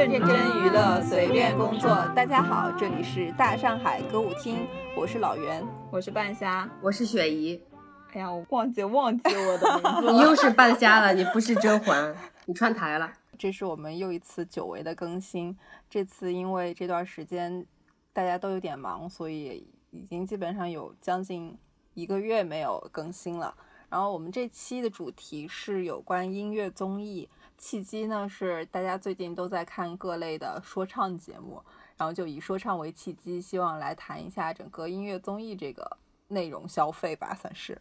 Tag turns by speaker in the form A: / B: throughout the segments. A: 乐，随便工作。大家好，这里是大上海歌舞厅，我是老袁，
B: 我是半夏。
C: 我是雪姨，
B: 哎呀，我忘记忘记我的名字
C: 你
B: 了。
C: 又是半夏了，你不是甄嬛，你串台了。
A: 这是我们又一次久违的更新。这次因为这段时间大家都有点忙，所以已经基本上有将近一个月没有更新了。然后我们这期的主题是有关音乐综艺，契机呢是大家最近都在看各类的说唱节目，然后就以说唱为契机，希望来谈一下整个音乐综艺这个内容消费吧，算是。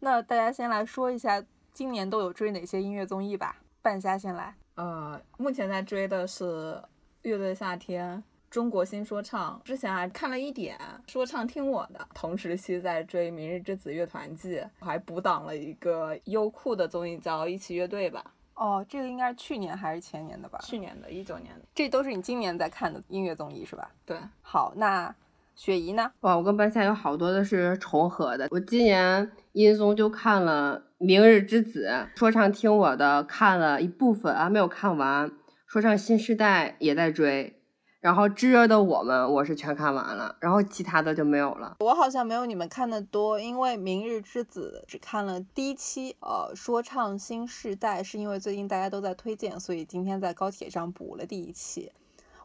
A: 那大家先来说一下今年都有追哪些音乐综艺吧，半夏先来。
B: 呃，目前在追的是《乐队夏天》。中国新说唱之前还看了一点说唱听我的，同时期在追《明日之子乐团季》，还补档了一个优酷的综艺叫《一起乐队》吧，
A: 哦，这个应该是去年还是前年的吧？
B: 去年的，一九年的。
A: 这都是你今年在看的音乐综艺是吧？
B: 对，
A: 好，那雪姨呢？
C: 哇，我跟半夏有好多的是重合的。我今年音综就看了《明日之子》，说唱听我的看了一部分啊，没有看完。说唱新时代也在追，然后《炙热的我们》我是全看完了，然后其他的就没有了。
A: 我好像没有你们看的多，因为《明日之子》只看了第一期。呃，说唱新世代是因为最近大家都在推荐，所以今天在高铁上补了第一期。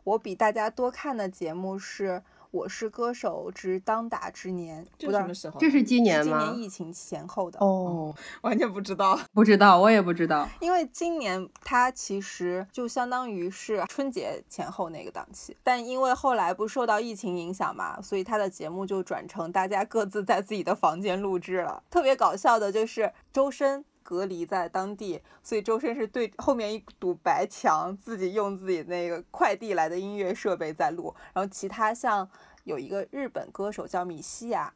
A: 我比大家多看的节目是《我是歌手之当打之年》，
B: 这
A: 不知
B: 是什
A: 道
B: 么时候？
C: 这是今
A: 是
C: 年
A: 今
C: 吗？
A: 年疫情前后的。
C: 哦，
B: 完全不知道。
C: 不知道，我也不知道。
A: 因为今年它其实就相当于是春节前后那个档期，但因为后来不受到疫情影响嘛，所以它的节目就转成大家各自在自己的房间录制了。特别搞笑的就是周深。隔离在当地，所以周深是对后面一堵白墙，自己用自己那个快递来的音乐设备在录。然后其他像有一个日本歌手叫米西亚，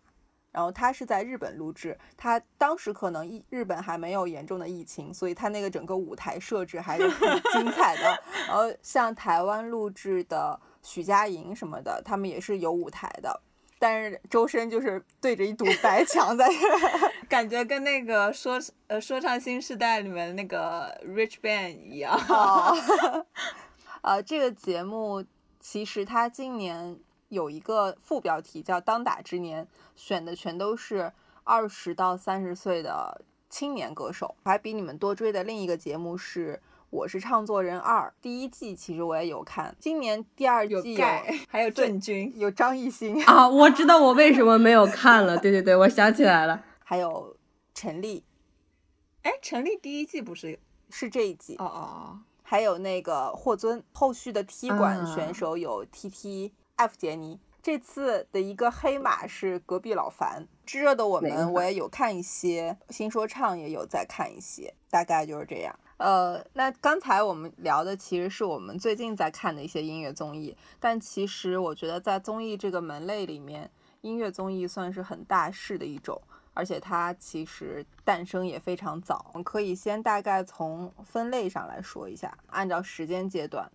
A: 然后他是在日本录制，他当时可能疫日本还没有严重的疫情，所以他那个整个舞台设置还是很精彩的。然后像台湾录制的许佳莹什么的，他们也是有舞台的。但是周深就是对着一堵白墙在
B: 感觉跟那个说呃说唱新时代里面那个 Rich Band 一样。
A: 跑。呃，这个节目其实它今年有一个副标题叫“当打之年”，选的全都是二十到三十岁的青年歌手。还比你们多追的另一个节目是《我是唱作人二》，第一季其实我也有看，今年第二
B: 有
A: 季有
B: 盖，还有郑钧，
A: 有 张艺兴，
C: 啊，我知道我为什么没有看了。对对对，我想起来了。
A: 还有陈粒，
B: 哎，成立第一季不是？
A: 是这一季。
B: 哦哦哦，
A: 还有那个霍尊，后续的踢馆
C: 啊
A: 选手有 TT、F 杰尼。这次的一个黑马是隔壁老樊，炙热的我
C: 哪个
A: 们
C: 樊
A: 我也有看一些，新说唱也有在看一些，大概就是这样。呃，那刚才我们聊的其实是我们最近在看的一些音乐综艺，但其实我觉得在综艺这个门类里面，音乐综艺算是很大势的一种。而且它其实诞生也非常早。我们可以先大概从分类上来说一下，按照时间阶段。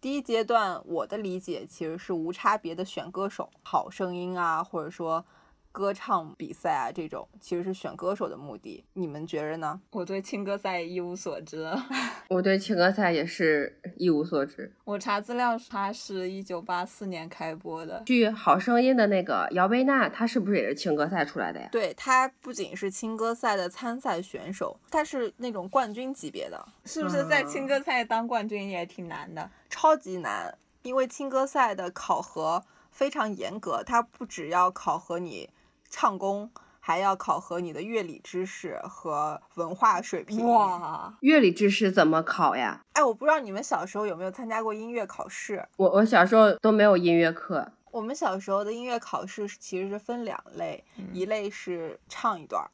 A: 第一阶段，我的理解其实是无差别的选歌手，好声音啊，或者说歌唱比赛啊这种，其实是选歌手的目的。你们觉着呢？
B: 我对青歌赛一无所知。
C: 我对青歌赛也是一无所知。
B: 我查资料，它是一九八四年开播的。
C: 据《好声音》的那个姚贝娜，她是不是也是青歌赛出来的呀？
A: 对他不仅是青歌赛的参赛选手，他是那种冠军级别的，
B: 是不是在
C: 嗯
B: 青歌赛当冠军也挺难的？
A: 超级难，因为青歌赛的考核非常严格，它不只要考核你唱功，还要考核你的乐理知识和文化水平。！
B: 哇，
C: 乐理知识怎么考呀？
A: 哎，我不知道你们小时候有没有参加过音乐考试。
C: 我我小时候都没有音乐课，
A: 我们小时候的音乐考试是其实是分两类，一类是唱一段儿，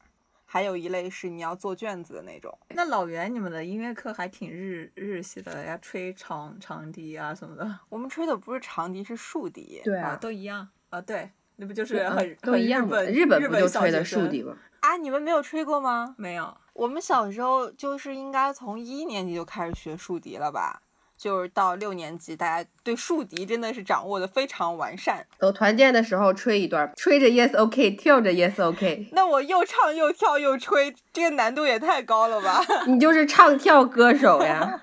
A: 还有一类是你要做卷子的那种。
B: 那老袁，你们的音乐课还挺日日系的，要吹长长笛啊什么的。
A: 我们吹的不是长笛，是竖笛。
C: 对
B: 啊，
C: 啊，
B: 都一样啊，对，那不就是很
C: 都一样
B: 的
C: 的。？日本不就
B: 小
C: 吹
B: 学
C: 的竖
B: 生
C: 笛吗？
A: 啊，你们没有吹过吗？
B: 没有？
A: 我们小时候就是应该从一年级就开始学竖笛了吧？就是到六年级，大家对竖笛真的是掌握的非常完善。
C: 走团建的时候吹一段，吹着 Yes OK，跳着 Yes OK，
A: 那我又唱又跳又吹，这个难度也太高了吧？
C: 你就是唱跳歌手呀。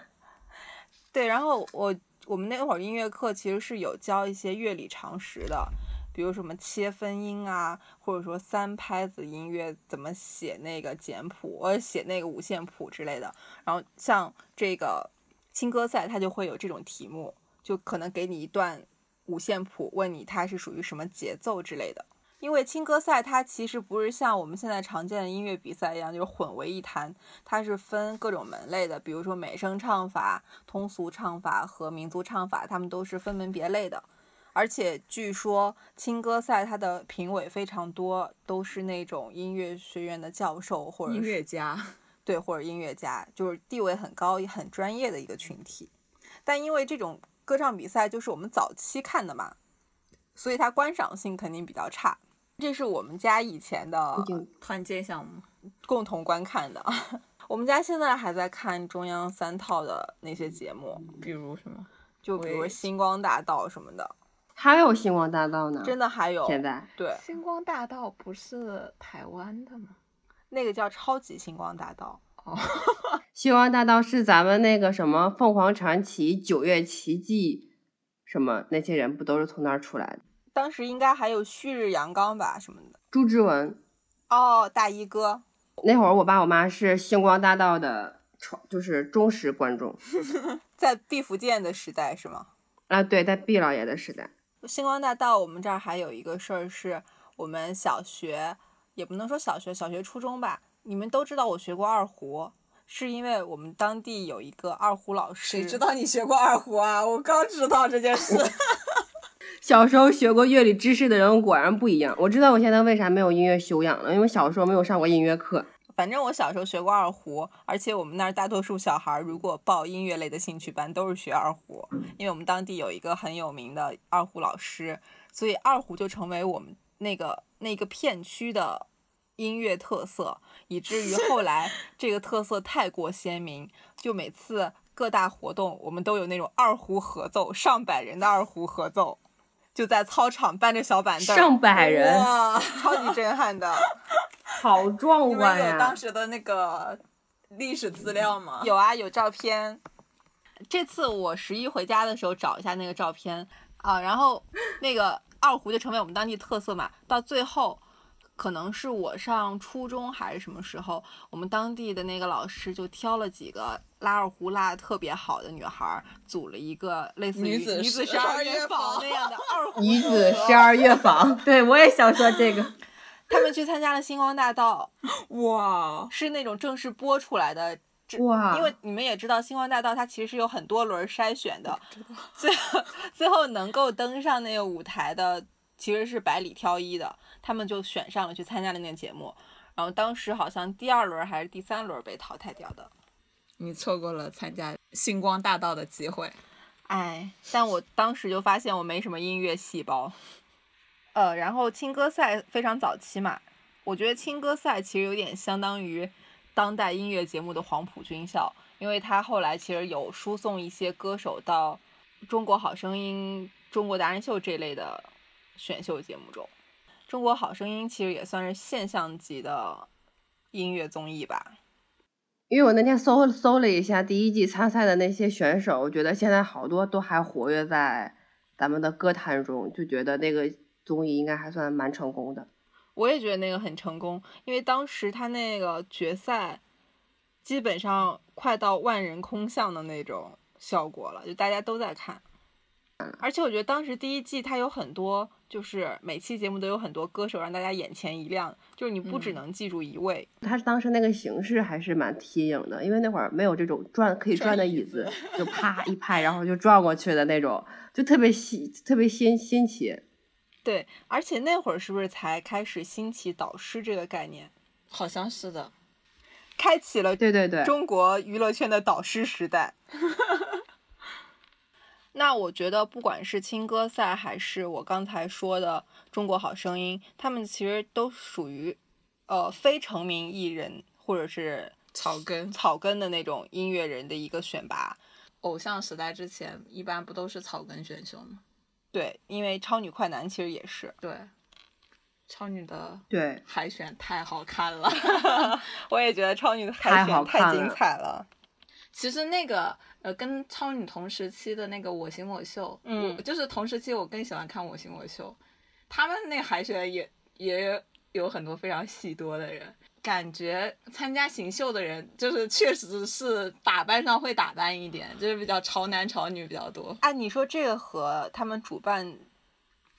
A: 对，然后我我们那会儿音乐课其实是有教一些乐理常识的，比如什么切分音啊，或者说三拍子音乐怎么写那个简谱，呃，写那个五线谱之类的。然后像这个青歌赛，它就会有这种题目，就可能给你一段五线谱，问你它是属于什么节奏之类的。因为青歌赛它其实不是像我们现在常见的音乐比赛一样，就是混为一谈，它是分各种门类的，比如说美声唱法、通俗唱法和民族唱法，它们都是分门别类的。而且据说青歌赛它的评委非常多，都是那种音乐学院的教授或者
B: 音
A: 是
B: 乐家，
A: 对，或者音乐家，就是地位很高、也很专业的一个群体。但因为这种歌唱比赛就是我们早期看的嘛，所以它观赏性肯定比较差。这是我们家以前的
B: 团建项目。
A: 共同观看的， 我们家现在还在看中央三套的那些节目，
B: 比如什么？
A: 就比如
B: 对
A: 《星光大道》什么的，
C: 还有星光大道呢，
A: 真的还有
C: 现在
A: 对
B: 星光大道不是台湾的吗？
A: 那个叫《超级星光大道》。
C: 星光大道是咱们那个什么凤凰传奇、九月奇迹什么那些人不都是从那儿出来的？
A: 当时应该还有旭日阳刚吧什么的
C: 朱之文
A: 哦，大衣哥，
C: 那会儿，我爸我妈是星光大道的传，就是忠实观众
A: 在毕福剑的时代是吗？
C: 啊。对，在毕老爷的时代，
A: 星光大道，我们这儿还有一个事儿是，我们小学也不能说小学，小学初中吧，你们都知道我学过二胡，是因为我们当地有一个二胡老师。
B: 谁知？道你学过二胡啊？我刚知道这件事。
C: 小时候学过乐理知识的人果然不一样。我知道我现在为啥没有音乐修养了，因为小时候没有上过音乐课。
A: 反正我小时候学过二胡，而且我们那儿大多数小孩儿如果报音乐类的兴趣班都是学二胡，因为我们当地有一个很有名的二胡老师，所以二胡就成为我们那个那个片区的音乐特色，以至于后 来这个特色太过鲜明，就每次各大活动我们都有那种二胡合奏，上百人的二胡合奏，就在操场搬着小板凳儿，
C: 上百人，
B: 哇，
A: 超级震撼的。
C: 好壮
B: 你
C: 观
B: 们有
C: 呀
B: 当！时的那个历史资料 吗？
A: 有啊，有照片。这次我十一回家的时候找一下那个照片啊，然后那个二胡就成为我们当地特色嘛。到最后，可能是我上初中还是什么时候，我们当地的那个老师就挑了几个拉二胡拉的特别好的女孩儿，组了一个类似于
B: 女子
A: 女子
B: 十
A: 十
B: 二
A: 二
B: 乐
A: 乐
B: 坊
A: 坊那样的二胡
C: 女子
A: 组合
C: 十 二乐坊，对我也想说这个。
A: 他们去参加了星光大道，
B: 哇，
A: 是那种正式播出来的这
C: 哇，
A: 因为你们也知道，星光大道它其实是有很多轮筛选的，最后最后能够登上那个舞台的其实是百里挑一的，他们就选上了去参加了那个节目，然后当时好像第二轮还是第三轮被淘汰掉的，
B: 你错过了参加星光大道的机会。
A: 哎，但我当时就发现我没什么音乐细胞，呃，然后青歌赛非常早期嘛，我觉得青歌赛其实有点相当于当代音乐节目的黄埔军校，因为他后来其实有输送一些歌手到《中国好声音》《中国达人秀》这类的选秀节目中，《中国好声音》其实也算是现象级的音乐综艺吧。
C: 因为我那天搜搜了一下第一季参赛的那些选手，我觉得现在好多都还活跃在咱们的歌坛中，就觉得那个综艺应该还算蛮成功的。
A: 我也觉得那个很成功，因为当时他那个决赛基本上快到万人空巷的那种效果了，就大家都在看。而且我觉得当时第一季它有很多，就是每期节目都有很多歌手让大家眼前一亮，就是你不只
B: 嗯
A: 能记住一位，
C: 他当时那个形式还是蛮新颖的，因为那会儿没有这种转可以
B: 转
C: 转的
B: 椅
C: 椅
B: 子
C: 子， 就啪一拍，然后就转过去的那种，就特别新，特别新新奇。
A: 对。而且那会儿是不是才开始兴起导师这个概念，
B: 好像是的，
A: 开启了
C: 对对对，
A: 中国娱乐圈的导师时代。 那我觉得，不管是青歌赛还是我刚才说的《中国好声音》，他们其实都属于呃非成名艺人或者是
B: 草根
A: 草根的那种音乐人的一个选拔。
B: 偶像时代之前一般不都是草根选秀吗？
A: 对，因为超女快男其实也是，
B: 对，超女的
C: 对，
B: 海选太好看了。
A: 我也觉得超女的海
C: 太好
A: 选太
C: 看
A: 精
C: 了
A: 彩了。
B: 其实那个呃，跟超女同时期的那个《我行我秀》，
A: 嗯
B: 我就是同时期我更喜欢看《我行我秀》，他们那海选也也有很多非常戏多的人，感觉参加行秀的人就是确实是打扮上会打扮一点，就是比较潮男潮女比较多。
A: 啊，你说这个和他们主办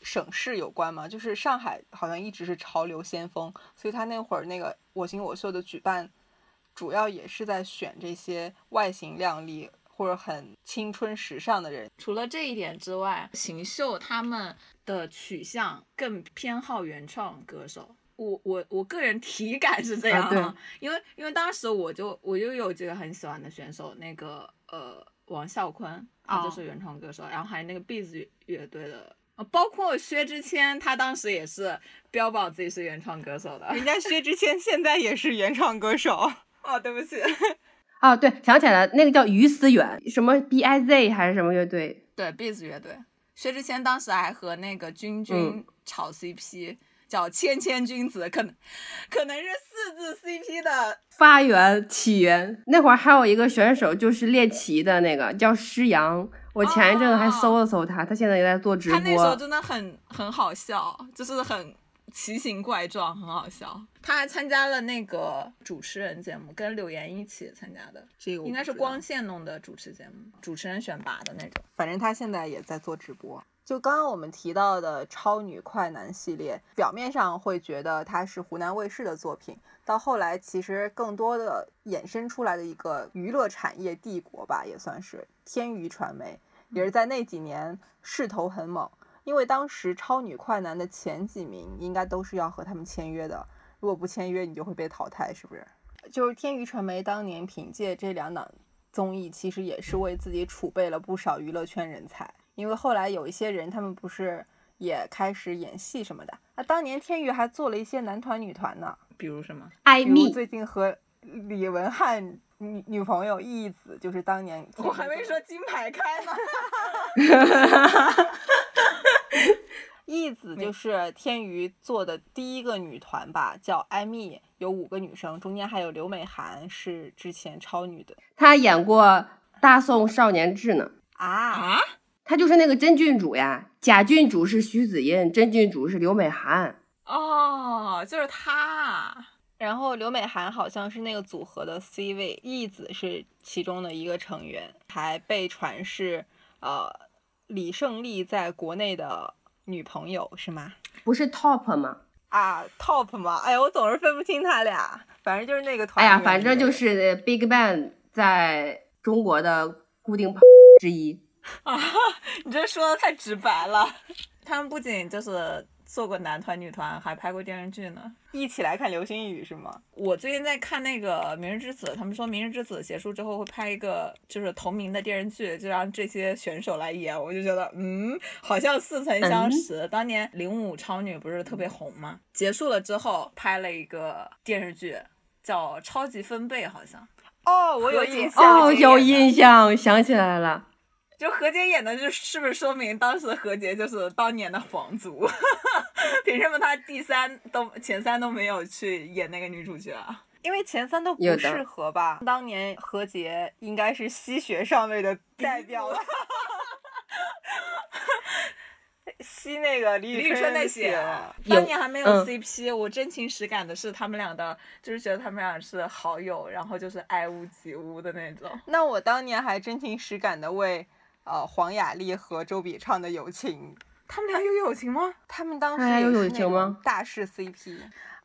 A: 省市有关吗？就是上海好像一直是潮流先锋，所以他那会儿那个《我行我秀》的举办，主要也是在选这些外形靓丽或者很青春时尚的人。
B: 除了这一点之外，行秀他们的取向更偏好原创歌手。我我我个人体感是这样、
C: 啊
B: 因为因为当时我就我就有几个很喜欢的选手，那个呃王啸坤，他就是原创歌手然后还有那个 Beats 乐队的，呃包括薛之谦，他当时也是标榜自己是原创歌手的。
A: 人家薛之谦现在也是原创歌手，
B: 哦，对不起，
C: 啊，对，想起来了，那个叫于思远，什么 B I Z 还是什么乐队？
B: 对 Beats 乐队，薛之谦当时还和那个君君
C: 嗯
B: 炒 CP，、叫“谦谦君子”，可能可能是四字 CP 的
C: 发源起源那会儿还有一个选手就是练棋的那个叫施洋，我前一阵子还搜了搜他，他现在也在做直
B: 哦他那时候
C: 播。
B: 真的很很好笑，就是很奇形怪状，很好笑。他还参加了那个主持人节目，跟柳岩一起参加的，
A: 这个我
B: 应该
A: 不
B: 是
A: 知道
B: 光线弄的主持节目，主持人选拔的那种。
A: 反正他现在也在做直播。就刚刚我们提到的超女快男系列，表面上会觉得它是湖南卫视的作品，到后来其实更多的衍生出来的一个娱乐产业帝国吧，也算是天娱传媒，也是在那几年势头很猛。因为当时超女快男的前几名应该都是要和他们签约的，如果不签约你就会被淘汰，是不是？就是天娱传媒当年凭借这两档综艺其实也是为自己储备了不少娱乐圈人才，因为后来有一些人他们不是也开始演戏什么的。啊，当年天娱还做了一些男团、女团呢，
B: 比如什么？
C: 艾
A: 比如
C: 米，
A: 最近和李文翰女女朋友义子，就是当年
B: 我还没说金牌开呢。
A: 义子就是天娱做的第一个女团吧，叫艾蜜，有五个女生，中间还有刘美涵是之前超女的
C: 他演过《大宋少年志》呢，
A: 啊。
B: 啊？
C: 他就是那个真郡主呀。假郡主是徐子吟，真郡主是刘美涵。
B: 哦，就是他啊。
A: 然后刘美涵好像是那个组合的 C 位，义子是其中的一个成员，还被传是呃李胜利在国内的女朋友是吗？
C: 不是 top 吗？
A: 啊，Top 吗？哎呀，我总是分不清他俩，反正就是那个团
C: 哎
A: 员。
C: 呀，反正就是 Big Bang 在中国的固定之一。
B: 你这说的太直白了。他们不仅就是做过男团、女团，还拍过电视剧呢。
A: 一起来看流星雨是吗？
B: 我最近在看那个《明日之子》，他们说《明日之子》结束之后会拍一个就是同名的电视剧，就让这些选手来演。我就觉得，嗯，好像似曾相识。当年零五超女不是特别红吗？结束了之后拍了一个电视剧，叫《超级分贝》，好像
A: 哦，我有
B: 何 洁
A: 印象。
C: 哦，
B: 夏姐
C: 有
B: 演的
C: 印象，想起来了。
B: 就何洁演的，就是是不是说明当时何洁就是当年的皇族？ 凭什么她第三都前三都没有去演那个女主角啊？
A: 因为前三都不
C: 有的
A: 适合吧。当年何洁应该是西学上位的代表了， 吸那个李
B: 李
A: 宇
B: 宇春啊
A: 的
B: 那些
A: 血，
C: 有
B: 当年还没有
C: 嗯
B: CP，、我真情实感的是他们俩的，就是觉得他们俩是好友，然后就是爱屋及乌的那种。
A: 那我当年还真情实感的为呃黄雅莉和周笔畅的友情，
B: 他们俩有友情吗？
A: 他们当时
C: 他俩
A: 也
C: 哎有
A: 是
C: 友
A: 那
C: 情
A: 种
C: 吗
A: 大势 CP。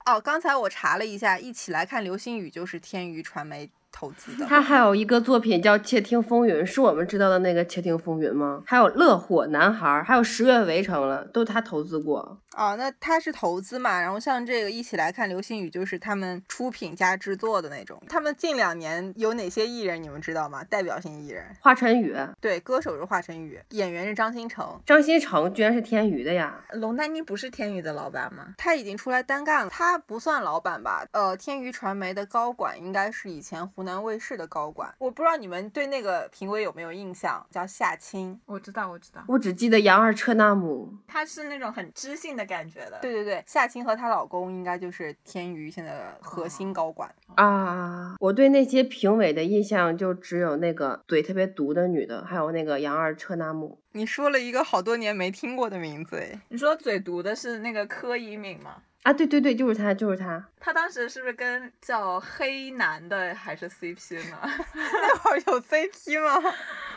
A: 哦，刚才我查了一下，一起来看流星雨就是天娱传媒投资的。
C: 他还有一个作品叫《窃听风云》，是我们知道的那个《窃听风云》吗？还有《乐火男孩》，还有《十月围城》了，都是他投资过。
A: 哦，那他是投资嘛，然后像这个一起来看流星雨，就是他们出品加制作的那种。他们近两年有哪些艺人你们知道吗？代表性艺人，
C: 华晨宇、
A: 对，歌手是华晨宇，演员是张新成。
C: 张新成居然是天娱的呀！
B: 龙丹妮不是天娱的老板吗？
A: 他已经出来单干了，他不算老板吧？呃，天娱传媒的高管应该是以前湖南卫视的高管。我不知道你们对那个评委有没有印象，叫夏青。
B: 我知道，我知道，
C: 我只记得杨二彻那姆，
B: 她是那种很知性的感觉的。
A: 对对对，夏青和她老公应该就是天娱现在的核心高管。
C: 啊，我对那些评委的印象就只有那个嘴特别毒的女的，还有那个杨二彻那姆。
A: 你说了一个好多年没听过的名字，哎，
B: 你说嘴毒的是那个柯以敏吗？
C: 啊，对对对，就是她，就是她。
B: 她当时是不是跟叫黑男的还是 CP 呢？
A: 那会儿有 CP 吗？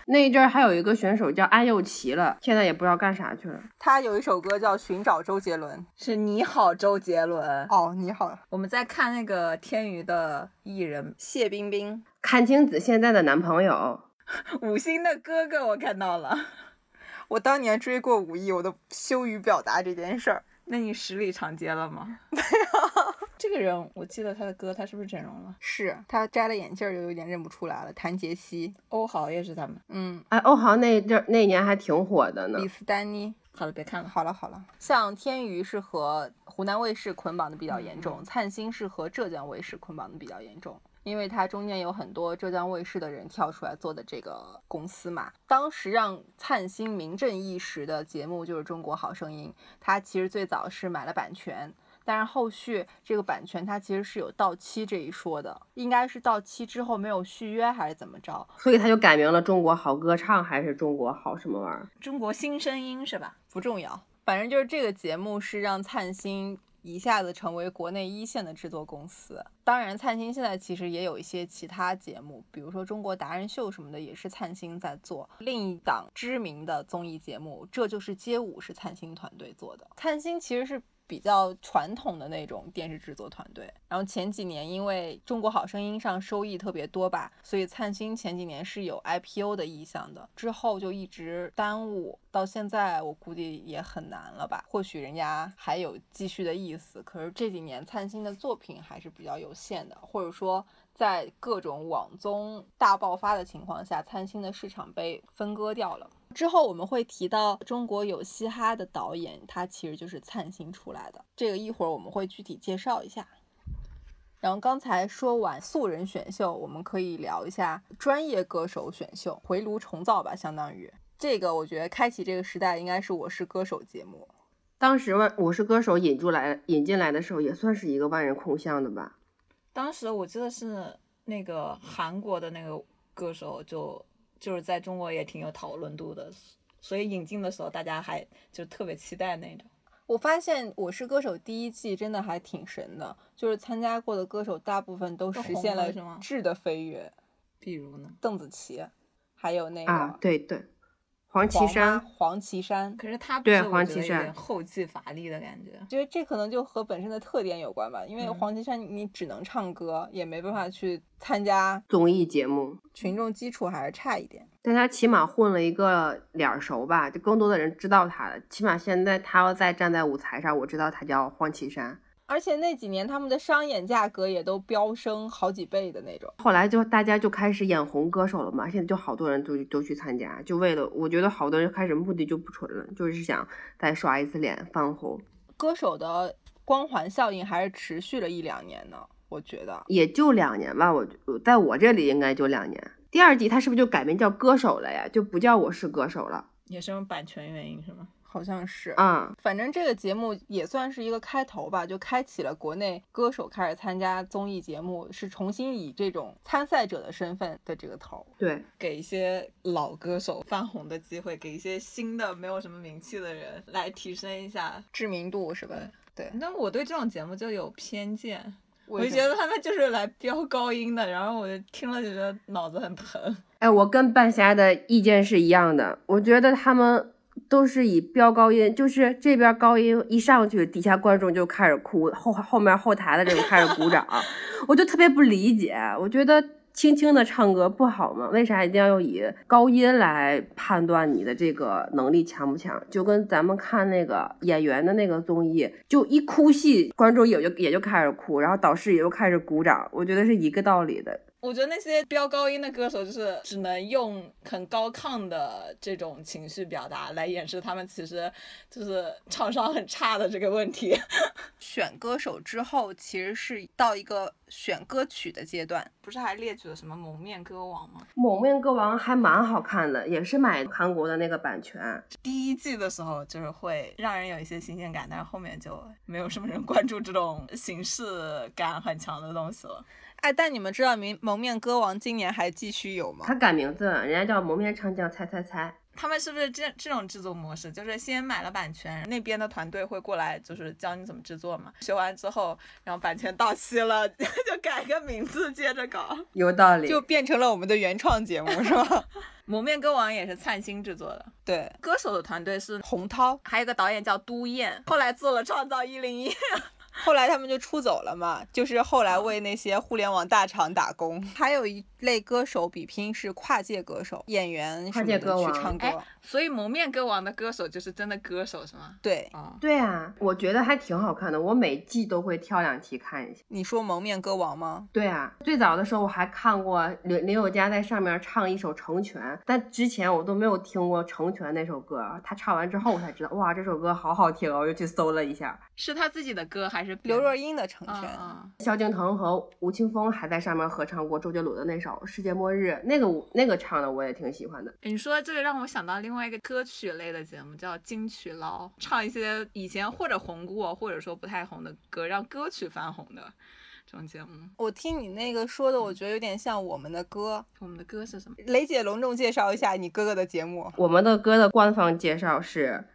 C: 那一阵儿还有一个选手叫安又琪了，现在也不知道干啥去了。
A: 他有一首歌叫《寻找周杰伦》。
B: 是你好，周杰伦。
A: 哦，你好，
B: 我们在看那个天娱的艺人
A: 谢冰冰。
C: 阚清子现在的男朋友，
B: 五星的哥哥，我看到了。
A: 我当年追过武艺，我都羞于表达这件事儿。
B: 那你十里长街了 吗？没有。这个人，我记得他的歌，他是不是整容了？
A: 啊是他摘了眼镜儿，就有点认不出来了。谭杰希，
B: 欧豪哦也是他们。
A: 嗯，
C: 哎，欧豪那一阵儿那一年还挺火的呢
A: 李。斯丹妮。
B: 好了，别看了。
A: 好了好了，像天娱是和湖南卫视捆绑的比较严
B: 嗯
A: 重，灿星是和浙江卫视捆绑的比较严重，因为它中间有很多浙江卫视的人跳出来做的这个公司嘛。当时让灿星名震一时的节目就是《中国好声音》，它其实最早是买了版权。但是后续这个版权它其实是有到期这一说的，应该是到期之后没有续约还是怎么着？
C: 所以他就改名了《中国好歌唱》还是《中国好什么玩意儿
B: 中国新声音是吧？
A: 不重要，反正就是这个节目是让灿星一下子成为国内一线的制作公司。当然，灿星现在其实也有一些其他节目，比如说《中国达人秀》什么的，也是灿星在做。另一档知名的综艺节目《这就是街舞》是灿星团队做的。灿星其实是。比较传统的那种电视制作团队，然后前几年因为《中国好声音》上收益特别多吧，所以灿星前几年是有 IPO 的意向的，之后就一直耽误，到现在我估计也很难了吧。或许人家还有继续的意思，可是这几年灿星的作品还是比较有限的，或者说在各种网综大爆发的情况下，灿星的市场被分割掉了。之后我们会提到中国有嘻哈的导演，他其实就是灿星出来的。这个一会儿我们会具体介绍一下。然后刚才说完素人选秀，我们可以聊一下专业歌手选秀，回炉重造吧，相当于这个我觉得开启这个时代应该是《我是歌手》节目。》。
C: 当时万《我是歌手》引出来引进来的时候，也算是一个万人空巷的吧。
B: 当时我记得是那个韩国的那个歌手就，就是在中国也挺有讨论度的，所以引进的时候大家还就特别期待那种。
A: 我发现《我是歌手》第一季真的还挺神的，就是参加过的歌手大部分都
B: 都
A: 实
B: 红
A: 现
B: 了
A: 了
B: 是吗
A: 质的飞跃，
B: 比如呢？
A: 邓紫棋，还有那个
C: 啊，对对，黄
A: 黄
C: 绮
A: 妈
C: 珊，
A: 黄绮珊，
B: 可是他不
C: 对
B: 是我
C: 黄
B: 觉得
C: 绮
B: 有
C: 珊
B: 点后继乏力的感觉。
A: 觉得这可能就和本身的特点有关吧，因为
B: 嗯
A: 黄绮珊你只能唱歌，也没办法去参加，
C: 综艺节目，
A: 群众基础还是差一点。
C: 但他起码混了一个脸儿熟吧，就更多的人知道他了。起码现在他要再站在舞台上，我知道他叫黄绮珊。
A: 而且那几年他们的商演价格也都飙升好几倍的那种。
C: 后来就大家就开始眼红歌手了嘛，现在就好多人都都去参加，就为了我觉得好多人开始目的就不纯了，就是想再刷一次脸翻红。
A: 歌手的光环效应还是持续了一两年呢，我觉得。
C: 也就两年吧，我我在我这里应该就两年。第二季他是不是就改名叫歌手了呀？就不叫我是歌手了
B: 也是因为版权原因是吗？
A: 好像是，
C: 啊、
A: 反正这个节目也算是一个开头吧，就开启了国内歌手开始参加综艺节目，是重新以这种参赛者的身份的这个头。
C: 对，
B: 给一些老歌手翻红的机会，给一些新的没有什么名气的人来提升一下。
A: 知名度是吧？对，
B: 那我对这种节目就有偏见，我
A: 为
B: 就
A: 什
B: 觉
A: 么
B: 得他们就是来飙高音的，然后我就听了就觉得脑子很疼。
C: 哎，我跟半夏的意见是一样的，我觉得他们都是以飙高音，就是这边高音一上去，底下观众就开始哭，后后面后台的人开始鼓掌，我就特别不理解，我觉得。轻轻的唱歌不好吗？为啥一定要以高音来判断你的这个能力强不强？就跟咱们看那个演员的那个综艺，就一哭戏，观众也就也就开始哭，然后导师也就开始鼓掌，我觉得是一个道理的。
B: 我觉得那些飙高音的歌手就是只能用很高亢的这种情绪表达来掩饰他们其实就是唱商很差的这个问题。
A: 选歌手之后，其实是到一个选歌曲的阶段。
B: 不是还列举了什么蒙面歌王吗？
C: 蒙面歌王还蛮好看的，也是买韩国的那个版权。
B: 第一季的时候就是会让人有一些新鲜感，但是后面就没有什么人关注这种形式感很强的东西了。
A: 哎，但你们知道明蒙面歌王今年还继续有吗？
C: 他改名字，人家叫蒙面唱将猜猜猜。
B: 他们是不是这这种制作模式，就是先买了版权，那边的团队会过来，就是教你怎么制作嘛。学完之后，然后版权到期了， 就改个名字接着搞。
C: 有道理，
A: 就变成了我们的原创节目，是吗？
B: 蒙面歌王也是灿星制作的，
A: 对，
B: 歌手的团队是，
A: 洪涛。
B: 还有一个导演叫都燕，后来做了《创造一零一》。
A: 后来他们就出走了嘛，就是后来为那些互联网大厂打工。还有一类歌手比拼是跨界歌手，演员什么的
C: 跨界歌王
A: 去唱歌。
B: 哎，所以蒙面歌王的歌手就是真的歌手是吗？
A: 对，
B: 哦，
C: 对啊，我觉得还挺好看的，我每季都会挑两期看一下。
A: 你说蒙面歌王吗？
C: 对啊，最早的时候我还看过林林宥嘉在上面唱一首《成全》，但之前我都没有听过《成全》那首歌。他唱完之后，我才知道，哇，这首歌好好听哦！我又去搜了一下，
B: 是他自己的歌还是别
A: 刘
B: 人
A: 若英的《成
B: 嗯
A: 全》
B: 嗯
C: 萧敬腾和吴青峰还在上面合唱过周杰伦的那首《世界末日》，那个我那个唱的我也挺喜欢的。
B: 你说这个让我想到另外一个歌曲类的节目，叫金曲捞，唱一些以前或者红过，或者说不太红的歌，让歌曲翻红的这种节目。
A: 我听你那个说的，我觉得有点像我们的歌。
B: 我们的歌是什么？
A: 雷姐隆重介绍一下你哥哥的节目。
C: 我们的歌的官方介绍是。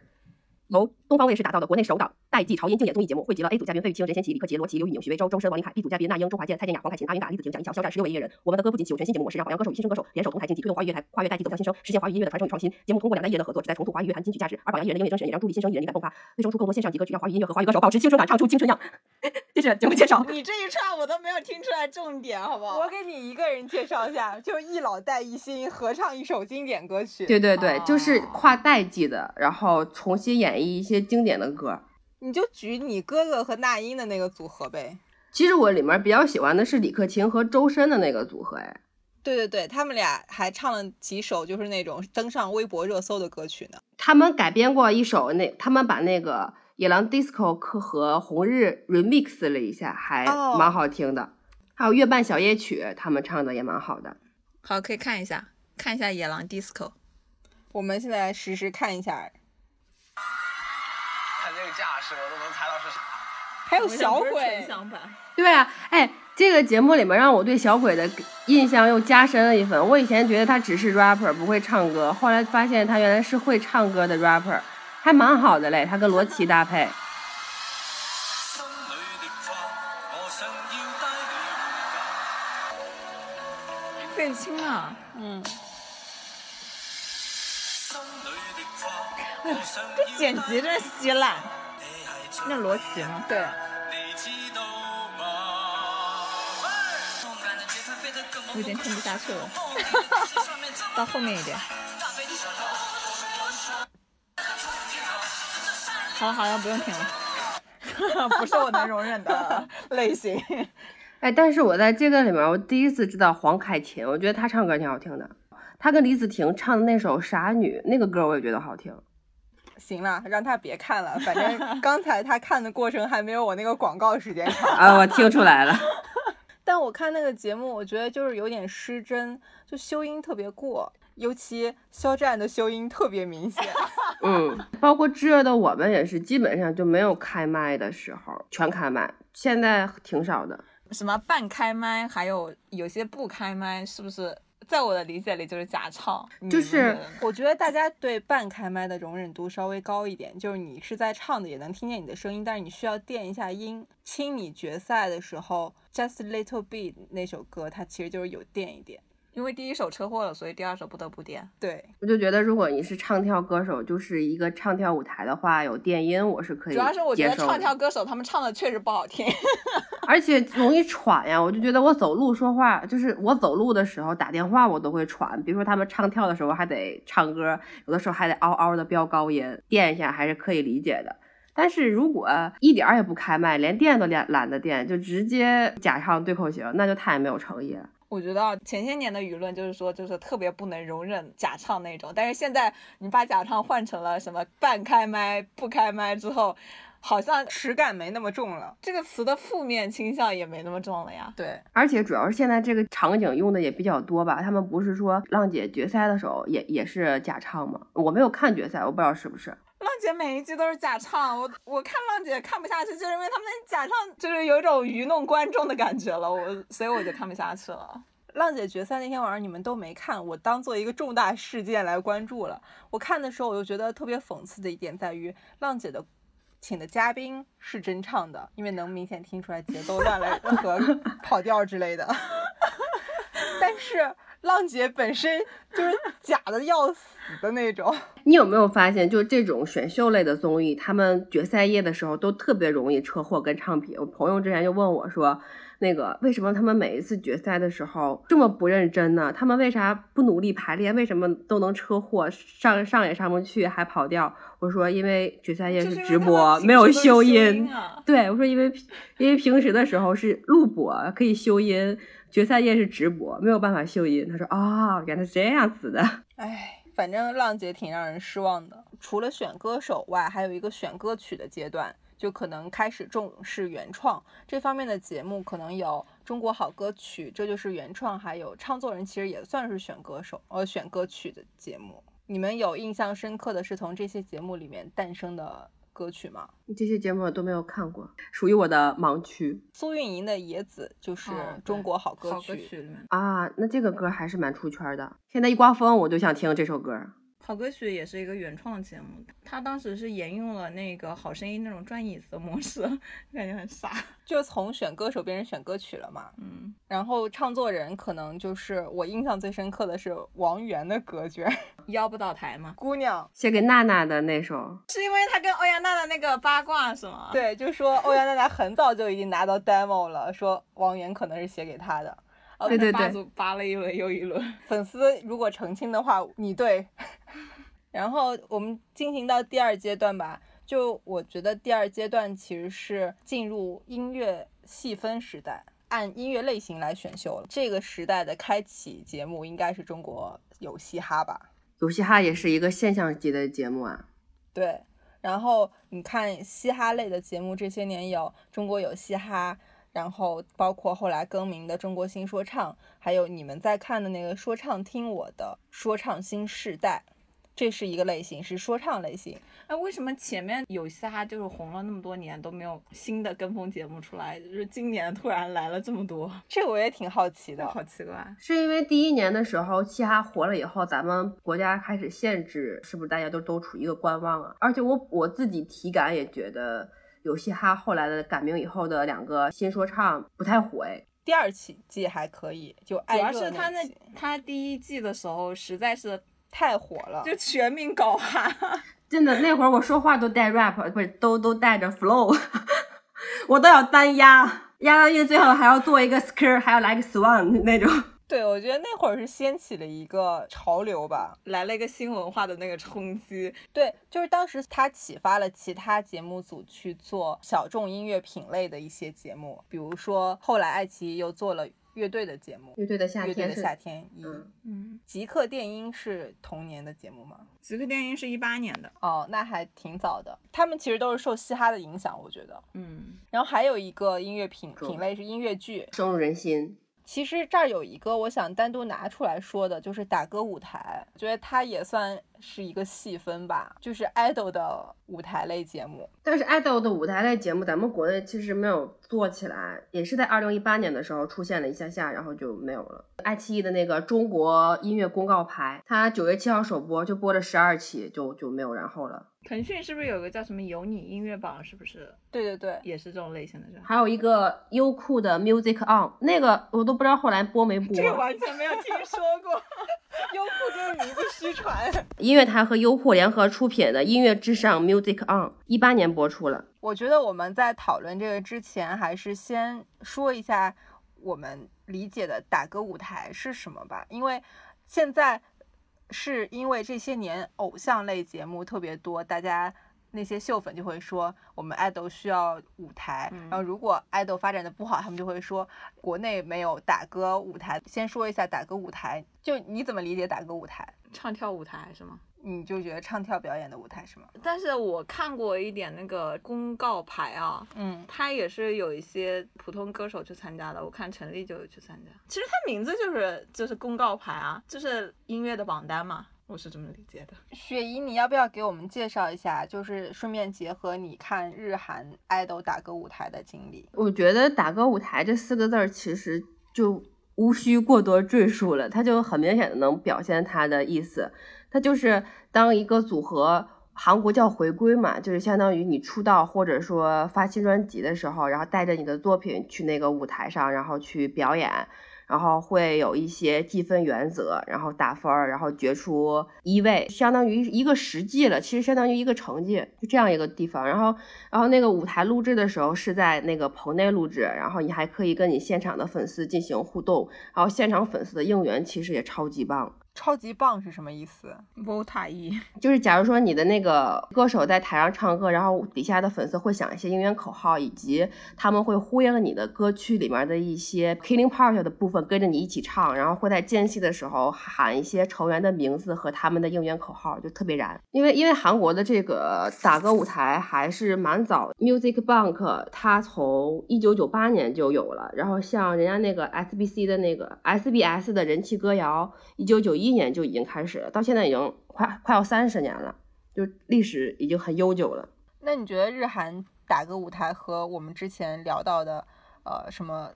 C: 由东方卫视打造的国内首档代际潮音竞演综艺节目，汇集了 A 组嘉宾费玉清、任贤齐、李克勤、罗琦、刘宇宁、许魏洲、周深、王琳凯；B 组嘉宾那英、周华健、蔡健雅、黄凯芹、阿云达、李子婷、蒋一乔、肖战十六位艺人。我们的歌不仅具有全新节目模式，让弘扬歌手与新生歌手联手同台竞技，推动华语乐坛跨越代际走向新生，实现华语音乐的传承与创新。节目通过两代艺人的合作，旨在重塑华语乐坛金曲价值，而榜样艺人的音乐精神，也让助力新生艺人灵感迸发，推生出更多线上级歌曲，让华语音乐和华语歌手保持青春感，唱出青春样。 这是节目介绍。
B: 你这一串我都没有听出来重点，好不好？
A: 我给你一个人介绍一下，就是一老带一新合唱一首经典歌曲。
C: 对对
B: 对就是
C: 跨代际的，然后重新演绎一些经典的歌。
A: 你就举你哥哥和那英的那个组合呗。
C: 其实我里面比较喜欢的是李克勤和周深的那个组合，哎，
A: 对对对，他们俩还唱了几首就是那种登上微博热搜的歌曲呢。
C: 他们改编过一首那，他们把那个野狼 disco 和和红日 remix 了一下，还
A: 哦
C: 蛮好听的。还有月半小夜曲，他们唱的也蛮好的。
B: 好，可以看一下，看一下《野狼 DISCO》。
A: 我们现在来实时看一下，
D: 看这个架势，我都能猜到是谁。
A: 还有小鬼，
B: 相 反，
C: 对啊，哎，这个节目里面让我对小鬼的印象又加深了一分。我以前觉得他只是 rapper 不会唱歌，后来发现他原来是会唱歌的 rapper，还蛮好的嘞。他跟罗琦搭配，
D: 心里的话，我想要带你回家。
B: 费玉清啊，
A: 嗯，
D: 心里的话，我 想要带
B: 剪辑真是稀烂。
D: 你回家
B: 那罗琦吗？
A: 对，
D: 你知道吗？
B: 我已经听不下去了。到后面一点。好了好了，不用听了。不是我能容忍的类型。
C: 哎，但是我在这个里面，我第一次知道黄凯芹，我觉得她唱歌挺好听的。她跟李子婷唱的那首《傻女》那个歌，我也觉得好听。
A: 行了，让他别看了，反正刚才他看的过程还没有我那个广告时间长。
C: 啊，我听出来了。
A: 但我看那个节目，我觉得就是有点失真，就修音特别过，尤其肖战的修音特别明显。
C: 嗯，包括《炙热的我们》也是，基本上就没有开麦的时候，全开麦，现在挺少的。
B: 什么半开麦，还有有些不开麦，是不是？在我的理解里就是假唱，
C: 就
B: 你们
C: 是
B: 觉得呢
A: 我觉得大家对半开麦的容忍度稍微高一点，就是你是在唱的，也能听见你的声音，但是你需要垫一下音。亲你决赛的时候，Just a Little Bit 那首歌，它其实就是有垫一点。
B: 因为第一首车祸了，所以第二首不得不点。
A: 对，
C: 我就觉得，如果你是唱跳歌手，就是一个唱跳舞台的话，有电音我是可以
B: 主要是我觉
C: 接
B: 得
C: 受
B: 唱
C: 的，
B: 跳歌手他们唱的确实不好听，
C: 而且容易喘呀。我就觉得我走路说话，就是我走路的时候打电话我都会喘。比如说他们唱跳的时候还得唱歌，有的时候还得嗷嗷的飙高音，垫一下还是可以理解的。但是如果一点儿也不开麦，连垫都懒懒得垫，就直接假唱对口型，那就太没有诚意了。
B: 我觉得啊，前些年的舆论就是说，就是特别不能容忍假唱那种，但是现在你把假唱换成了什么半开麦、不开麦之后，好像
A: 实感没那么重了。
B: 这个词的负面倾向也没那么重了呀。
A: 对，
C: 而且主要是现在这个场景用的也比较多吧，他们不是说浪姐决赛的时候也也是假唱吗？我没有看决赛，我不知道是不是。
B: 浪姐每一季都是假唱，我我看浪姐看不下去，就是因为他们假唱就是有一种愚弄观众的感觉了，我所以我就看不下去了。
A: 浪姐决赛那天晚上你们都没看，我当做一个重大事件来关注了。我看的时候，我就觉得特别讽刺的一点在于，浪姐的请的嘉宾是真唱的，因为能明显听出来节奏乱了和跑调之类的。 但是浪姐本身就是假的要死的那种。
C: 你有没有发现，就这种选秀类的综艺，他们决赛夜的时候都特别容易车祸跟唱ผิ。我朋友之前就问我说，那个为什么他们每一次决赛的时候这么不认真呢？他们为啥不努力排练？为什么都能车祸上上也上不去，还跑调？我说因为决赛夜
B: 就是因为
C: 直
B: 他们
C: 播，
B: 平
C: 没有
B: 时都是修
C: 音。
B: 啊，
C: 对，我说因为因为平时的时候是录播，可以修音，决赛夜是直播，没有办法修音。他说啊、原来是这样子的。
A: 唉，反正浪姐挺让人失望的。除了选歌手外，还有一个选歌曲的阶段，就可能开始重视原创这方面的节目，可能有《中国好歌曲》，这就是原创，还有《唱作人》，其实也算是选歌手呃选歌曲的节目。你们有印象深刻的是从这些节目里面诞生的歌曲吗？
C: 这些节目我都没有看过，属于我的盲区
A: 苏运莹的《野子》就是
B: 哦
A: 《
B: 对
A: 中国好歌
B: 好
A: 曲》
B: 歌曲里面，
C: 啊。那这个歌还是蛮出圈的，现在一刮风我就想听这首歌。
B: 好歌曲也是一个原创节目，它当时是沿用了那个《好声音》那种转椅子的模式， 感觉很傻。
A: 就从选歌手变成选歌曲了嘛。
B: 嗯，
A: 然后唱作人可能就是我印象最深刻的是王源的歌诀《
B: 嗯腰不倒台嘛，
A: 姑娘
C: 写给娜娜的那首，
B: 是因为他跟欧阳娜娜那个八卦是吗》。？，
A: 对，就说欧阳娜娜很早就已经拿到 demo 了，说王源可能是写给她的。
B: 哦
C: 对对
B: 那八
C: 对
B: 组扒了一轮又一轮。
A: 粉丝如果澄清的话，你对。 然后我们进行到第二阶段吧，就我觉得第二阶段其实是进入音乐细分时代，按音乐类型来选秀了。这个时代的开启节目应该是中国有嘻哈吧？
C: 有嘻哈也是一个现象级的节目啊。
A: 对，然后你看嘻哈类的节目，这些年有中国有嘻哈，然后包括后来更名的中国新说唱，还有你们在看的那个说唱听我的说唱新世代，这是一个类型，是说唱类型。
B: 哎，为什么前面有嘻哈就是红了那么多年都没有新的跟风节目出来，就是今年突然来了这么多，
A: 这我也挺好奇的，
B: 好奇怪。啊
C: 是因为第一年的时候嘻哈火了以后，咱们国家开始限制，是不是大家都都处于一个观望啊？而且我我自己体感也觉得，有嘻哈后来的改名以后的两个新说唱不太火哎。
A: 第二期季还可以，就
B: 主
A: 爱
B: 要
A: 热
B: 是他那
A: 那期
B: 他第一季的时候，实在是
A: 太火了，
B: 就全民搞哈，
C: 真的，那会儿我说话都带 rap，不是都都带着 flow，我都要单押，押到音最后还要做一个 skr，还要来个 swan 那种。
A: 对我觉得那会儿是掀起了一个潮流吧。
B: 来了一个新文化的那个冲击。
A: 对，就是当时他启发了其他节目组去做小众音乐品类的一些节目，比如说后来爱奇艺又做了乐队的节目，
C: 乐队的夏
A: 乐队
C: 天
A: 的
C: 是，
A: 夏天一，
C: 嗯，
B: 嗯，
A: 极客电音是同年的节目吗？
B: 极客电音是一八年的。
A: 哦，那还挺早的。他们其实都是受嘻哈的影响，我觉得。
B: 嗯，
A: 然后还有一个音乐品
C: 中
A: 品类是音乐剧，
C: 深入人心。
A: 其实这儿有一个我想单独拿出来说的，就是打歌舞台，觉得它也算是一个细分吧，就是 idol 的舞台类节目。
C: 但是爱豆的舞台类节目，咱们国内其实没有做起来，也是在二零一八年的时候出现了一下下，然后就没有了。爱奇艺的那个中国音乐公告牌，它九月七号首播，就播了十二期，就就没有然后了。
B: 腾讯是不是有个叫什么“有你音乐榜”？是不是
A: 对对对，
B: 也是这种类型的？是吧
C: 还有一个优酷的 Music On，那个我都不知道后来播没播。
B: 这个完全没有听说 过。
A: 优酷这个名不虚传。
C: 音乐台和优酷联合出品的《音乐至上 Music On》，一八年播出了。
A: 我觉得我们在讨论这个之前，还是先说一下我们理解的打歌舞台是什么吧，因为现在是因为这些年偶像类节目特别多，大家。那些秀粉就会说，我们爱豆需要舞台，
B: 嗯
A: 然后如果爱豆发展的不好，他们就会说国内没有打歌舞台。先说一下打歌舞台，就你怎么理解打歌舞台？
B: 唱跳舞台是吗？
A: 你就觉得唱跳表演的舞台是吗？
B: 但是我看过一点那个公告牌啊，
A: 嗯，
B: 他也是有一些普通歌手去参加的，我看陈粒就有去参加。其实他名字就是就是公告牌啊，就是音乐的榜单嘛，我是这么理解的。
A: 雪姨，你要不要给我们介绍一下？就是顺便结合你看日韩爱豆打歌舞台的经历。
C: 我觉得“打歌舞台”这四个字儿其实就无需过多赘述了，它就很明显的能表现它的意思。它就是当一个组合，韩国叫回归嘛，就是相当于你出道或者说发新专辑的时候，然后带着你的作品去那个舞台上，然后去表演。然后会有一些计分原则，然后打分儿，然后决出一位，相当于一个实际了，其实相当于一个成绩，就这样一个地方。然后，然后那个舞台录制的时候是在那个棚内录制，然后你还可以跟你现场的粉丝进行互动，然后现场粉丝的应援其实也超级棒。
A: 超级棒是什么意思？
B: v 塔一，
C: 就是假如说你的那个歌手在台上唱歌，然后底下的粉丝会想一些应援口号，以及他们会呼应你的歌曲里面的一些 killing part 的部分，跟着你一起唱，然后会在间隙的时候喊一些成员的名字和他们的应援口号，就特别燃。因为因为韩国的这个打歌舞台还是蛮早，Music Bank 它从一九九八年就有了，然后像人家那个 SBC 的那个 SBS 的人气歌谣，一九九一年就已经开始了，到现在已经快快要三十年了，就历史已经很悠久了。
A: 那你觉得日韩打歌舞台和我们之前聊到的，呃，什么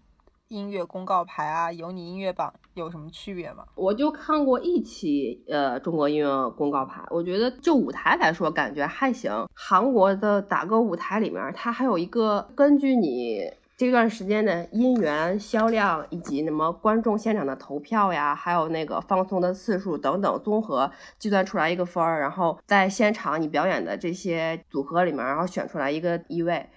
A: 音乐公告牌啊、有你音乐榜有什么区别吗？
C: 我就看过一期呃中国音乐公告牌，我觉得就舞台来说感觉还行。韩国的打歌舞台里面，它还有一个根据你这段时间的音源、销量以及什么观众现场的投票呀，还有那个放松的次数等等综合计算出来一个分儿，然后在现场你表演的这些组合里面，然后选出来一个一位。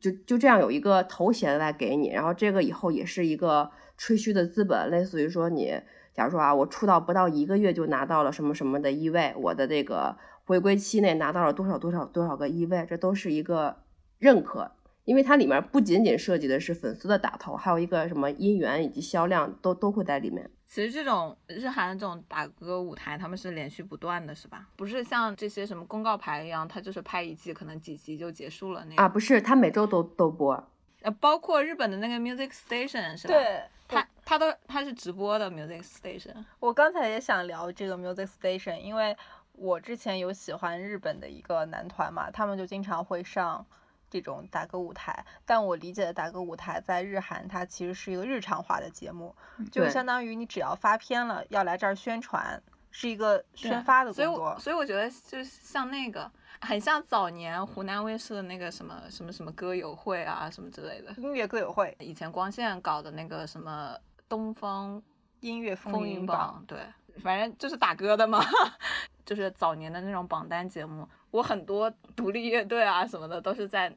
C: 就就这样有一个头衔来给你，然后这个以后也是一个吹嘘的资本，类似于说你，假如说啊，我出道不到一个月就拿到了什么什么的一位，我的这个回归期内拿到了多少多少多少个一位，这都是一个认可，因为它里面不仅仅涉及的是粉丝的打头，还有一个什么音源以及销量都都会在里面。
B: 其实这种日韩这种打歌舞台，他们是连续不断的，是吧？不是像这些什么公告牌一样，它就是拍一季，可能几集就结束了那样。
C: 啊，不是，它每周都都播，
B: 呃，包括日本的那个 Music Station 是吧？，
A: 对，
B: 它它都它是直播的 Music Station。
A: 我刚才也想聊这个 Music Station，因为我之前有喜欢日本的一个男团嘛，他们就经常会上这种打歌舞台。但我理解的打歌舞台在日韩，它其实是一个日常化的节目，
B: 嗯
A: 就
C: 对
A: 相当于你只要发片了，要来这儿宣传，是一个宣发的
B: 啊所
A: 工
B: 以我
A: 作。
B: 所以我觉得就是像那个，很像早年湖南卫视的那个什么什么什么歌友会啊，什么之类的。
A: 音乐歌友会、
B: 以前光线搞的那个什么东方
A: 音乐风
B: 风云
A: 云
B: 榜，对，反正就是打歌的嘛， 就是早年的那种榜单节目。我很多独立乐队啊什么的都是在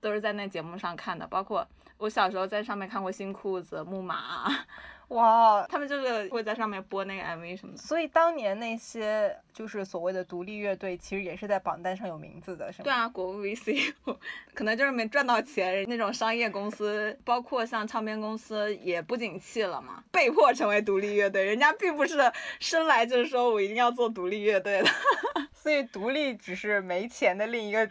B: 都是在那节目上看的，包括我小时候在上面看过新裤子、木马啊，
A: 哇！
B: 他们就是会在上面播那个 MV 什么的。
A: 所以当年那些就是所谓的独立乐队，其实也是在榜单上有名字的，是吗？
B: 对啊，国务 VC 可能就是没赚到钱，那种商业公司，包括像唱片公司也不景气了嘛，被迫成为独立乐队。人家并不是生来就是说我一定要做独立乐队的，
A: 所以独立只是没钱的另一个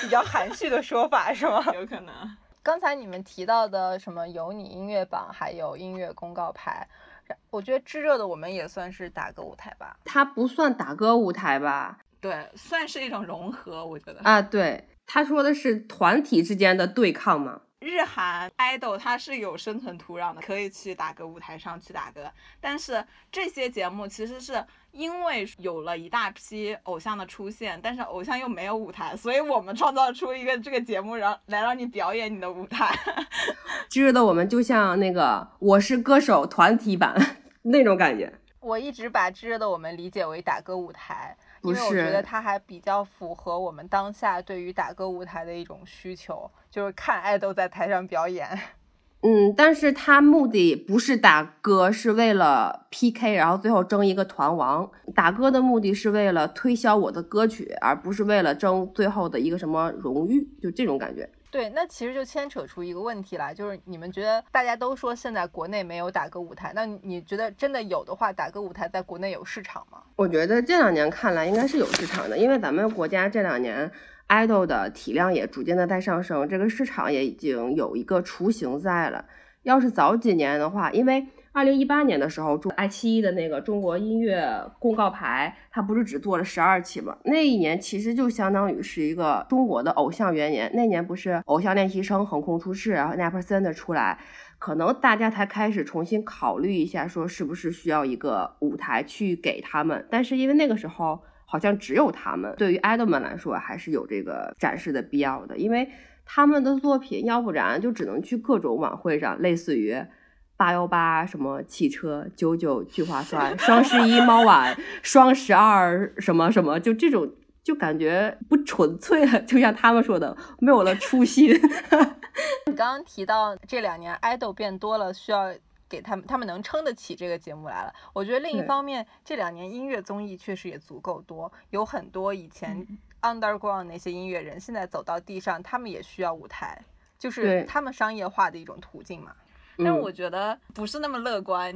A: 比较含蓄的说法，是吗？
B: 有可能。
A: 刚才你们提到的什么有你音乐榜，还有音乐公告牌，然我觉得炙热的我们也算是打歌舞台吧。
C: 它不算打歌舞台吧？
B: 对，算是一种融合，我觉得。
C: 啊，对，他说的是团体之间的对抗嘛。
B: 日韩爱豆它是有生存土壤的，可以去打歌舞台上去打歌，但是这些节目其实是因为有了一大批偶像的出现，但是偶像又没有舞台，所以我们创造出一个这个节目，然后来让你表演你的舞台。
C: 炙热的我们就像那个《我是歌手》团体版 那种感觉。
A: 我一直把炙热的我们理解为打歌舞台，因为我
C: 不是
A: 觉得它还比较符合我们当下对于打歌舞台的一种需求，就是看爱豆在台上表演。
C: 嗯，但是他目的不是打歌，是为了 PK，然后最后争一个团王。打歌的目的是为了推销我的歌曲，而不是为了争最后的一个什么荣誉，就这种感觉。
A: 对，那其实就牵扯出一个问题来，就是你们觉得大家都说现在国内没有打歌舞台，那你觉得真的有的话，打歌舞台在国内有市场吗？
C: 我觉得这两年看来应该是有市场的，因为咱们国家这两年 idol 的体量也逐渐的在上升，这个市场也已经有一个雏形在了。要是早几年的话，因为二零一八年的时候，中爱奇艺的那个中国音乐公告牌，它不是只做了十二期嘛？那一年其实就相当于是一个中国的偶像元年。那年不是《偶像练习生》横空出世，然后 n a p e r s o n 的出来，可能大家才开始重新考虑一下，说是不是需要一个舞台去给他们。但是因为那个时候好像只有他们，对于 idol 们来说还是有这个展示的必要的，因为他们的作品，要不然就只能去各种晚会上，类似于。八幺八什么汽车九九聚划算，双十一猫碗，双十二什么什么，就这种就感觉不纯粹了，就像他们说的，没有了初心。
A: 你刚刚提到这两年 idol 变多了，需要给他们，他们能撑得起这个节目来了。我觉得另一
C: 对
A: 方面，这两年音乐综艺确实也足够多，有很多以前
C: 嗯
A: underground 那些音乐人，现在走到地上，他们也需要舞台，就是
C: 对
A: 他们商业化的一种途径嘛。
B: 但
C: 嗯
B: 我觉得不是那么乐观。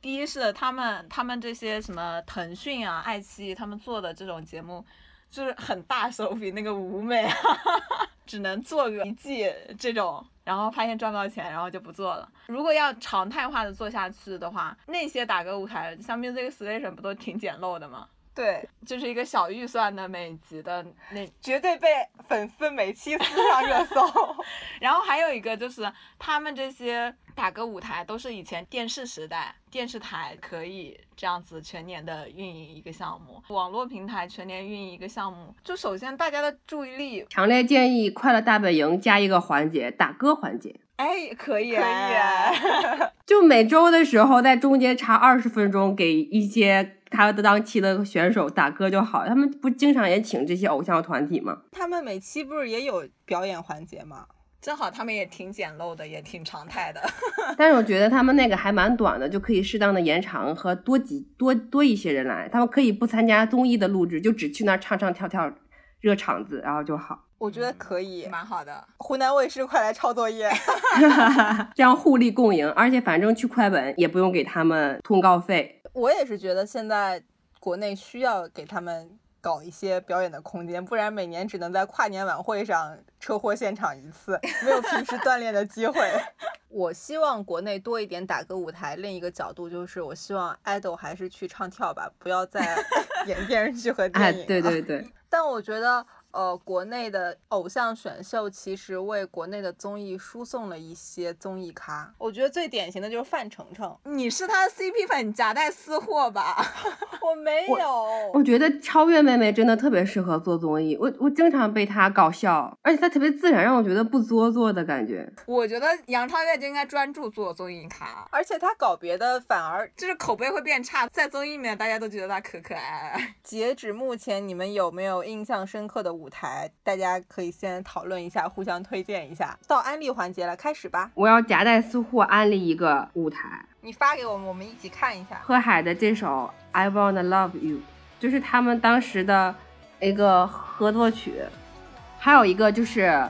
B: 第一是他们他们这些什么腾讯啊、爱奇艺他们做的这种节目，就是很大手笔那个舞美啊， 只能做个一季这种，然后发现赚不到钱，然后就不做了。如果要常态化的做下去的话，那些打歌舞台像 Music Station 不都挺简陋的吗？
A: 对，
B: 就是一个小预算的每集的那
A: 绝对被粉丝每期撕上热搜。
B: 然后还有一个就是，他们这些打歌舞台都是以前电视时代电视台可以这样子全年的运营一个项目，网络平台全年运营一个项目。就首先大家的注意力，
C: 强烈建议《快乐大本营》加一个环节，打歌环节。
B: 哎，可以
A: 可以
B: 哎
A: 哎
C: 就每周的时候，在中间插二十分钟给一些他们当期的选手打歌就好。他们不经常也请这些偶像团体吗？
A: 他们每期不是也有表演环节吗？
B: 正好他们也挺简陋的，也挺常态的。
C: 但是我觉得他们那个还蛮短的，就可以适当的延长和多几多多一些人来。他们可以不参加综艺的录制，就只去那儿唱唱跳跳热场子，然后就好，
A: 我觉得可以。
B: 蛮好的。
A: 湖南卫视快来抄作业。
C: 这样互利共赢。而且反正去快本也不用给他们通告费。
A: 我也是觉得现在国内需要给他们搞一些表演的空间，不然每年只能在跨年晚会上车祸现场一次，没有平时锻炼的机会。 我希望国内多一点打歌舞台。另一个角度就是，我希望 idol 还是去唱跳吧，不要 再演电视剧和电
C: 哎，
A: 影了。
C: 对对对，
A: 但我觉得，呃，国内的偶像选秀其实为国内的综艺输送了一些综艺咖。我觉得最典型的就是范丞丞，
B: 你是他的 CP 粉，夹带私货吧？
A: 我没
C: 我
A: 有，
C: 我觉得超越妹妹真的特别适合做综艺，我我经常被她搞笑，而且她特别自然，让我觉得不做作的感觉。
B: 我觉得杨超越就应该专注做综艺咖，
A: 而且他搞别的反而，
B: 就是口碑会变差，在综艺里面大家都觉得他可可爱爱。
A: 截止目前，你们有没有印象深刻的舞台？大家可以先讨论一下，互相推荐一下。到安利环节了，开始吧。
C: 我要夹带私货安利一个舞台，
A: 你发给我们，我们一起看一下。
C: 贺海的这首《I Wanna Love You》，就是他们当时的一个合作曲，还有一个就是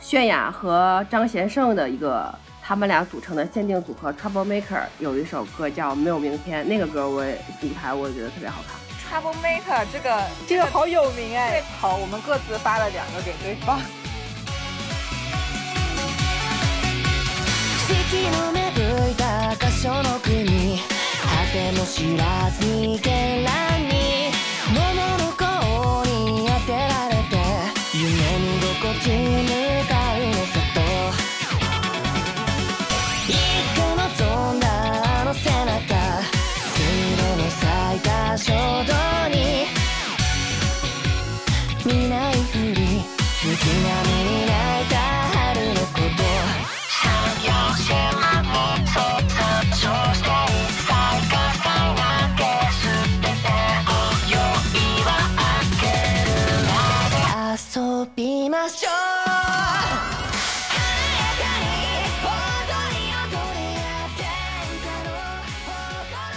C: 泫雅和张贤胜的一个他们俩组成的限定组合 Trouble Maker，有一首歌叫《没有明天》，那个歌我也舞台我也觉得特别好看。
B: Trouble Maker 这个
A: 这个好有名哎！好，我们各自发了两个给对 方。
E: 月の芽吹いた箇所の国果ても知らずに絢爛に物の向こうに当てられて夢に心地向かうのさといつか望んだあの背中水路の咲いた衝動に見ないふり月並みに泣いた春のこと遊びましょう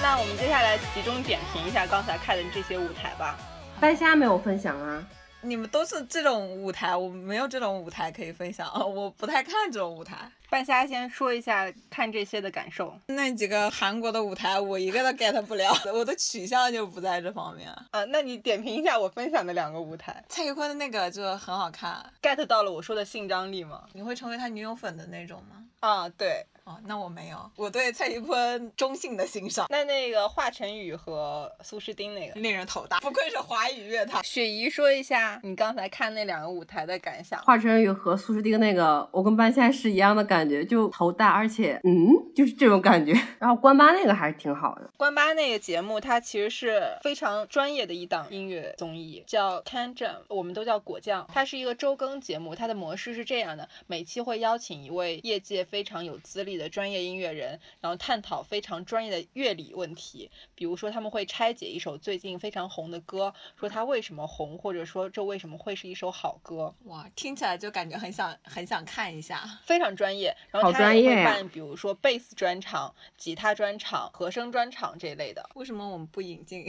A: 那我们接下来集中点评一下刚才看的这些舞台吧。
C: 白瞎没有分享啊，
B: 你们都是这种舞台，我没有这种舞台可以分享啊，我不太看这种舞台。
A: 半夏先说一下看这些的感受。
B: 那几个韩国的舞台，我一个都 get 不了， 我的取向就不在这方面。
A: 呃，那你点评一下我分享的两个舞台
B: 蔡徐坤的那个就很好看，
A: ，get 到了我说的性张力吗？
B: 你会成为他女友粉的那种吗？
A: 啊，对。
B: 哦，那我没有，我对蔡徐坤中性的欣赏，
A: 那那个华晨宇和苏诗丁那个，
B: 令人头大。不愧是华语乐坛，
A: 雪姨说一下你刚才看那两个舞台的感想。
C: 华晨宇和苏诗丁那个，我跟半夏是一样的感觉，就头大，而且嗯，就是这种感觉。 然后关八那个还是挺好的，
A: 关八那个节目，它其实是非常专业的一档音乐综艺，叫 Can Jam，我们都叫果酱。它是一个周更节目，它的模式是这样的：每期会邀请一位业界非常有资历的专业音乐人，然后探讨非常专业的乐理问题。比如说，他们会拆解一首最近非常红的歌，说它为什么红，或者说这为什么会是一首好歌，
B: 哇，听起来就感觉很想很想看一下。
A: 非常专业。然后
C: 好
A: 它
C: 专
A: 也
C: 业啊
A: 会
C: 呀
A: 办，比如说贝斯专场、吉他专场、和声专场这一类的。
B: 为什么我们不引进？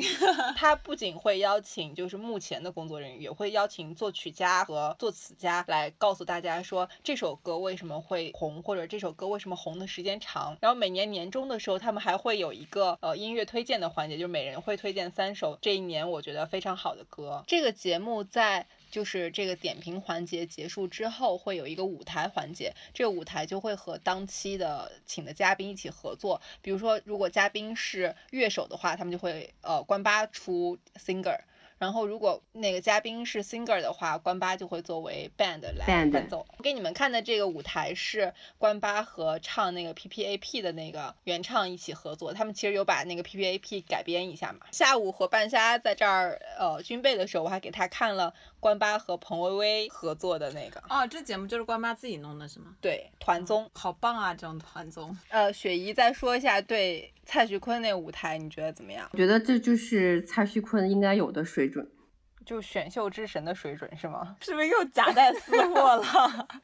A: 他不仅会邀请就是目前的工作人员，也会邀请作曲家和作词家来告诉大家说这首歌为什么会红，或者这首歌为什么红的时间长。然后每年年终的时候，他们还会有一个呃音乐推荐的环节，就是每人会推荐三首这一年我觉得非常好的歌。这个节目在。就是这个点评环节结束之后，会有一个舞台环节，这个舞台就会和当期的请的嘉宾一起合作，比如说，如果嘉宾是乐手的话，他们就会呃关八出 singer，然后如果那个嘉宾是 singer 的话，关八就会作为 band 来
C: Band
A: 伴奏。我给你们看的这个舞台是关八和唱那个 PPAP 的那个原唱一起合作，他们其实有把那个 PPAP 改编一下嘛。下午和半夏在这儿呃军备的时候，我还给他看了关八和彭薇薇合作的那个。
B: 哦，这节目就是关妈自己弄的是吗？
A: 对团综，
B: 好棒啊，这种团综。
A: 呃，雪姨再说一下对蔡徐坤那舞台，你觉得怎么样？
C: 我觉得这就是蔡徐坤应该有的水准。
A: 就选秀之神的水准是吗？
B: 是不是又夹带私货了？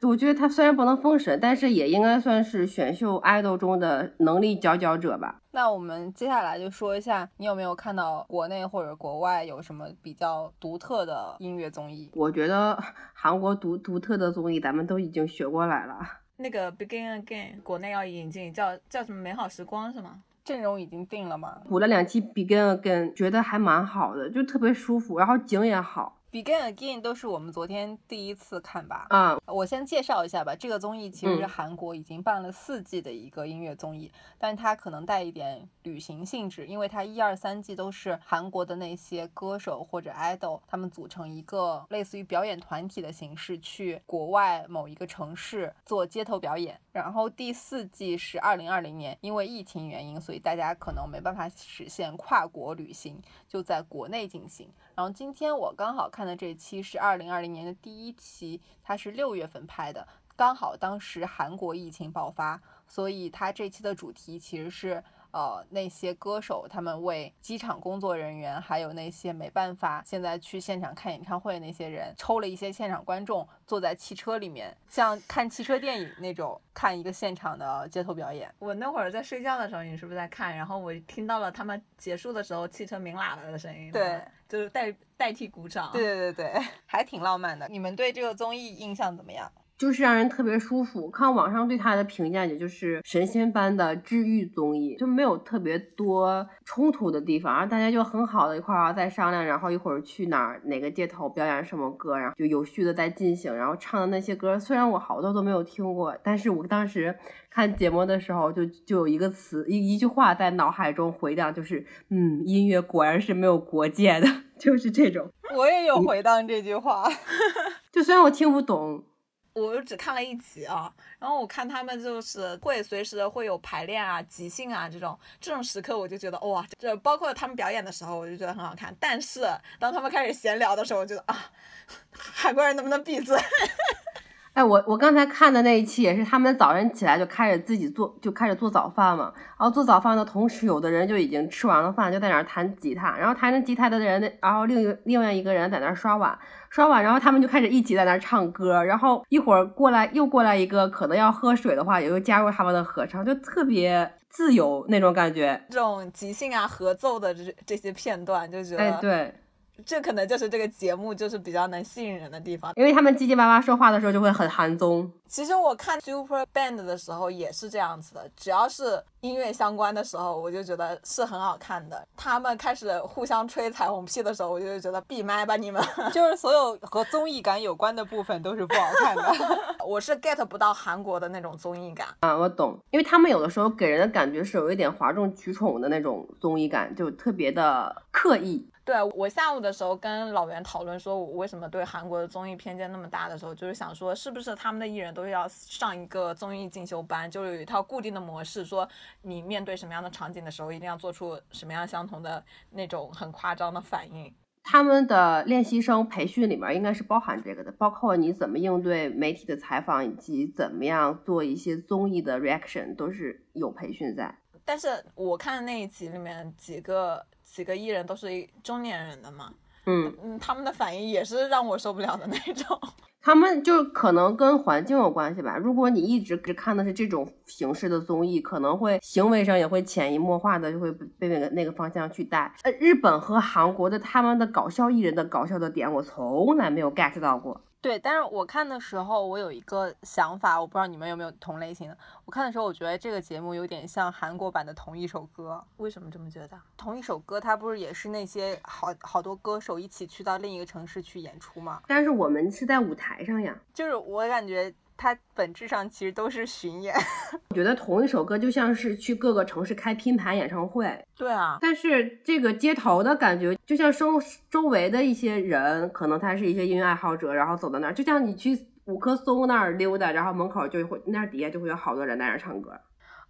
C: 我觉得他虽然不能封神，但是也应该算是选秀 idol 中的能力佼佼者吧。
A: 那我们接下来就说一下，你有没有看到国内或者国外有什么比较独特的音乐综艺？
C: 我觉得韩国独独特的综艺咱们都已经学过来了。
B: 那个 Begin Again，国内要引进，叫叫什么美好时光是吗？
A: 阵容已经定了吗
C: 补了两期 Begin Again，觉得还蛮好的，就特别舒服，然后景也好
A: ？Begin Again 都是我们昨天第一次看吧？
C: 啊、
A: 我先介绍一下吧，这个综艺其实是
C: 嗯
A: 韩国已经办了四季的一个音乐综艺，但它可能带一点旅行性质，因为它一二三季都是韩国的那些歌手或者 idol 他们组成一个类似于表演团体的形式，去国外某一个城市做街头表演。然后第四季是二零二零年，因为疫情原因，所以大家可能没办法实现跨国旅行，就在国内进行。然后今天我刚好看的这期是二零二零年的第一期，它是六月份拍的，刚好当时韩国疫情爆发，所以它这期的主题其实是呃那些歌手他们为机场工作人员，还有那些没办法现在去现场看演唱会的那些人，抽了一些现场观众坐在汽车里面，像看汽车电影那种看一个现场的街头表演。
B: 我那会儿在睡觉的时候，你是不是在看？然后我听到了他们结束的时候汽车鸣喇叭的声音，
A: 对
B: 吧，就是代代替鼓掌。
A: 对，对对对，还挺浪漫的。你们对这个综艺印象怎么样？
C: 就是让人特别舒服。看网上对他的评价，也就是神仙般的治愈综艺，就没有特别多冲突的地方，然后大家就很好的一块儿在商量，然后一会儿去哪儿哪个街头表演什么歌，然后就有序的在进行，然后唱的那些歌，虽然我好多都没有听过，但是我当时看节目的时候就，就有一个词一一句话在脑海中回荡，就是嗯，音乐果然是没有国界的， 就是这种。
A: 我也有回荡这句话。
C: 就虽然我听不懂，
B: 我就只看了一集啊，然后我看他们就是会随时会有排练啊、即兴啊这种这种时刻，我就觉得哇，这包括他们表演的时候，我就觉得很好看。但是当他们开始闲聊的时候，我觉得啊，韩国人能不能闭嘴？
C: 哎，我我刚才看的那一期也是，他们早晨起来就开始自己做，就开始做早饭嘛。然后做早饭的同时，有的人就已经吃完了饭，就在那儿弹吉他。然后弹着吉他的人，然后另一个另外一个人在那儿刷碗，刷碗，然后他们就开始一起在那儿唱歌。然后一会儿过来又过来一个，可能要喝水的话，也就加入他们的合唱，就特别自由那种感觉。
B: 这种即兴啊、合奏的这这些片段，就觉得、
C: 哎，对，
B: 这可能就是这个节目就是比较能吸引人的地方。
C: 因为他们唧唧巴巴说话的时候就会很韩综。
B: 其实我看 Super Band 的时候也是这样子的，只要是音乐相关的时候，我就觉得是很好看的。他们开始互相吹彩虹屁的时候，我就觉得闭麦吧你们。
A: 就是所有和综艺感有关的部分都是不好看的。
B: 我是 get 不到韩国的那种综艺感，
C: 啊，我懂，因为他们有的时候给人的感觉是有一点哗众取宠的那种综艺感，就特别的刻意。
B: 对我下午的时候跟老袁讨论，说我为什么对韩国的综艺偏见那么大的时候，就是想说，是不是他们的艺人都要上一个综艺进修班，就是有一套固定的模式，说你面对什么样的场景的时候，一定要做出什么样相同的那种很夸张的反应。
C: 他们的练习生培训里面应该是包含这个的，包括你怎么应对媒体的采访，以及怎么样做一些综艺的 reaction，都是有培训在。
B: 但是我看的那一集里面几个几个艺人都是中年人的嘛，
C: 嗯，
B: 嗯，他们的反应也是让我受不了的那种。
C: 他们就可能跟环境有关系吧。如果你一直只看的是这种形式的综艺，可能会行为上也会潜移默化的就会被那个那个方向去带。呃，日本和韩国的他们的搞笑艺人的搞笑的点，我从来没有 get 到过。
A: 对，但是我看的时候，我有一个想法，我不知道你们有没有同类型的。我看的时候，我觉得这个节目有点像韩国版的同一首歌。
B: 为什么这么觉得？
A: 同一首歌，它不是也是那些好好多歌手一起去到另一个城市去演出吗？
C: 但是我们是在舞台上呀，
A: 就是我感觉它本质上其实都是巡演。
C: 我觉得同一首歌就像是去各个城市开拼盘演唱会，
B: 对啊，
C: 但是这个街头的感觉，就像周周围的一些人，可能他是一些音乐爱好者，然后走到那儿，就像你去五棵松那儿溜达，然后门口就会那儿底下就会有好多人在那儿唱歌。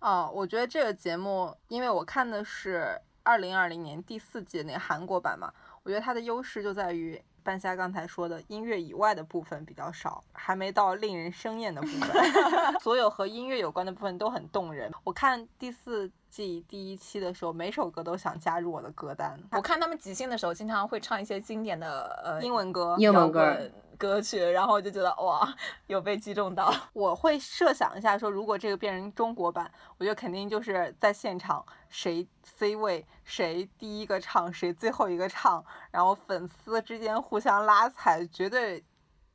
A: 哦，我觉得这个节目，因为我看的是二零二零年第四季那个韩国版嘛，我觉得它的优势就在于半夏刚才说的音乐以外的部分比较少，还没到令人生厌的部分，所有和音乐有关的部分都很动人。我看第四季第一期的时候，每首歌都想加入我的歌单，
B: 我看他们即兴的时候，经常会唱一些经典的呃
A: 英文歌。
C: 英文歌
B: 摇滚歌曲，然后我就觉得哇，有被击中到。
A: 我会设想一下，说如果这个变成中国版，我觉得肯定就是在现场谁 C 位，谁第一个唱，谁最后一个唱，然后粉丝之间互相拉踩，绝对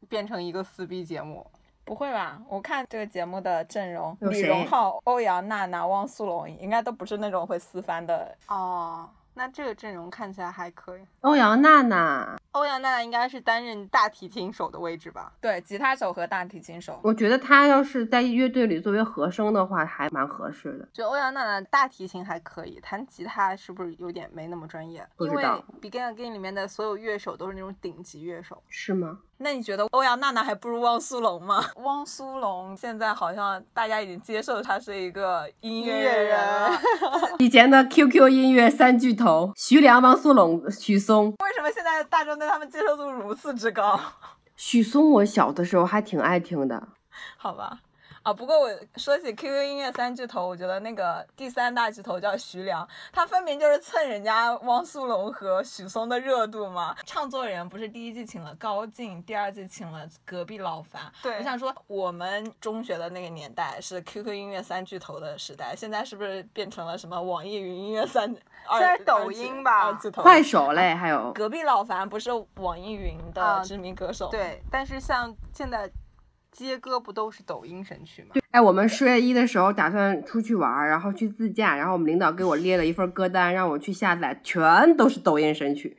A: 变成一个撕逼节目。
B: 不会吧？我看这个节目的阵容，
C: 有
B: 李
C: 谁
B: 荣浩、欧阳娜娜、汪苏泷应该都不是那种会撕翻的。
A: 哦，那这个阵容看起来还可以。
C: 欧阳娜娜，
A: 欧阳娜娜应该是担任大提琴手的位置吧？
B: 对，吉他手和大提琴手。
C: 我觉得她要是在乐队里作为和声的话，还蛮合适的。
A: 就欧阳娜娜大提琴还可以，弹吉他是不是有点没那么专业？
C: 不
A: 因
C: 知
A: 为
C: 道
A: 《Begin Again》里面的所有乐手都是那种顶级乐手。
C: 是吗？
B: 那你觉得欧阳娜娜还不如汪苏泷吗？ 汪苏泷现在好像大家已经接受他是一个音乐
A: 音乐
B: 人
A: 人
B: 了，
C: 以前的 QQ 音乐三巨头徐良、王苏泷、许嵩。
B: 为什么现在大众对他们接受度如此之高？
C: 许嵩我小的时候还挺爱听的，
B: 好吧。啊，不过我说起 QQ 音乐三巨头，我觉得那个第三大巨头叫徐良，他分明就是蹭人家汪苏泷和许嵩的热度嘛。唱作人不是第一季请了高进，第二季请了隔壁老樊。
A: 对
B: 我想说，我们中学的那个年代是 QQ 音乐三巨头的时代，现在是不是变成了什么网易云音乐三？ 二
A: 现在是抖音吧
B: 二巨头
C: 快手嘞，还有
B: 隔壁老樊不是网易云的
A: 啊
B: 知名歌手吗？
A: 对，但是像现在接歌不都是抖音神曲吗？
C: 哎，我们十月一的时候打算出去玩儿，然后去自驾，然后我们领导给我列了一份歌单，让我去下载，全都是抖音神曲。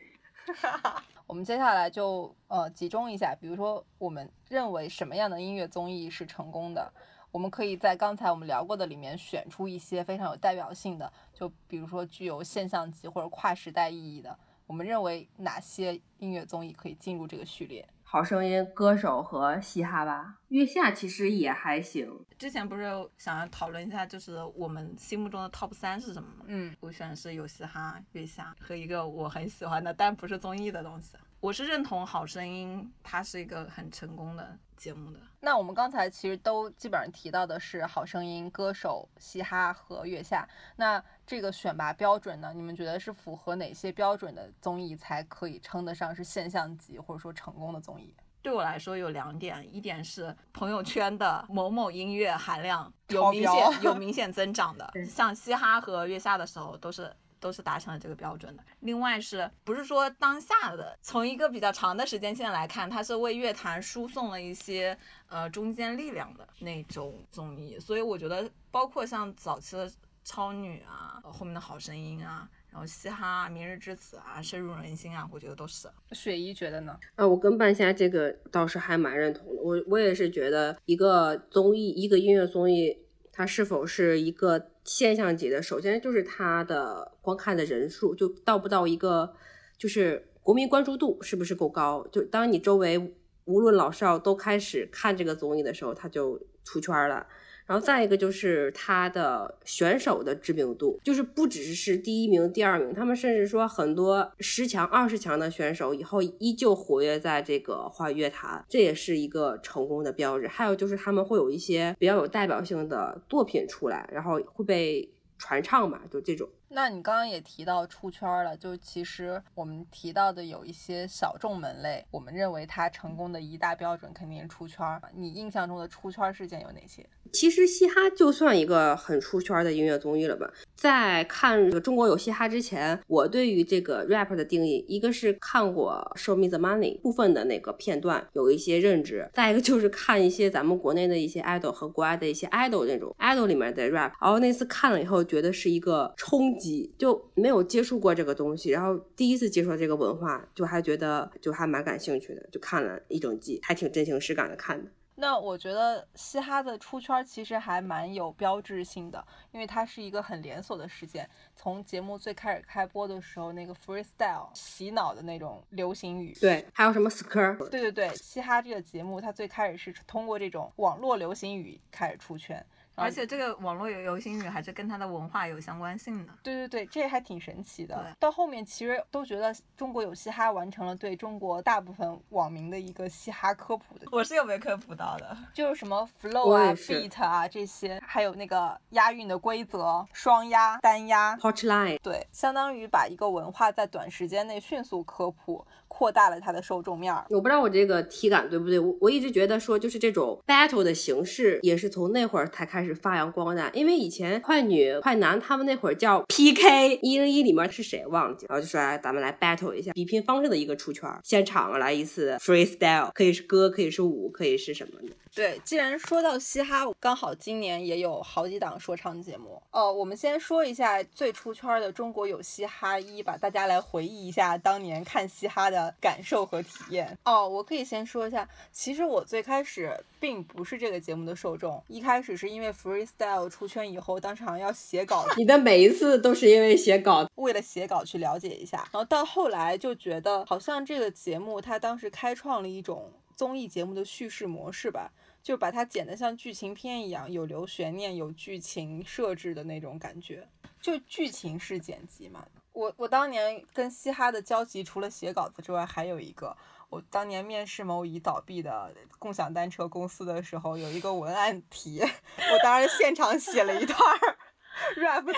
A: 我们接下来就呃集中一下，比如说我们认为什么样的音乐综艺是成功的，我们可以在刚才我们聊过的里面选出一些非常有代表性的，就比如说具有现象级或者跨时代意义的，我们认为哪些音乐综艺可以进入这个序列？
C: 好声音、歌手和嘻哈吧，月下其实也还行。
B: 之前不是有想要讨论一下，就是我们心目中的 top 三是什么吗？
A: 嗯，
B: 我选的是有嘻哈、月下和一个我很喜欢的，但不是综艺的东西。我是认同《好声音》，它是一个很成功的节目的。
A: 那我们刚才其实都基本上提到的是《好声音》、歌手、嘻哈和月下。那这个选拔标准呢？你们觉得是符合哪些标准的综艺才可以称得上是现象级或者说成功的综艺？
B: 对我来说有两点，一点是朋友圈的某某音乐含量有
A: 超
B: 明
A: 标
B: 显有明显增长的，像嘻哈和月下的时候都是。都是达成了这个标准的。另外是不是说当下的从一个比较长的时间线来看，它是为乐坛输送了一些呃中坚力量的那种综艺，所以我觉得包括像早期的超女啊，呃后面的好声音啊。然后嘻哈、啊、明日之子啊，深入人心啊，我觉得都是。
F: 水一觉得呢？
C: 啊，我跟半夏这个倒是还蛮认同的。我我也是觉得，一个综艺，一个音乐综艺，它是否是一个现象级的，首先就是它的观看的人数，就到不到一个，就是国民关注度是不是够高？就当你周围无论老少都开始看这个综艺的时候，它就出圈了。然后再一个就是他的选手的知名度，就是不只是第一名、第二名，他们甚至说很多十强、二十强的选手以后依旧活跃在这个华语乐坛，这也是一个成功的标志。还有就是他们会有一些比较有代表性的作品出来，然后会被传唱嘛，就这种。
A: 那你刚刚也提到出圈了，就其实我们提到的有一些小众门类，我们认为它成功的一大标准肯定是出圈。你印象中的出圈事件有哪些？
C: 其实嘻哈就算一个很出圈的音乐综艺了吧。在看《中国有嘻哈》之前，我对于这个 rap 的定义，一个是看过《Show Me the Money》部分的那个片段，有一些认知；再一个就是看一些咱们国内的一些 idol 和国外的一些 idol 那种 idol 里面的 rap。然后那次看了以后，觉得是一个冲击，就没有接触过这个东西，然后第一次接触到这个文化，就还觉得就还蛮感兴趣的，就看了一整季，还挺真情实感的看的。
A: 那我觉得嘻哈的出圈儿其实还蛮有标志性的，因为它是一个很连锁的事件。从节目最开始开播的时候，那个 freestyle 洗脑的那种流行语，
C: 对，还有什么 skr？
A: 对对对，嘻哈这个节目它最开始是通过这种网络流行语开始出圈，
B: 而且这个网络有流行语还是跟它的文化有相关性的。
A: 对对对，这还挺神奇的
B: 对。
A: 到后面其实都觉得中国有嘻哈完成了对中国大部分网民的一个嘻哈科普的
B: 我是有被科普到的，
A: 就是什么 flow
C: 我
A: 啊、
C: 也是
A: beat 啊这些，还有那个押韵的规则，双押、单押，
C: Hotline，
A: 对，相当于把一个文化在短时间内迅速科普，扩大了它的受众面儿。
C: 我不知道我这个体感对不对，我我一直觉得说就是这种 battle 的形式也是从那会儿才开始发扬光大，因为以前快女、快男他们那会儿叫 PK，一零一里面是谁忘记了，然后就说哎咱们来 battle 一下，比拼方式的一个出圈儿，现场来一次 freestyle，可以是歌，可以是舞，可以是什么的。
A: 对，既然说到嘻哈，刚好今年也有好几档说唱节目。呃，我们先说一下最出圈的《中国有嘻哈一》吧，大家来回忆一下当年看嘻哈的感受和体验。哦，我可以先说一下，其实我最开始并不是这个节目的受众，一开始是因为 freestyle 出圈以后，当场要写稿
C: 你的每一次都是因为写稿，
A: 为了写稿去了解一下，然后到后来就觉得好像这个节目它当时开创了一种综艺节目的叙事模式吧，就把它剪得像剧情片一样，有留悬念、有剧情设置的那种感觉，就剧情式剪辑嘛。我我当年跟嘻哈的交集，除了写稿子之外，还有一个。我当年面试某已倒闭的共享单车公司的时候，有一个文案题， 我当时现场写了一段儿 rap 词，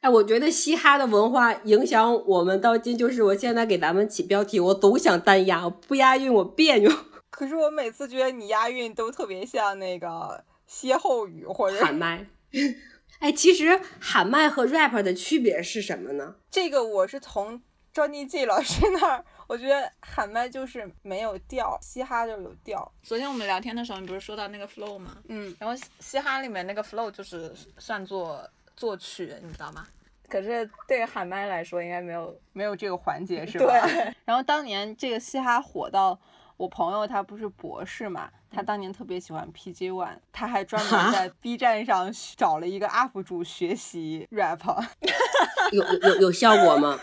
C: 哎，我觉得嘻哈的文化影响我们到今，就是我现在给咱们起标题，我总想单押，我不押韵我别扭，
A: 可是我每次觉得你押韵都特别像那个歇后语或者
C: 喊麦。哎，其实喊麦和 rap 的区别是什么 呢？
A: 这个我是从 Johnny G 老师那儿，我觉得喊麦就是没有调，嘻哈就是有调。
B: 昨天我们聊天的时候，你不是说到那个 flow 吗？
A: 嗯，
B: 然后嘻嘻哈里面那个 flow 就是算作作曲，你知道吗？可是对喊麦来说，应该没有
A: 没有这个环节是吧？
B: 对。
A: 然后当年这个嘻哈火到我朋友他不是博士嘛，他当年特别喜欢 PG One，他还专门
C: 哈
A: 在 B 站上找了一个 UP 主学习 rap。
C: 有有有有效果吗？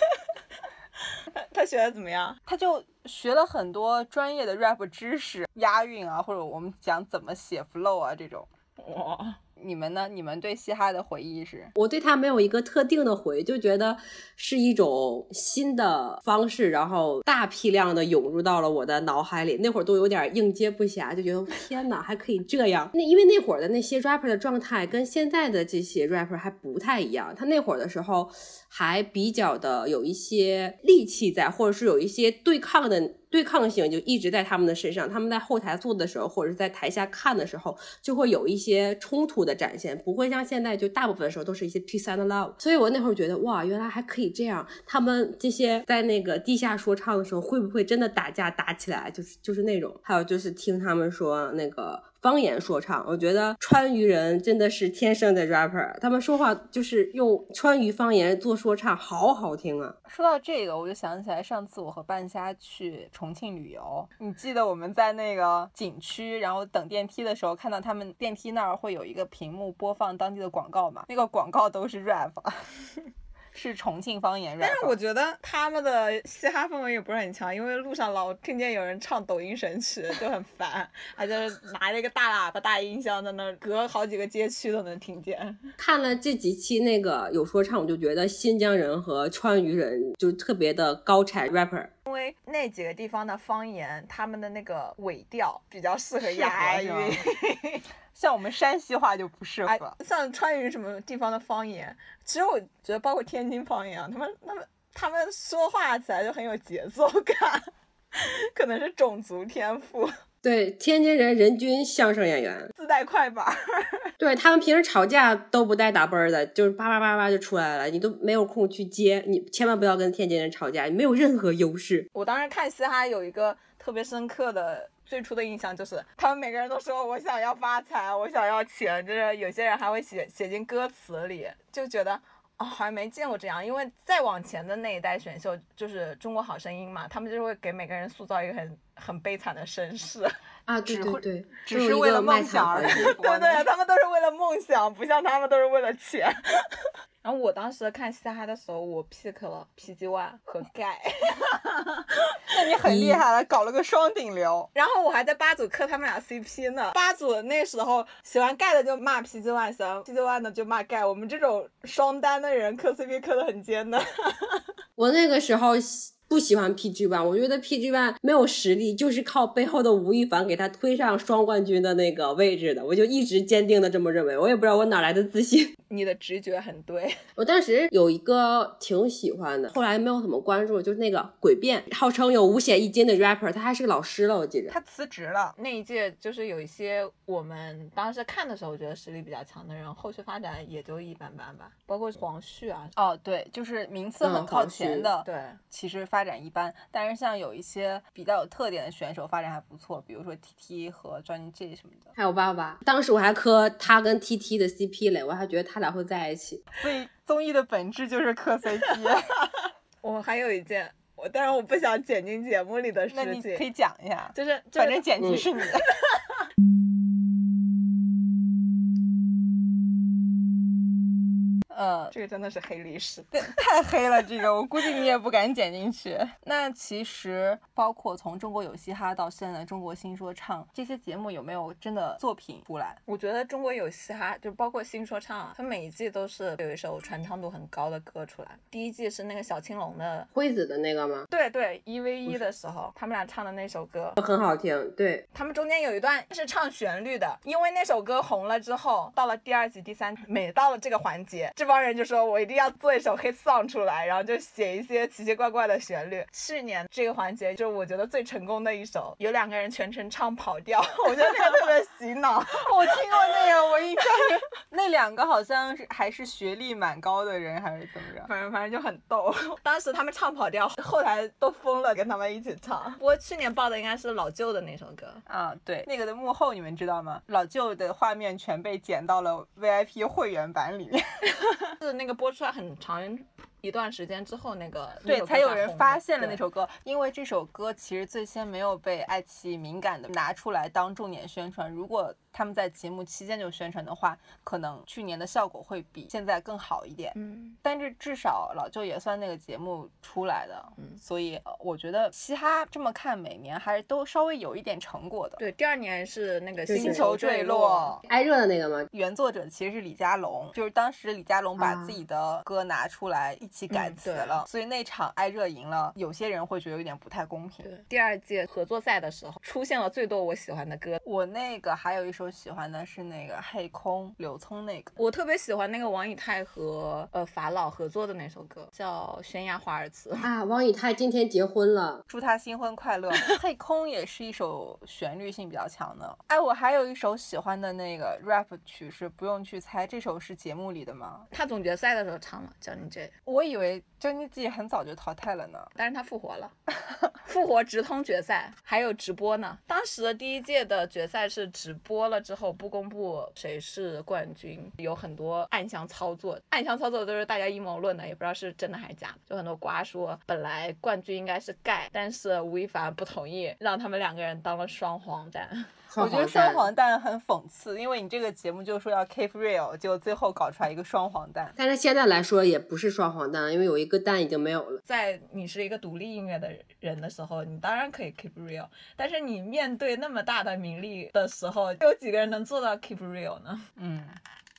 B: 他学的怎么样？
A: 他就学了很多专业的 rap 知识，押韵啊，或者我们讲怎么写 flow 啊这种。
B: 哇，
A: 你们呢？你们对嘻哈的回忆是？
C: 我对它没有一个特定的回，就觉得是一种新的方式，然后大批量的涌入到了我的脑海里。那会儿都有点应接不暇，就觉得天哪，还可以这样。那因为那会儿的那些 rapper 的状态跟现在的这些 rapper 还不太一样，他那会儿的时候还比较的有一些戾气在，或者是有一些对抗的。对抗性就一直在他们的身上。他们在后台做的时候，或者是在台下看的时候，就会有一些冲突的展现，不会像现在就大部分时候都是一些 peace and love。所以我那会儿觉得，哇，原来还可以这样。他们这些在那个地下说唱的时候，会不会真的打架打起来？就是就是那种。还有就是听他们说那个方言说唱，我觉得川渝人真的是天生的 rapper，他们说话就是用川渝方言做说唱，好好听啊。
A: 说到这个，我就想起来上次我和半夏去重庆旅游，你记得我们在那个景区，然后等电梯的时候，看到他们电梯那儿会有一个屏幕播放当地的广告嘛？那个广告都是 rap，是重庆方言 rap。
B: 但是我觉得他们的嘻哈氛围也不是很强，因为路上老听见有人唱抖音神曲，就很烦。还就是拿着一个大喇叭、大音箱在那儿隔好几个街区都能听见。
C: 看了这几期那个有说唱，我就觉得新疆人和川渝人就特别的高产 rapper。
B: 因为那几个地方的方言，他们的那个尾调比较适合
A: 适合
B: 押
A: 是
B: 韵
A: 吗。 像我们山西话就不适
B: 哎
A: 合，，
B: 像川渝什么地方的方言，其实我觉得包括天津方言啊，他们、他们、他们说话起来就很有节奏感， 可能是种族天赋，
C: 对，天津人人均相声演员，
B: 自带快板儿。
C: 对他们平时吵架都不带打啵儿的，就是叭叭叭叭就出来了，你都没有空去接，你千万不要跟天津人吵架，你没有任何优势。
B: 我当时看嘻哈有一个特别深刻的。最初的印象就是，他们每个人都说我想要发财，我想要钱，就是有些人还会写写进歌词里，就觉得哦，好像没见过这样。因为再往前的那一代选秀就是《中国好声音》嘛，他们就会给每个人塑造一个很很悲惨的身世。
C: 啊，
A: 对对
C: 对，
A: 只是为了梦想而拼搏
B: 对
A: 的。
B: 对，他们都是为了梦想，不像他们都是为了钱。 然后我当时看嘻哈的时候，我 pick 了 PG One 和盖，
A: 那你很厉害了，搞了个双顶流。
B: 然后我还在八组磕他们俩 CP 呢。八组那时候喜欢盖的就骂 PG One，喜欢 PG One 的就骂盖。我们这种双单的人磕 CP 磕的很艰难。
C: 我那个时候喜不喜欢 PG One，我觉得 PG One 没有实力，就是靠背后的吴亦凡给他推上双冠军的那个位置的，我就一直坚定的这么认为，我也不知道我哪来的自信。
B: 你的直觉很对，
C: 我当时有一个挺喜欢的，后来没有怎么关注，就是那个诡辩，号称有五险一金的 rapper，他还是个老师了，我记着。
A: 他辞职了，
B: 那一届就是有一些我们当时看的时候觉得实力比较强的人，后续发展也就一般般吧，包括黄旭啊。
A: 哦，对，就是名次很
C: 嗯
A: 靠
C: 好
A: 前
C: 是
A: 的，
B: 对，
A: 其实发展一般。但是像有一些比较有特点的选手发展还不错，比如说 TT 和 Johnny J 什么的。
C: 还有娃娃，当时我还磕他跟 TT 的 CP 嘞，我还觉得他俩会在一起。
A: 所以综艺的本质就是磕 CP。
B: 我还有一件，我但是我不想剪进节目里的
A: 那你
B: 事
A: 可以
B: 情，
A: 讲一下，
B: 就是就
A: 反
B: 是
A: 正剪辑
C: 嗯
A: 是你 的。呃，
B: 这个真的是黑历史。
A: 对，太黑了，这个我估计你也不敢剪进去。那其实包括从中国有嘻哈到现在的中国新说唱这些节目，有没有真的作品出来？
B: 我觉得中国有嘻哈，就包括新说唱啊，它每一季都是有一首传唱度很高的歌出来。第一季是那个小青龙的，
C: 惠子的那个吗？
B: 对对，一 v 一的时候，他们俩唱的那首歌，
C: 很好听，对，
B: 他们中间有一段是唱旋律的，因为那首歌红了之后，到了第二集、第三，每到了这个环节，这帮人就说我一定要做一首黑 song 出来，然后就写一些奇奇怪怪的旋律。去年这个环节就是我觉得最成功的一首，有两个人全程唱跑调， 我觉得那个特别洗脑。
A: 我听过那个，我印象 是那两个好像是还是学历蛮高的人，还是怎么着？
B: 反正反正就很逗， 当时他们唱跑调，后台都疯了，跟他们一起唱。不过去年报的应该是老舅的那首歌，
A: 啊，对，那个的幕后你们知道吗？老舅的画面全被剪到了 VIP 会员版里面，
B: 是那个播出来很长一段时间之后，那个
A: 对，才有人发现了那。
B: 那首歌才红
A: 首歌。因为这首歌其实最先没有被爱奇艺敏感的拿出来当重点宣传，如果他们在节目期间就宣传的话，可能去年的效果会比现在更好一点。
B: 对嗯，
A: 但是至少老舅也算那个节目出来的，
B: 嗯
A: 所以呃我觉得嘻哈这么看，每年还是都稍微有一点成果的。
B: 对，第二年是那个
C: 就是
A: 星
B: 星球
A: 球
B: 坠
A: 坠落，
C: 挨热的那个吗？
A: 原作者其实是李佳隆，就是当时李佳隆把
C: 啊
A: 自己的歌拿出来一起改
B: 嗯
A: 词
B: 对
A: 了，所以那场艾热赢了，有些人会觉得有点不太公平。
B: 对，第二届合作赛的时候出现了最多我喜欢的歌，
A: 我那个还有一首说喜欢的是那个黑空柳聪那个，
B: 我特别喜欢那个王以太和呃法老合作的那首歌，叫《悬崖华尔兹》。
C: 啊，王以太今天结婚了，
A: 祝他新婚快乐。黑空也是一首旋律性比较强的。哎，我还有一首喜欢的那个 rap 曲是不用去猜，这首是节目里的吗？
B: 他总决赛的时候唱了《Johnny J》，
A: 我以为 Johnny G 很早就淘汰了呢。
B: 但是他复活了， 复活直通决赛，还有直播呢。当时的第一届的决赛是直播了之后不公布谁是冠军，有很多暗箱操作，暗箱操作都是大家阴谋论的，也不知道是真的还是假的。就很多瓜说本来冠军应该是盖，但是吴亦凡不同意，让他们两个人当了双黄蛋。
A: 我
G: 双
A: 觉得
G: 黄
A: 双
G: 蛋。
A: 黄蛋很讽刺，因为你这个节目就说要 keep real，结果最后搞出来一个双黄蛋。
C: 但是现在来说也不是双黄蛋，因为有一个蛋已经没有了。
B: 在你是一个独立音乐的人的时候，你当然可以 keep real，但是你面对那么大的名利的时候，有几个人能做到 keep real 呢？
A: 嗯，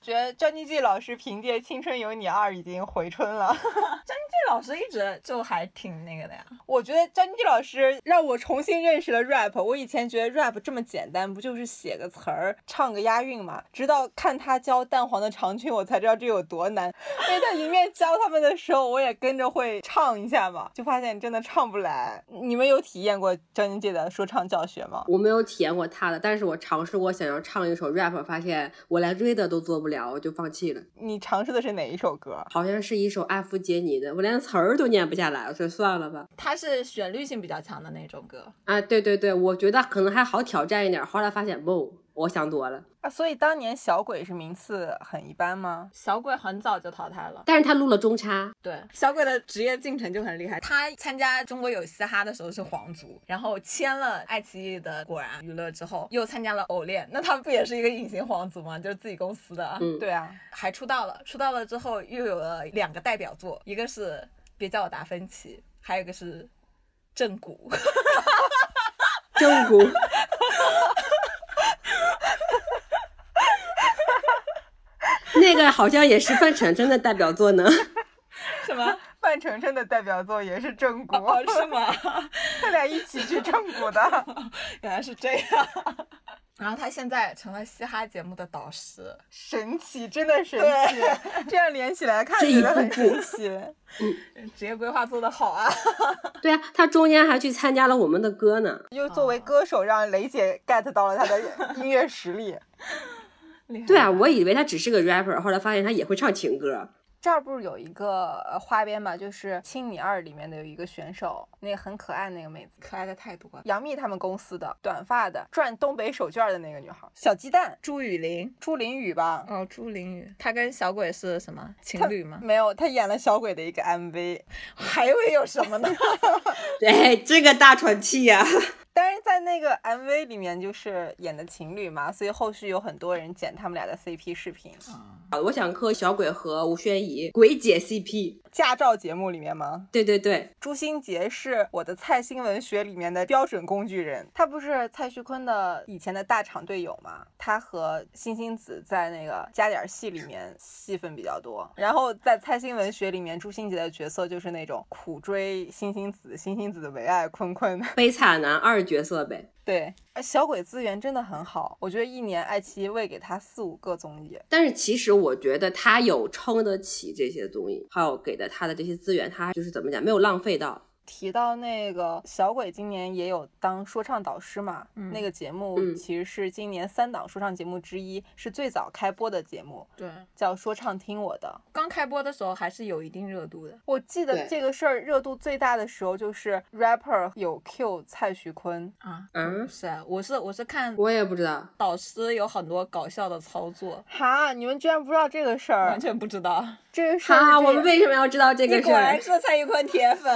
A: 觉得 Johnny G 老师凭借《青春有你二》已经回春了。
B: 这老师一直就还挺那个的呀。
A: 我觉得 Johnny G 老师让我重新认识了 rap。我以前觉得 rap 这么简单，不就是写个词儿、唱个押韵嘛？直到看他教蛋黄的长裙，我才知道这有多难。 因为他一面教他们的时候，我也跟着会唱一下嘛，就发现真的唱不来。你们有体验过 Johnny G 的说唱教学吗？
C: 我没有体验过他的，但是我尝试过想要唱一首 rap，发现我连 read 都做不了，我就放弃了。
A: 你尝试的是哪一首歌？
C: 好像是一首艾弗杰尼的，我连词儿都念不下来，我说算了吧。
B: 它是旋律性比较强的那种歌，
C: 啊，对对对，我觉得可能还好挑战一点，后来发现不，我想多了。
A: 啊，所以当年小鬼是名次很一般吗？
B: 小鬼很早就淘汰了。
C: 但是他录了中差，
B: 对，小鬼的职业进程就很厉害。他参加《中国有嘻哈》的时候是皇族，然后签了爱奇艺的果然娱乐之后，又参加了偶练，那他不也是一个隐形皇族吗？就是自己公司的。嗯
A: 对啊，
B: 还出道了，出道了之后又有了两个代表作，一个是《别叫我达芬奇》，还有一个是《正 骨》。
C: 正骨。那个好像也是范丞丞的代表作呢。
B: 什么？
A: 范丞丞的代表作也是正骨，
B: 哦，是吗？
A: 他俩一起去正骨的。
B: 原来是这样。然后他现在成了嘻哈节目的导师，
A: 神奇，真的神奇，这样连起来看
C: 这一
A: 起来很
C: 步
A: 神奇。
B: 职业规划做得好啊！
C: 对啊，他中间还去参加了我们的歌呢。
A: 又作为歌手，让雷姐 get 到了他 的音乐实力。
B: 厉害
C: 对啊，我以为他只是个 rapper，后来发现他也会唱情歌。
A: 这儿不是有一个呃花边嘛，就是《青你二》里面的有一个选手，那个很可爱那个妹子，
B: 可爱的啊太多了。
A: 杨幂他们公司的短发的赚东北手绢的那个女孩，小鸡蛋
B: 朱雨玲，
A: 朱琳雨吧？
B: 哦，朱玲雨，她跟小鬼是什么情
A: 她
B: 侣吗？
A: 没有，她演了小鬼的一个 MV。
B: 还会有什 么呢？
C: 对，这个大喘气呀、
A: 但是在那个 MV 里面，就是演的情侣嘛，所以后续有很多人剪他们俩的 CP 视频。
C: 我想磕小鬼和吴宣仪鬼姐 CP。
A: 驾照节目里面吗？
C: 对对对，
A: 朱新杰是我的蔡新文学里面的标准工具人，他不是蔡徐坤的以前的大厂队友吗？他和星星子在那个《加点儿戏》里面戏份比较多，然后在蔡新文学里面，朱新杰的角色就是那种苦追星星子，星星子唯爱坤坤。
C: 悲惨男二角色呗。
A: 对，呃小鬼资源真的很好，我觉得一年爱奇艺喂给他四五个综艺，
C: 但是其实我觉得他有撑得起这些综艺，还有给的他的这些资源，他就是怎么讲，没有浪费到。嗯
A: 提到那个小鬼，今年也有当说唱导师嘛？
B: 嗯
A: 那个节目
C: 嗯
A: 其实是今年三档说唱节目之一，是最早开播的节目，
B: 对，
A: 叫《说唱听我的》。
B: 刚开播的时候还是有一定热度的。
A: 我记得
C: 对
A: 这个事儿热度最大的时候，就是 rapper 有 Q 蔡徐坤，
B: 啊，
C: 嗯，
B: 是啊，我是我是看
C: 我也不知道。
B: 导师有很多搞笑的操作，
A: 哈，你们居然不知道这个事儿
B: 完？全不知道。
A: 这个事儿是这
C: 哈，
A: 样，
C: 我们为什么要知道这个
B: 你
C: 事
B: 果然
C: 儿？
B: 是蔡徐坤铁粉，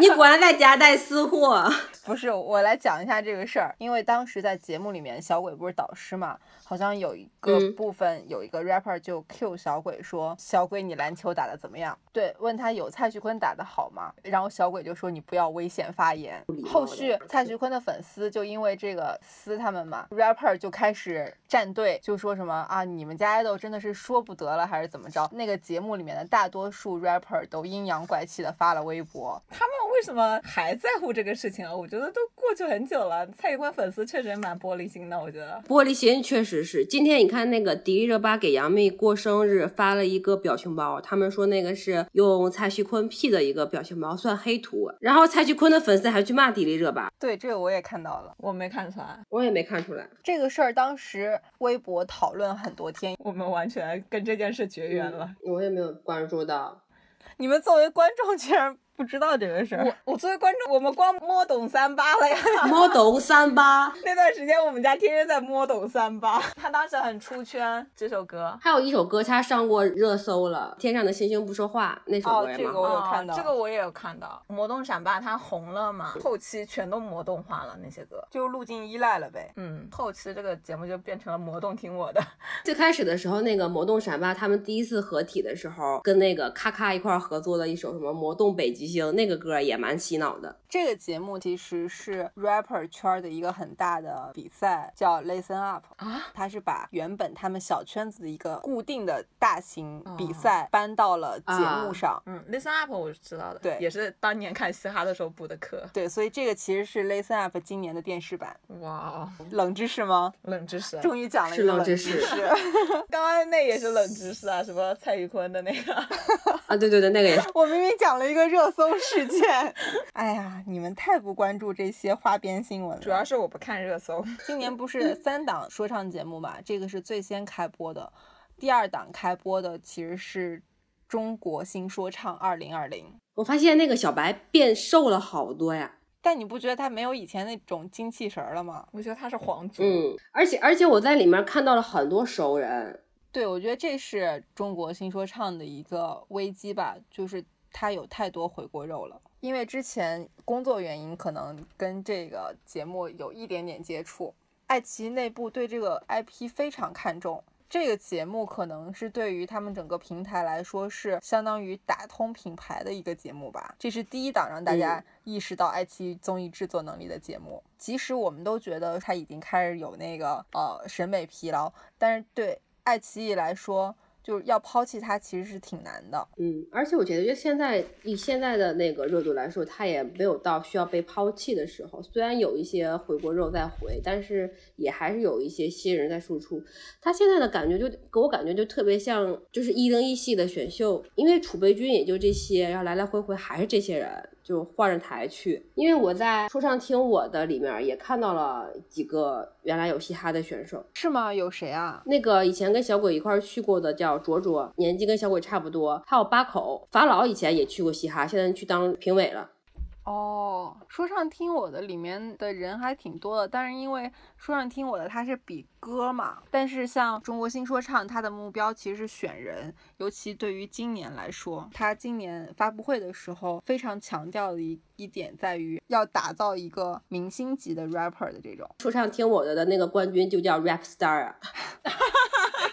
C: 你果然在夹带私货。
A: 不是，我来讲一下这个事儿，因为当时在节目里面，小鬼不是导师嘛，好像有一个
C: 嗯
A: 部分、有一个 rapper 就 Q 小鬼说：“小鬼，你篮球打得怎么样？”对，问他有蔡徐坤打得好吗？然后小鬼就说：“你不要危险发言。”后续蔡徐坤的粉丝就因为这个撕他们嘛，rapper 就开始站队，就说什么啊，你们家爱豆真的是说不得了，还是怎么着？那个节目里面的大多数 rapper 都阴阳怪气的发了微博，好。
B: 他们为什么还在乎这个事情啊？我觉得都过去很久了。蔡徐坤粉丝确实也蛮玻璃心的，我觉得。
C: 玻璃心确实是。今天你看那个迪丽热巴给杨幂过生日发了一个表情包，他们说那个是用蔡徐坤 P 的一个表情包，算黑图。然后蔡徐坤的粉丝还去骂迪丽热巴，
A: 对，这个我也看到了。
B: 我没看出来，
C: 我也没看出来。
A: 这个事儿当时微博讨论很多天。
B: 我们完全跟这件事绝缘了。
C: 嗯我也没有关注到。
A: 你们作为观众居然不知道这个事儿，
B: 我作为观众，我们光摸懂三八了呀。
C: 猫懂三八，
B: 那段时间我们家天天在摸懂三八，他当时很出圈这首歌。
C: 还有一首歌，它上过热搜了，《天上的星星不说话》那首
A: 哦
C: 歌也
A: 这
C: 蛮
A: 个
C: 好
A: 我有
C: 的。
A: 看到
B: 啊这个我也有看到，魔动闪霸它红了嘛，后期全都魔动化了那些歌。
A: 就路径依赖了呗。
B: 嗯，后期这个节目就变成了魔动听我的，
C: 最开始的时候，那个魔动闪吧，他们第一次合体的时候，跟那个咔咔一块儿合作的一首什么《魔动北极星》，那个歌也蛮洗脑 的。
A: 这个节目其实是 rapper 圈儿的一个很大的比赛，叫 Listen Up
B: 啊，
A: 它是把原本他们小圈子的一个固定的大型比赛搬到了节目上。
B: 嗯，Listen Up 我是知道的，
A: 对
B: 也是当年看嘻哈的时候补的课。
A: 对，所以这个其实是 Listen Up 今年的电视版，
B: 哇哦，
A: 冷知识吗？
B: 冷知识，啊
A: 终于讲了一
C: 是
A: 个
C: 冷知
A: 识，
C: 识
B: 刚刚那也是冷知识啊，什么蔡徐坤的那个。
C: 啊，对对对，那个也是。
A: 我明明讲了一个热搜事件。 哎呀，你们太不关注这些花边新闻了。
B: 主要是我不看热搜，
A: 今年不是三档说唱节目嘛，这个是最先开播的，第二档开播的其实是中国新说唱二零二零。
C: 我发现那个小白变瘦了好多呀。
A: 但你不觉得他没有以前那种精气神儿了吗？
B: 我觉得他是皇族。
C: 嗯，而且而且我在里面看到了很多熟人，
A: 对，我觉得这是中国新说唱的一个危机吧，就是它有太多回锅肉了。因为之前工作原因，可能跟这个节目有一点点接触。爱奇艺内部对这个 IP 非常看重，这个节目可能是对于他们整个平台来说是相当于打通品牌的一个节目吧。这是第一档让大家意识到爱奇艺综艺制作能力的节目。即使我们都觉得它已经开始有那个呃审美疲劳，但是对爱奇艺来说，就是要抛弃它其实是挺难的。
C: 嗯，而且我觉得就现在以现在的那个热度来说，它也没有到需要被抛弃的时候。虽然有一些回锅肉在回，但是也还是有一些新人在输出。它现在的感觉就给我感觉就特别像就是一零一系的选秀，因为储备军也就这些，然后来来回回还是这些人，就换着台去。因为我在说唱听我的里面也看到了几个原来有嘻哈的选手，
A: 是吗？有谁啊？
C: 那个以前跟小鬼一块儿去过的叫卓卓，年纪跟小鬼差不多，还有八口法老以前也去过嘻哈，现在去当评委了。
A: 哦，说唱听我的里面的人还挺多的，但是因为说唱听我的它是比歌嘛，但是像中国新说唱，它的目标其实是选人，尤其对于今年来说，它今年发布会的时候非常强调的一一点在于要打造一个明星级的 rapper 的这种。
C: 说唱听我的的那个冠军就叫 rap star 啊，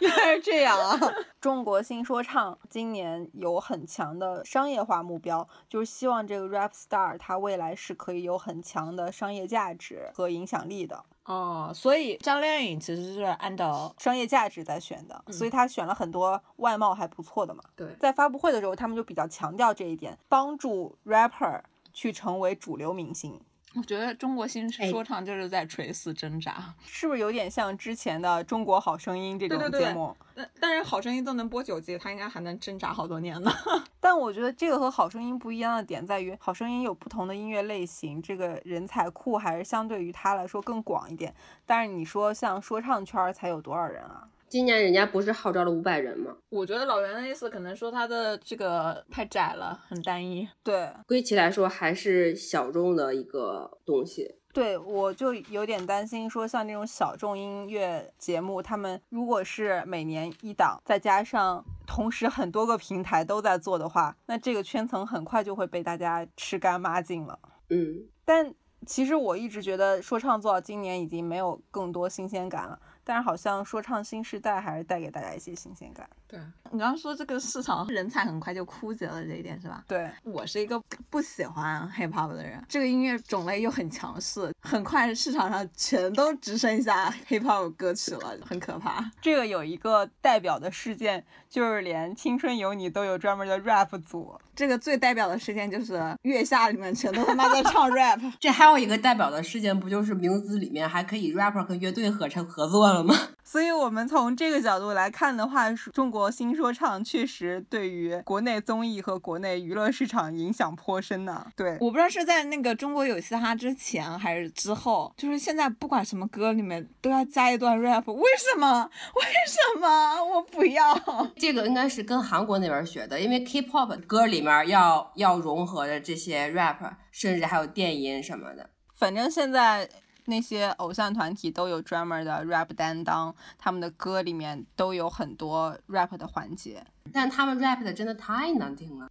A: 原来是这样啊！ 中国新说唱今年有很强的商业化目标，就是希望这个 rap star 它未来是可以有很强的商业价值和影响力的。
B: 哦，所以张靓颖其实是 按照
A: 商业价值在选的，所以他选了很多外貌还不错的嘛。
B: 嗯对
A: 在发布会的时候，他们就比较强调这一点，帮助 rapper 去成为主流明星，
B: 我觉得中国新
C: 哎
B: 说唱就是在垂死挣扎。
A: 是不是有点像之前的《中国好声音》这种
B: 对对对
A: 节目？
B: 但但是好声音都能播九季，他应该还能挣扎好多年呢。
A: 但我觉得这个和《好声音》不一样的点在于，《好声音》有不同的音乐类型，这个人才库还是相对于它来说更广一点。但是你说像说唱圈儿才有多少人啊？
C: 今年人家不是号召了五百人吗？
B: 我觉得老袁的意思可能说他的这个太窄了，很单一。
A: 对，
C: 归其来说还是小众的一个东西。
A: 对，我就有点担心，说像这种小众音乐节目，他们如果是每年一档，再加上同时很多个平台都在做的话，那这个圈层很快就会被大家吃干抹净了。
C: 嗯，
A: 但其实我一直觉得说唱做到今年已经没有更多新鲜感了，但是好像说唱新时代还是带给大家一些新鲜感。
B: 对，你刚刚说这个市场人才很快就枯竭了这一点是吧？
A: 对，
B: 我是一个不喜欢 hip hop 的人，这个音乐种类又很强势，很快市场上全都只剩下 hip hop 歌曲了，很可怕。
A: 这个有一个代表的事件，就是连《青春有你》都有专门的 rap 组。
B: 这个最代表的事件就是月下里面全都他妈在唱 rap，
C: 这还有一个代表的事件，不就是名字里面还可以 rapper 跟乐队合成合作了吗？
A: 所以，我们从这个角度来看的话，中国新说唱确实对于国内综艺和国内娱乐市场影响颇深呢、对，
B: 我不知道是在那个中国有嘻哈之前还是之后，就是现在不管什么歌里面都要加一段 rap，为什么？为什么？我不要。
C: 这个应该是跟韩国那边学的，因为 K-pop 歌里面要要融合着这些 rap，甚至还有电音什么的。
A: 反正现在那些偶像团体都有专门的 rap 担当，他们的歌里面都有很多 rap 的环节。
C: 但他们 rap 的真的太难听 了，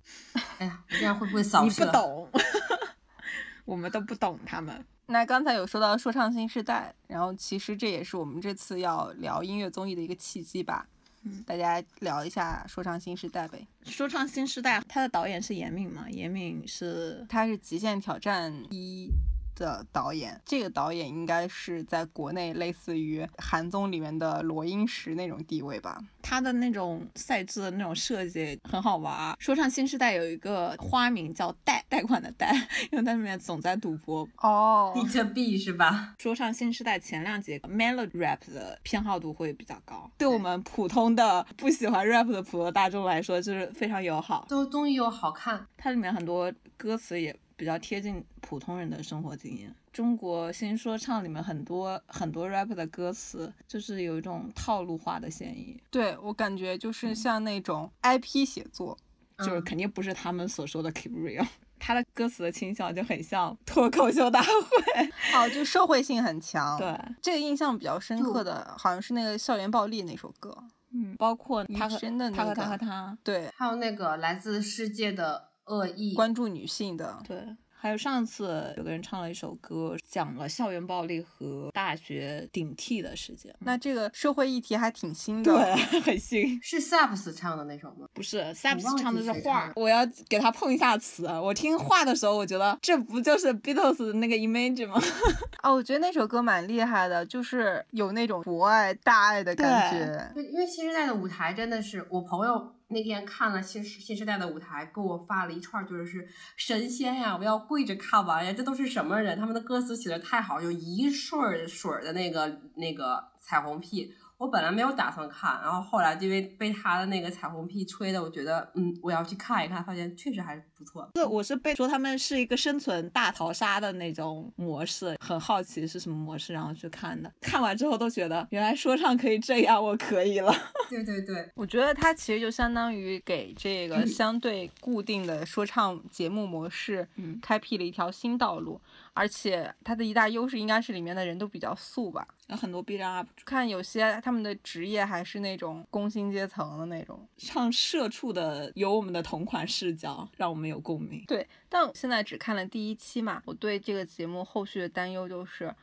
C: 哎呀，我这样会不会扫
B: 你
C: 射？
B: 不懂，我们都不懂他们。
A: 那刚才有说到说唱新时代，然后其实这也是我们这次要聊音乐综艺的一个契机吧。大家聊一下说唱新时代呗。
B: 说唱新时代，他的导演是严敏嘛？严敏是
A: 他是《极限挑战一》的导演，这个导演应该是在国内类似于韩综里面的罗英石那种地位吧。
B: 他的那种赛制的那种设计很好玩儿。说唱新时代有一个花名叫贷贷款的贷，因为他里面总在赌博。
A: 哦
C: 你这 B 是吧？
B: 说唱新时代前两节 melody rap 的偏好度会比较高，对我们普通的不喜欢 rap 的普罗大众来说，就是非常友好。
C: 都综艺又好看，
B: 它里面很多歌词也比较贴近普通人的生活经验。中国新说唱里面很多很多 rap 的歌词，就是有一种套路化的嫌疑，
A: 对我感觉就是像那种 IP 写作，
B: 就是肯定不是他们所说的 keep real。他 的歌词的倾向就很像脱口秀大会，
A: 哦，就社会性很强。
B: 对，
A: 这个印象比较深刻的好像是那个校园暴力那首歌。
B: 嗯，包括
A: 余
B: 他和
A: 生的那
B: 他和
A: 个
B: 他和他，
A: 对，
C: 还有那个来自世界的恶意，
A: 关注女性的。
B: 对，还有上次有个人唱了一首歌，讲了校园暴力和大学顶替的事件，
A: 那这个社会议题还挺新的。
B: 对， 很新。
C: 是 Saps 唱的那首吗？
B: 不是 s a p
C: 我忘
B: s
C: 记
B: 唱的是
C: 谁
B: 画
C: 唱了
B: 儿，我要给他碰一下瓷。我听画的时候，我觉得这不就是 Beatles 的那个 image 吗？
A: 哦，我觉得那首歌蛮厉害的，就是有那种博爱大爱的感
B: 对
A: 觉。
C: 对，因为新时代的舞台真的是，我朋友那天看了新时新时代的舞台，给我发了一串，就是神仙呀，我要跪着看完呀，这都是什么人？他们的歌词写的太好，有一水儿水儿的那个那个彩虹屁。我本来没有打算看，然后后来就因为被他的那个彩虹屁吹的，我觉得嗯，我要去看一看，发现确实还是不错。
B: 是， 我是被说他们是一个生存大逃杀的那种模式，很好奇是什么模式，然后去看的。看完之后都觉得，原来说唱可以这样，我可以了。
C: 对对对，
A: 我觉得它其实就相当于给这
B: 嗯
A: 个相对固定的说唱节目模式
B: 嗯
A: 开辟了一条新道路，而且它的一大优势应该是里面的人都比较素吧。
B: 有很多 B 站 UP 主
A: 看有些他们的职业还是那种工薪阶层的那种，
B: 唱社畜的，有我们的同款视角，让我们有共鸣。
A: 对。但我现在只看了第一期嘛，我对这个节目后续的担忧就是。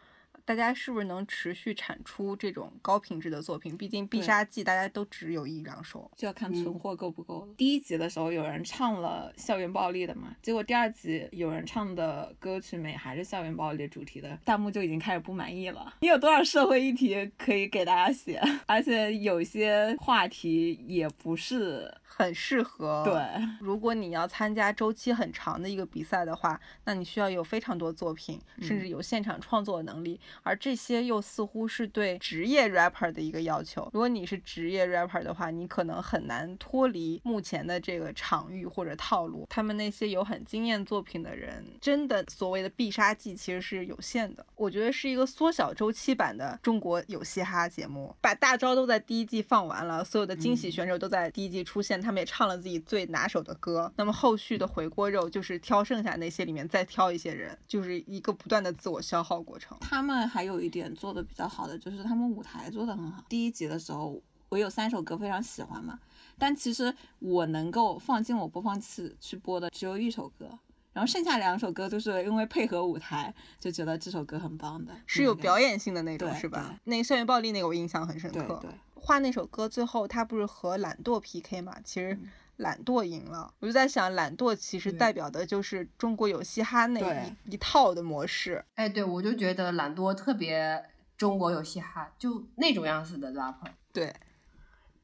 A: 大家是不是能持续产出这种高品质的作品？毕竟必
B: 对
A: 杀技大家都只有一两首，
B: 就要看存货够不够了。第一集的时候有人唱了校园暴力的嘛，结果第二集有人唱的歌曲没还是校园暴力主题的，弹幕就已经开始不满意了。你有多少社会议题可以给大家写？ 而且有些话题也不是
A: 很适合
B: 对。
A: 如果你要参加周期很长的一个比赛的话，那你需要有非常多作品，甚至有现场创作的能力，而这些又似乎是对职业 rapper 的一个要求。如果你是职业 rapper 的话，你可能很难脱离目前的这个场域或者套路。他们那些有很经验作品的人，真的所谓的必杀技其实是有限的。我觉得是一个缩小周期版的中国有嘻哈节目，把大招都在第一季放完了，所有的惊喜选手都在第一季出现，他们也唱了自己最拿手的歌。那么后续的回锅肉就是挑剩下那些里面再挑一些人，就是一个不断的自我消耗过程。
B: 他们还有一点做的比较好的就是他们舞台做的很好。第一集的时候，我有三首歌非常喜欢嘛，但其实我能够放进我播放器去播的只有一首歌，然后剩下两首歌都是因为配合舞台，就觉得这首歌很棒的，
A: 是有表演性的那种，
B: 嗯对
A: 是吧
B: 对？
A: 那个校园暴力那个我印象很深
B: 对
A: 刻。
B: 对
A: 画那首歌最后他不是和懒惰 PK 嘛？其实懒惰赢了，我就在想，懒惰其实
B: 嗯对
A: 代表的就是中国有嘻哈那
B: 对
A: 一一套的模式。
C: 哎，对，我就觉得懒惰特别中国有嘻哈，就那种样子的 rapper。
A: 对。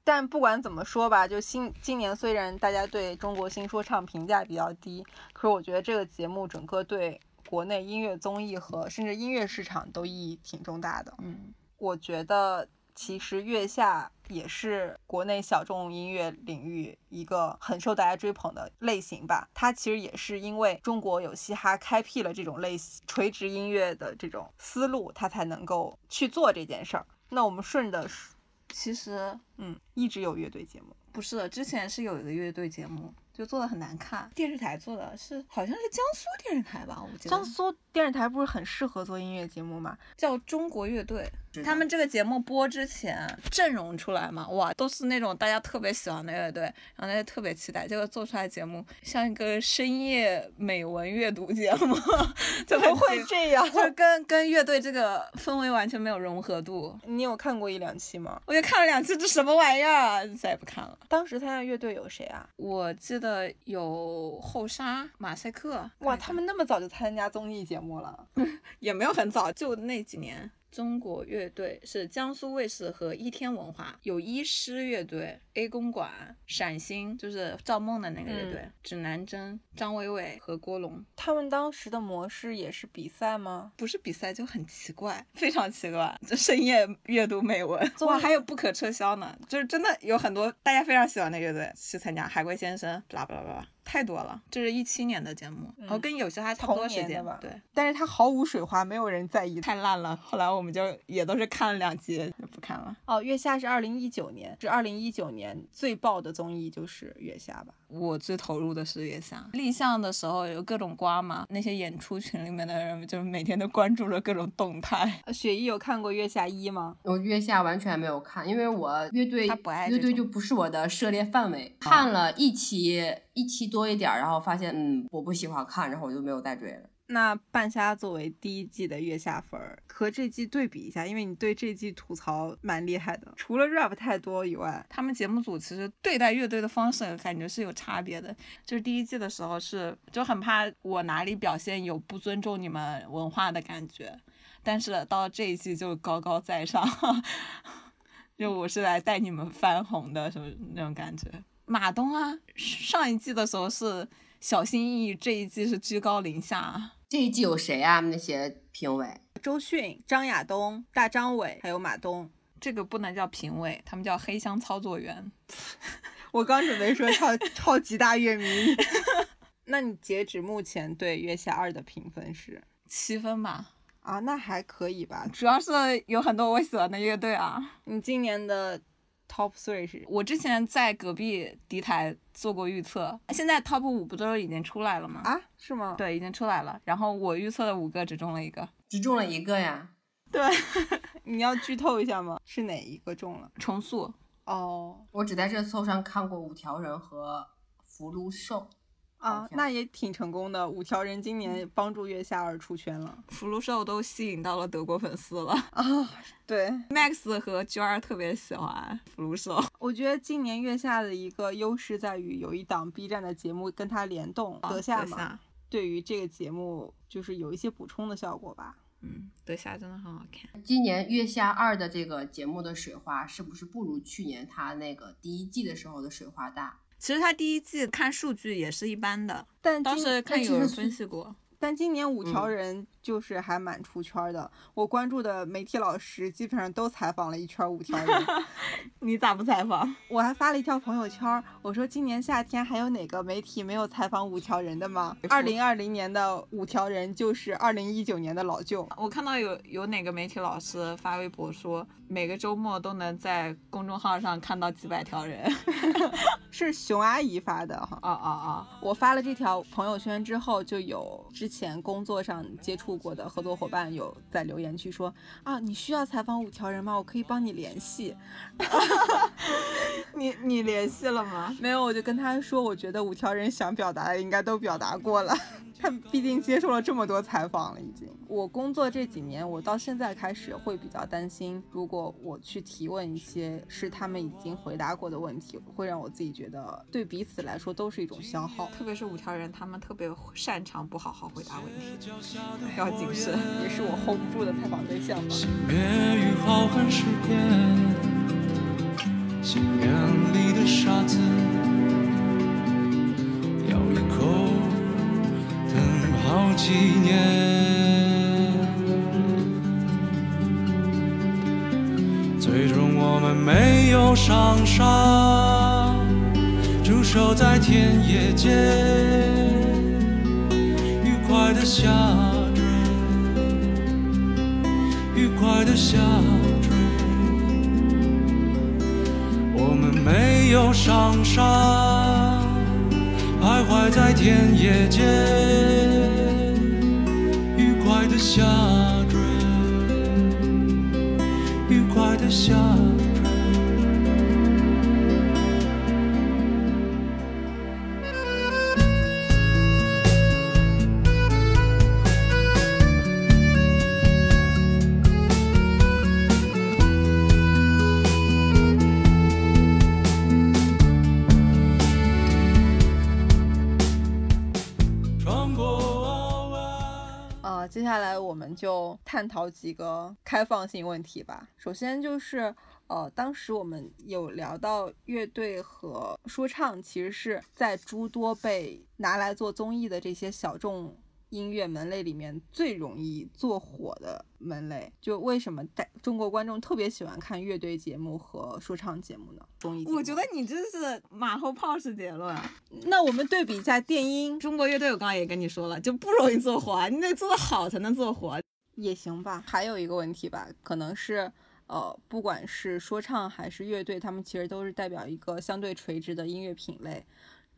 A: 但不管怎么说吧，就新今年虽然大家对中国新说唱评价比较低，可是我觉得这个节目整个对国内音乐综艺和甚至音乐市场都意义挺重大的。
B: 嗯，
A: 我觉得其实月下也是国内小众音乐领域一个很受大家追捧的类型吧。它其实也是因为中国有嘻哈开辟了这种类型垂直音乐的这种思路，它才能够去做这件事儿。那我们顺着说，
B: 其实
A: 嗯，一直有乐队节目，
B: 不是，之前是有一个乐队节目，就做的很难看，电视台做的是好像是江苏电视台吧，我记得
A: 江苏电视台不是很适合做音乐节目吗？
B: 叫中国乐队
C: 知。道
B: 他们这个节目播之前阵容出来嘛，哇，都是那种大家特别喜欢的乐队，然后大家特别期待。结果做出来节目像一个深夜美文阅读节目， 就
A: 怎
B: 很
A: 么会
B: 奇
A: 这样？
B: 就是跟跟乐队这个氛围完全没有融合度。
A: 你有看过一两期吗？
B: 我就看了两期，这什么玩意儿啊！再也不看了。
A: 当时参加乐队有谁啊？
B: 我记得有后沙、马赛克，
A: 哇，他们那么早就参加综艺节目了。
B: 也没有很早，就那几年。中国乐队是江苏卫视和一天文化，有医师乐队、A 公馆、闪星，就是赵梦的那个乐队，
A: 嗯
B: 指南针、张伟伟和郭龙。
A: 他们当时的模式也是比赛吗？
B: 不是比赛就很奇怪，非常奇怪，这深夜阅读美文，
A: 综艺
B: 哇，还有不可撤销呢，就是真的有很多大家非常喜欢的乐队去参加，海龟先生，巴拉巴拉巴拉，太多了。这是一七年的节目，然后、跟有些还差不多
A: 嗯
B: 时
A: 同年
B: 间
A: 的吧
B: 对，
A: 但是它毫无水花，没有人在意。
B: 太烂了。后来我们就也都是看了两集就不看了。
A: 哦，月下是二零一九年，是二零一九年最爆的综艺就是月下吧？
B: 我最投入的是月下立项的时候有各种瓜嘛，那些演出群里面的人就是每天都关注着各种动态。
A: 呃雪姨有看过月下一吗？
C: 我月下完全没有看，因为我乐队
B: 他不爱这
C: 乐队
B: 种
C: 就不是我的涉猎范围。看了一期一期多一点儿，然后发现嗯我不喜欢看，然后我就没有再追了。
A: 那半夏作为第一季的月下粉儿，和这季对比一下，因为你对这季吐槽蛮厉害的，除了 rap 太多以外，
B: 他们节目组其实对待乐队的方式感觉是有差别的，就是第一季的时候是就很怕我哪里表现有不尊重你们文化的感觉，但是到这一季就高高在上， 就我是来带你们翻红的什么那种感觉。马东啊，上一季的时候是小心翼翼，这一季是居高临下啊。
C: 这一季有谁啊？那些评委
A: 周迅、张亚东、大张伟还有马东。
B: 这个不能叫评委，他们叫黑箱操作员。
A: 我刚准备说 超超级大乐迷。 那你截止目前对月下二的评分是？
B: 七分吧，
A: 啊，那还可以吧。
B: 主要是有很多我喜欢的乐队啊。
A: 你今年的 top three 是？
B: 我之前在隔壁敌台做过预测，现在 top 五不都已经出来了吗？
A: 啊，是吗？，
B: 对，已经出来了。然后我预测的五个只中了一个，
C: 只中了一个呀。
A: 你要剧透一下吗？是哪一个中了？
B: 重塑。
A: 哦，
C: 我只在热搜上看过五条人和福禄寿。
A: 啊
C: 好，像
A: 那也挺成功的。五条人
B: 嗯
A: 今年帮助月下二出圈了。啊
B: 福禄寿都吸引到了德国粉丝了
A: 对，
B: ，Max 和娟儿特别喜欢福禄寿。
A: 我觉得今年月下的一个优势在于有一档 B 站的节目跟它联动，
B: 啊
A: 得下嘛，，对于这个节目就是有一些补充的效果吧。
B: 嗯，德夏真的很好看。
C: 今年《月下二》的这个节目的水花是不是不如去年它那个第一季的时候的水花大？
B: 其实他第一季看数据也是一般的，
A: 但
B: 当
A: 今
B: 时看
C: 但其
B: 有人嗯
C: 实
B: 分析过，
A: 但今年五条人就是还蛮出圈的，我关注的媒体老师基本上都采访了一圈五条人，
B: 你咋不采访？
A: 我还发了一条朋友圈儿，我说今年夏天还有哪个媒体没有采访五条人的吗？二零二零年的五条人就是二零一九年的老舅。
B: 我看到有有哪个媒体老师发微博说，每个周末都能在公众号上看到几百条人。
A: 是熊阿姨发的哈。
B: 啊啊啊！
A: 我发了这条朋友圈之后，就有之前工作上接触过的合作伙伴有在留言区说 啊，你需要采访五条人吗？我可以帮你联系。你
B: 你联系了吗？
A: 没有，我就跟他说，我觉得五条人想表达的应该都表达过了。 他毕竟接受了这么多采访了，已经。我工作这几年，我到现在开始会比较担心，如果我去提问一些是他们已经回答过的问题，会让我自己觉得对彼此来说都是一种消耗。
B: 特别是五条人，他们特别擅长不好好回答问题， 要谨慎。
A: 也是我 hold 不住的采访对象吧。
D: 月与浩瀚世界，心愿里的沙子，咬一口，等好几年，最终我们没有上山，驻守在田野间，愉快的下着。愉快的笑着。我们没有上山，徘徊在田野间，愉快的下着，愉快的下着。穿过弯弯。
A: 呃，接下来我们就探讨几个开放性问题吧。首先就是，呃，当时我们有聊到乐队和说唱其实是在诸多被拿来做综艺的这些小众音乐门类里面最容易做火的门类。就为什么大中国观众特别喜欢看乐队节目和说唱节目呢？综艺节目
B: 我觉得你这是马后炮式结论。啊
A: 那我们对比一下电音
B: 中国乐队，我刚刚也跟你说了，就不容易做火啊，你得做得好才能做火。
A: 也行吧。还有一个问题吧，可能是呃，不管是说唱还是乐队，他们其实都是代表一个相对垂直的音乐品类。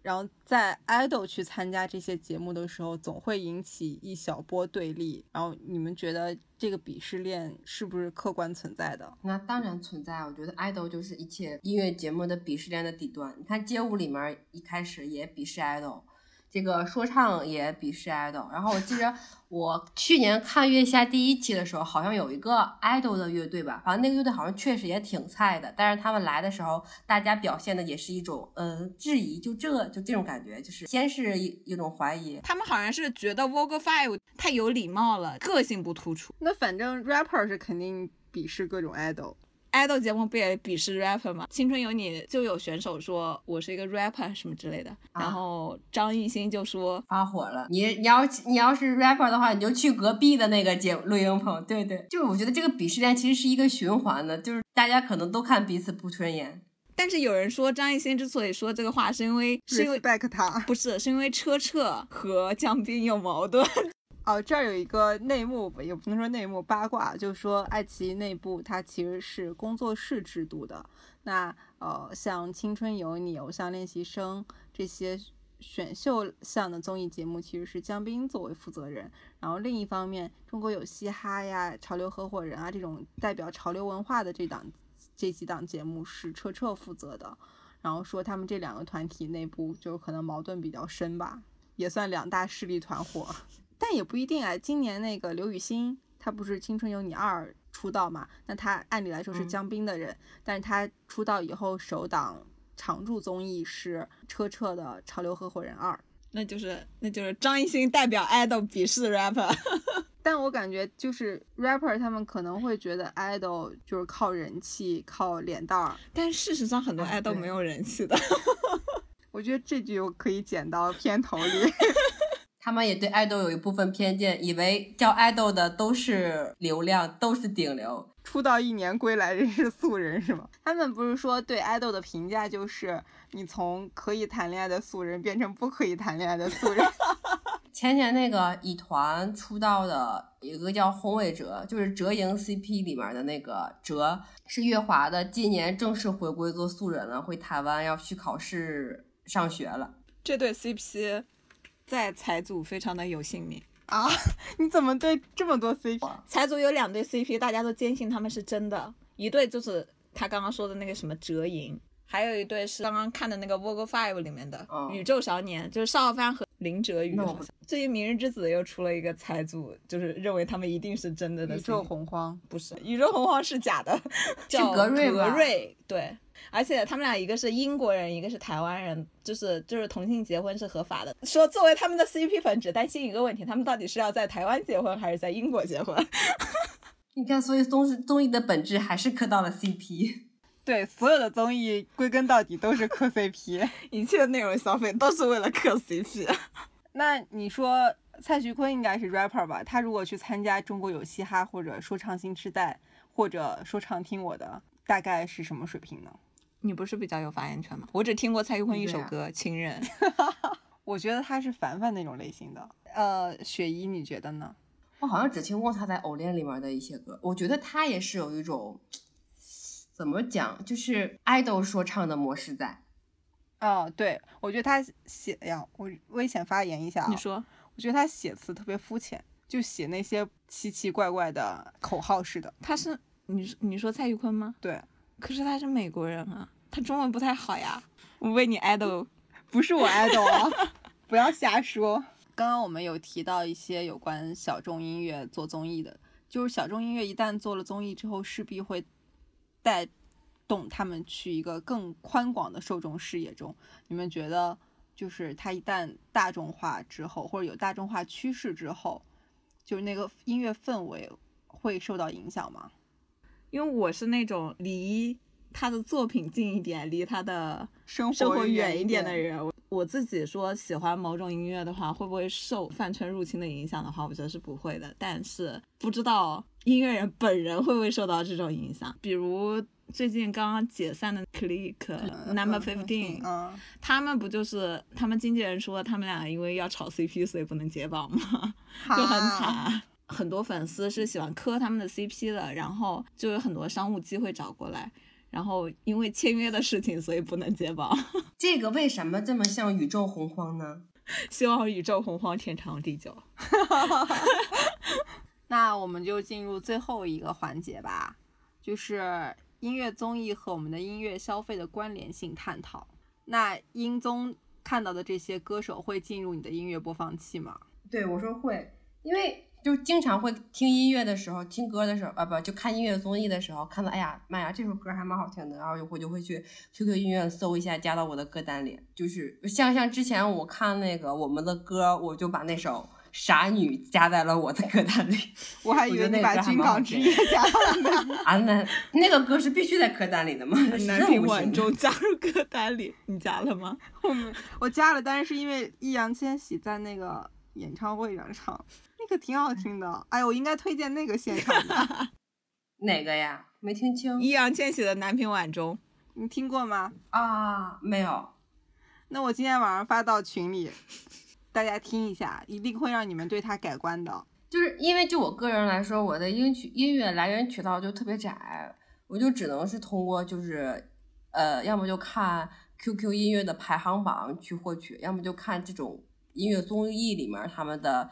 A: 然后在 idol 去参加这些节目的时候，总会引起一小波对立。然后你们觉得这个鄙视链是不是客观存在的？
C: 那当然存在，啊我觉得爱豆就是一切音乐节目的鄙视链的底端。你看街舞里面一开始也鄙视爱豆，这个说唱也鄙视爱豆。然后我记着我去年看月下第一期的时候，好像有一个爱豆的乐队吧，反正那个乐队好像确实也挺菜的，但是他们来的时候，大家表现的也是一种呃质疑，就这就这种感觉，就是先是一一种怀疑，
B: 他们好像是觉得 Vogue Five 太有礼貌了，个性不突出。
A: 那反正 rapper 是肯定鄙视各种 idol。
B: 爱豆节目不也鄙视 rapper 吗？《青春有你》就有选手说我是一个 rapper 什么之类的，
C: 啊
B: 然后张艺兴就说
C: 发火了。你你要你要是 rapper 的话，你就去隔壁的那个节录音棚。对对，就是我觉得这个鄙视链其实是一个循环的，就是大家可能都看彼此不顺眼。
B: 但是有人说张艺兴之所以说这个话，是因为是因为
A: respect 他
B: 不是是因为车澈和江斌有矛盾。
A: 哦，这儿有一个内幕吧，也不能说内幕八卦，就是说爱奇艺内部它其实是工作室制度的。那呃，像《青春有你》《偶像练习生》这些选秀项的综艺节目，其实是江斌作为负责人。然后另一方面，中国有嘻哈呀、潮流合伙人啊这种代表潮流文化的这档这几档节目是彻彻负责的。然后说他们这两个团体内部就可能矛盾比较深吧，也算两大势力团伙。但也不一定啊。今年那个刘雨昕，她不是《青春有你二》出道嘛？那她按理来说是江滨的人，但是她出道以后首档常驻综艺是车澈的《潮流合伙人二》。
B: 那就是那就是张艺兴代表爱豆鄙 视 rapper。
A: 但我感觉就是 rapper 他们可能会觉得 idol 就是靠人气、靠脸蛋儿。
B: 但事实上，很多
C: 哎
B: 爱豆
C: 对
B: 没有人气的。
A: 我觉得这句我可以剪到片头里。
C: 他们也对爱豆有一部分偏见，以为叫爱豆的都是流量，都是顶流。
A: 出道一年归来仍是素人是吗？ 他们不是说对爱豆的评价就是你从可以谈恋爱的素人变成不可以谈恋爱的素人。
C: 前年那个以团出道的有一个叫洪伟哲，就是哲莹 CP 里面的那个哲，是月华的，今年正式回归做素人了，回台湾要去考试上学了。
B: 这对 CP 在财组非常的有姓名。
A: 啊，你怎么对这么多 CP？
B: 财组有两对 CP，大家都坚信他们是真的。一对就是他刚刚说的那个什么哲莹，还有一对是刚刚看的那个《Vogue Five》里面的
H: 哦
B: 《宇宙少年》，就是邵帆和林哲宇
H: 那我
B: 好
H: 不
B: 像。最近《明日之子》又出了一个猜组，就是认为他们一定是真的的
A: 宇宙
B: CP
A: 洪荒，
B: 不是，宇宙洪荒是假的，
H: 是
B: 叫
H: 格瑞吧
B: 瑞对。而且他们俩一个是英国人，一个是台湾人，就是就是同性结婚是合法的。说作为他们的 CP 粉，只担心一个问题：他们到底是要在台湾结婚还是在英国结婚？
H: 你看，所以综综艺的本质还是磕到了 CP。
A: 对所有的综艺归根到底都是磕 CP。
B: 一切内容消费都是为了磕 CP。
A: 那你说蔡徐坤应该是 rapper 吧？他如果去参加《中国有嘻哈》或者《说唱新时代》或者《说唱听我的》，大概是什么水平呢？
B: 你不是比较有发言权吗？我只听过蔡徐坤一首
H: 对啊
B: 歌《情人》，
A: 我觉得他是凡凡那种类型的。呃，雪姨，你觉得呢？
H: 我好像只听过他在《偶恋》里面的一些歌，我觉得他也是有一种怎么讲，就是 idol 说唱的模式在。
A: 哦，对，我觉得他写哎呀，我危险发言一下啊、
B: 你说
A: 我觉得他写词特别肤浅，就写那些奇奇怪怪的口号似的。
B: 他是你你说蔡徐坤吗？
A: 对，
B: 可是他是美国人啊，他中文不太好呀。我为你 idol，
A: 不是我 idol 啊， 不要瞎说。刚刚我们有提到一些有关小众音乐做综艺的，就是小众音乐一旦做了综艺之后，势必会带动他们去一个更宽广的受众视野中。你们觉得，就是它一旦大众化之后，或者有大众化趋势之后，就是那个音乐氛围会受到影响吗？
B: 因为我是那种离他的作品近一点，离他的
A: 生
B: 生活远
A: 远
B: 一点的，人。我我自己说喜欢某种音乐的话，会不会受饭圈入侵的影响的话，我觉得是不会的。但是不知道音乐人本人会不会受到这种影响，比如最近刚刚解散的 Click Number Fifteen，、
A: 嗯，
B: 他们不就是他们经纪人说他们俩因为要炒 CP，所以不能解绑吗？
A: 就
B: 就很。惨。很多粉丝是喜欢磕他们的 CP 的，然后就有很多商务机会找过来，然后因为签约的事情，所以不能解绑。
H: 这个为什么这么像宇宙洪荒呢？
B: 希望宇宙洪荒天长地久。
A: 那我们就进入最后一个环节吧，就是音乐综艺和我们的音乐消费的关联性探讨。那音综看到的这些歌手会进入你的音乐播放器吗？
H: 对，我说会，因为就经常会听音乐的时候，听歌的时候，啊不，就看音乐综艺的时候，看到哎呀妈呀，这首歌还蛮好听的，然后我就会去 QQ 音乐搜一下，加到我的歌单里。就是像像之前我看那个我们的歌，我就把那首。傻女加在了我的歌单里
A: 我还以为你把《军港之夜》 加了呢。
H: 啊，那那个歌是必须在歌单里的吗？是
B: 南
H: 任
B: 屏
H: 务
A: 啊
B: 晚
H: 型的。
B: 钟 加入歌单里，你加了吗？
A: 我没我加了，但是是因为易烊千玺在那个演唱会上 唱，那个挺好听的。哎，我应该推荐那个现场 的，
H: 哪个呀？没听清
B: 易烊千玺的《南屏晚钟
A: 你听过吗？
H: 啊？没有。
A: 那我今天晚上发到群里，大家听一下，一定会让你们对他改观的。哦
H: 就是因为就我个人来说，我的音曲音乐来源渠道就特别窄，我就只能是通过就是，呃，要么就看 QQ 音乐的排行榜去获取，要么就看这种音乐综艺里面他们的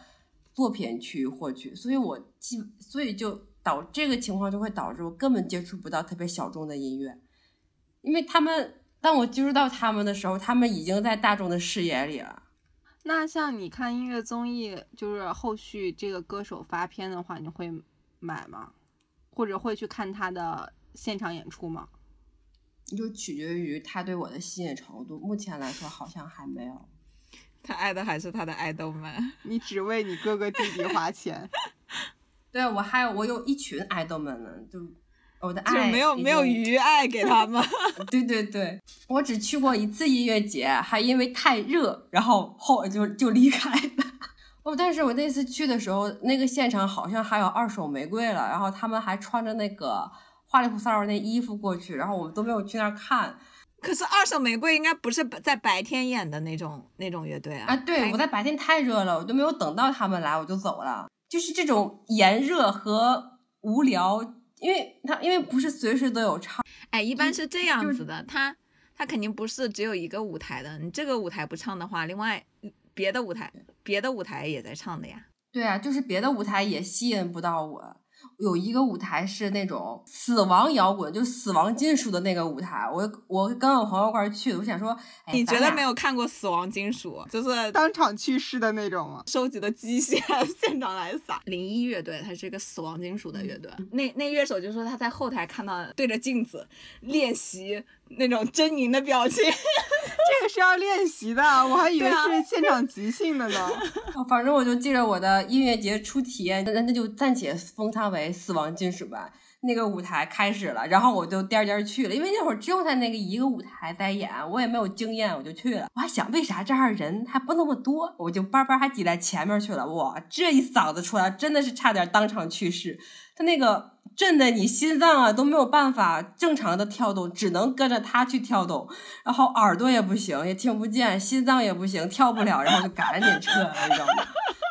H: 作品去获取，所以我基所以就导这个情况就会导致我根本接触不到特别小众的音乐，因为他们当我接触到他们的时候，他们已经在大众的视野里了。
A: 那像你看音乐综艺，就是后续这个歌手发片的话，你会买吗？或者会去看他的现场演出吗？
H: 就取决于他对我的吸引程度。目前来说，好像还没有。》，
B: 他爱的还是他的爱豆们。
A: 你只为你哥哥弟弟花钱，
H: 对我还有我有一群爱豆们呢，就我的
B: 就
H: 爱
B: 没有
H: 已
B: 没有
H: 经
B: 余爱给他 们，
H: 对对对，我只去过一次音乐节，还因为太热，然后后来就就离开了。 哦，但是我那次去的时候，那个现场好像还有二手玫瑰了，然后他们还穿着那个花里胡哨的那衣服过去，然后我们都没有去那儿看
B: 可是二手玫瑰应该不是在白天演的那种那种乐队啊。
H: 啊。对，我在白天太热了，我都没有等到他们来，我就走了。就是这种炎热和无聊，因为他因为不是随时都有唱。
B: 哎，一般是这样
H: 就是
B: 子的，他他肯定不是只有一个舞台的，你这个舞台不唱的话，另外别的舞台别的舞台也在唱的呀。
H: 对啊，就是别的舞台也吸引不到我，有一个舞台是那种死亡摇滚，就死亡金属的那个舞台。我我跟我朋友一块儿去，我想说，哎、
B: 你觉
H: 咱
B: 得
H: 俩
B: 没有看过《死亡金属》，就是
A: 当场去世的那种吗？
B: 收集的机械 现场来撒。嗯零一乐队，它是一个死亡金属的乐队。那那乐手就说他在后台看到对着镜子练习那种狰狞的表情，
A: 这个是要练习的，我还以为
B: 对啊
A: 是现场即兴的 呢。
H: 反正我就记着我的音乐节初体验，那那就暂且封它为死亡金属吧。那个舞台开始了，然后我就颠儿颠儿去了，因为那会儿只有他那个一个舞台在演，我也没有经验，我就去了。我还想为啥这儿人还不那么多，我就叭叭还挤在前面去了。哇，这一嗓子出来，真的是差点当场去世。他那个震的你心脏啊都没有办法正常的跳动，只能跟着他去跳动，然后耳朵也不行，也听不见，心脏也不行，跳不了，然后就赶紧撤了，你知道吗？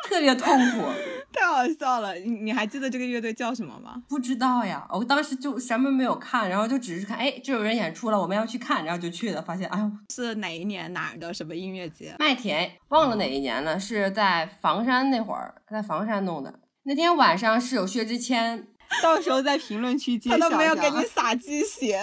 H: 特别痛苦，
B: 太好笑了。你你还记得这个乐队叫什么吗？
H: 不知道呀。我当时就什么没有看，然后就只是看，哎，这有人演出了，我们要去看，然后就去了，发现，哎呦，
B: 是哪一年哪儿的什么音乐节？
H: 麦田忘了哪一年了，是在房山那会儿，在房山弄的。那天晚上是有薛之谦，
A: 到时候在评论区揭
B: 他
A: 晓一下。
B: 都没有给你 撒鸡血。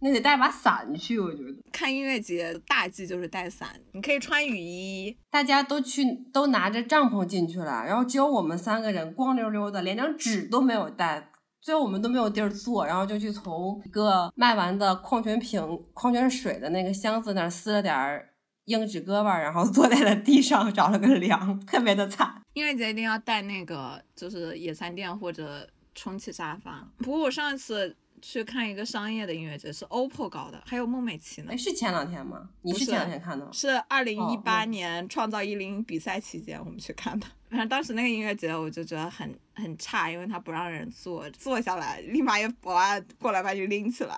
H: 那得带把伞去，我觉得。
B: 看音乐节大忌就是带伞，你可以穿雨衣，
H: 大家都去都拿着帐篷进去了，然后只有我们三个人光溜溜的，连张纸都没有带。最后我们都没有地儿坐，然后就去从一个卖完的矿泉瓶、矿泉水的那个箱子那儿撕了点儿硬纸胳膊，然后坐在了地上找了个凉，特别的惨。
B: 音乐节一定要带那个，就是野餐垫或者充气沙发。不过我上一次去看一个商业的音乐节，是 OPPO 搞的，还有孟美岐呢
H: 哎，，是前两天吗？你
B: 不
H: 是
B: 是
H: 前两天看的吗？
B: 是二零一
H: 哦
B: 八
H: 嗯
B: 年创造一零比赛期间我们去看的。反正当时那个音乐节我就觉得很很差，因为他不让人坐，坐下来立马有保安过来把你拎起来，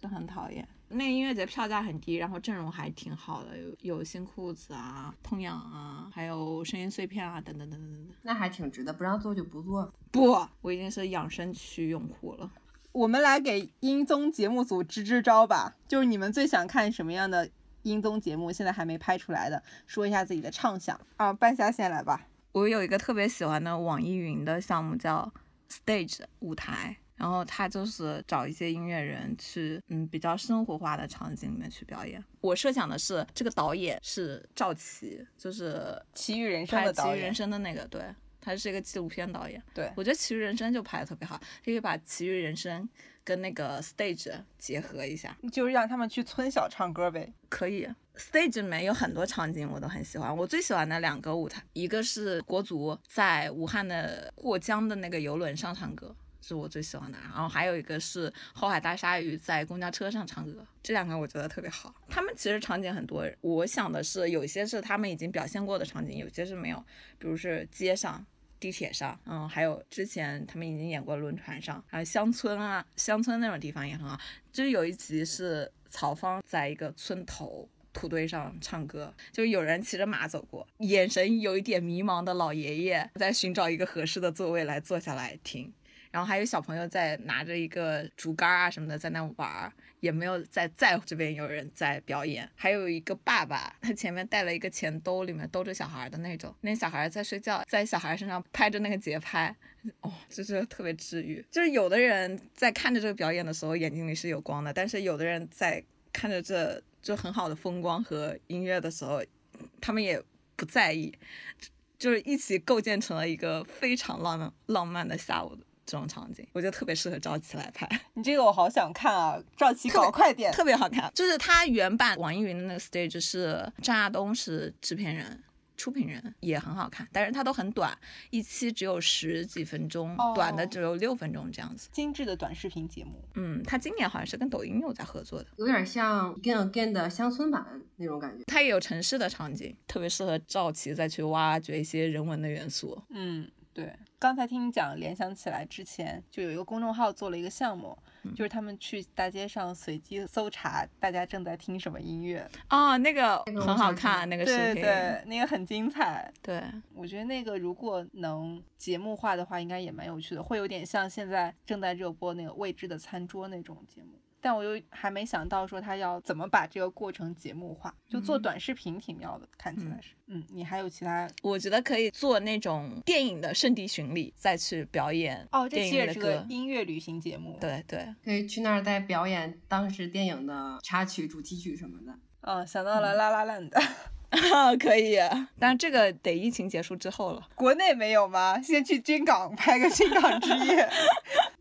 B: 就很讨厌。那个音乐节票价很低，然后阵容还挺好的，有有新裤子啊、痛痒啊，还有声音碎片啊，等等等等等等。
H: 那还挺值的，不让坐就不坐。
B: 不，我已经是养生区用户了。
A: 我们来给音综节目组支支招吧，就是你们最想看什么样的音综节目？现在还没拍出来的，说一下自己的畅想啊。半夏先来吧，
B: 我有一个特别喜欢的网易云的项目叫 Stage 舞台，然后它就是找一些音乐人去，嗯，比较生活化的场景里面去表演。我设想的是，这个导演是赵琪，就是
A: 《奇遇人生》
B: 拍
A: 的
B: 《奇
A: 导
B: 遇人
A: 演，
B: 生》的那个，对，他是一个纪录片导演。
A: 对
B: 我觉得《奇遇人生》就拍的特别好，可以把《奇遇人生》跟那个 Stage 结合一下。
A: 就是让他们去村小唱歌呗。
B: 可以。Stage 里面有很多场景我都很喜欢，我最喜欢的两个舞台，一个是国足在武汉的过江的那个游轮上唱歌，是我最喜欢的，然后还有一个是后海大鲨鱼在公交车上唱歌，这两个我觉得特别好。他们其实场景很多，我想的是有些是他们已经表现过的场景，有些是没有，比如是街上。地铁上，嗯，还有之前他们已经演过轮船上，还有乡村啊，乡村那种地方也很好。就是有一集是曹芳在一个村头土堆上唱歌，就是有人骑着马走过，眼神有一点迷茫的老爷爷在寻找一个合适的座位来坐下来听。然后还有小朋友在拿着一个竹竿啊什么的在那玩儿，也没有在在乎这边有人在表演。还有一个爸爸，他前面带了一个钱兜，里面兜着小孩的那种，那小孩在睡觉，在小孩身上拍着那个节拍，哦，就是特别治愈。就是有的人在看着这个表演的时候，眼睛里是有光的，但是有的人在看着这就很好的风光和音乐的时候，他们也不在意，就是一起构建成了一个非常浪漫浪漫的下午的这种场景，我觉得特别适合赵琪来拍。
A: 你这个我好想看啊，赵琪
B: 特别
A: 搞快点！
B: 特别好看。就是它原版网易云的那个 stage 是张亚东是制片人。出品人也很好看，但是它都很短，一期只有十几分钟，
A: 哦
B: 短的只有六分钟这样子。
A: 精致的短视频节目，
B: 嗯，它今年好像是跟抖音有在合作的，
H: 有点像 Again Again 的乡村版那种感觉。
B: 它也有城市的场景，特别适合赵琪再去挖掘一些人文的元素。
A: 嗯，对。刚才听你讲，联想起来之前就有一个公众号做了一个项目，
B: 嗯
A: 就是他们去大街上随机搜查大家正在听什么音乐，
B: 哦，那个
H: 个我
B: 很好
H: 想起来
B: 看，那个视
A: 对
B: 频，
A: 对，那个很精彩。
B: 对
A: 我觉得那个如果能节目化的话，应该也蛮有趣的，会有点像现在正在热播那个《未知的餐桌》那种节目。但我又还没想到说他要怎么把这个过程节目化，就做
B: 嗯
A: 短视频挺妙的，看起来是。嗯，你还有其他？
B: 我觉得可以做那种电影的圣地巡礼，再去表演
A: 哦，这
B: 电
A: 期
B: 影
A: 也
B: 的
A: 是个
B: 歌。
A: 音乐旅行节目。，
B: 对对，
H: 可以去那儿再表演当时电影的插曲、主题曲什么的。
A: 嗯，想到了拉拉烂的，
B: 可以，但这个得疫情结束之后了。
A: 国内没有吗？先去军港拍个军港之 夜。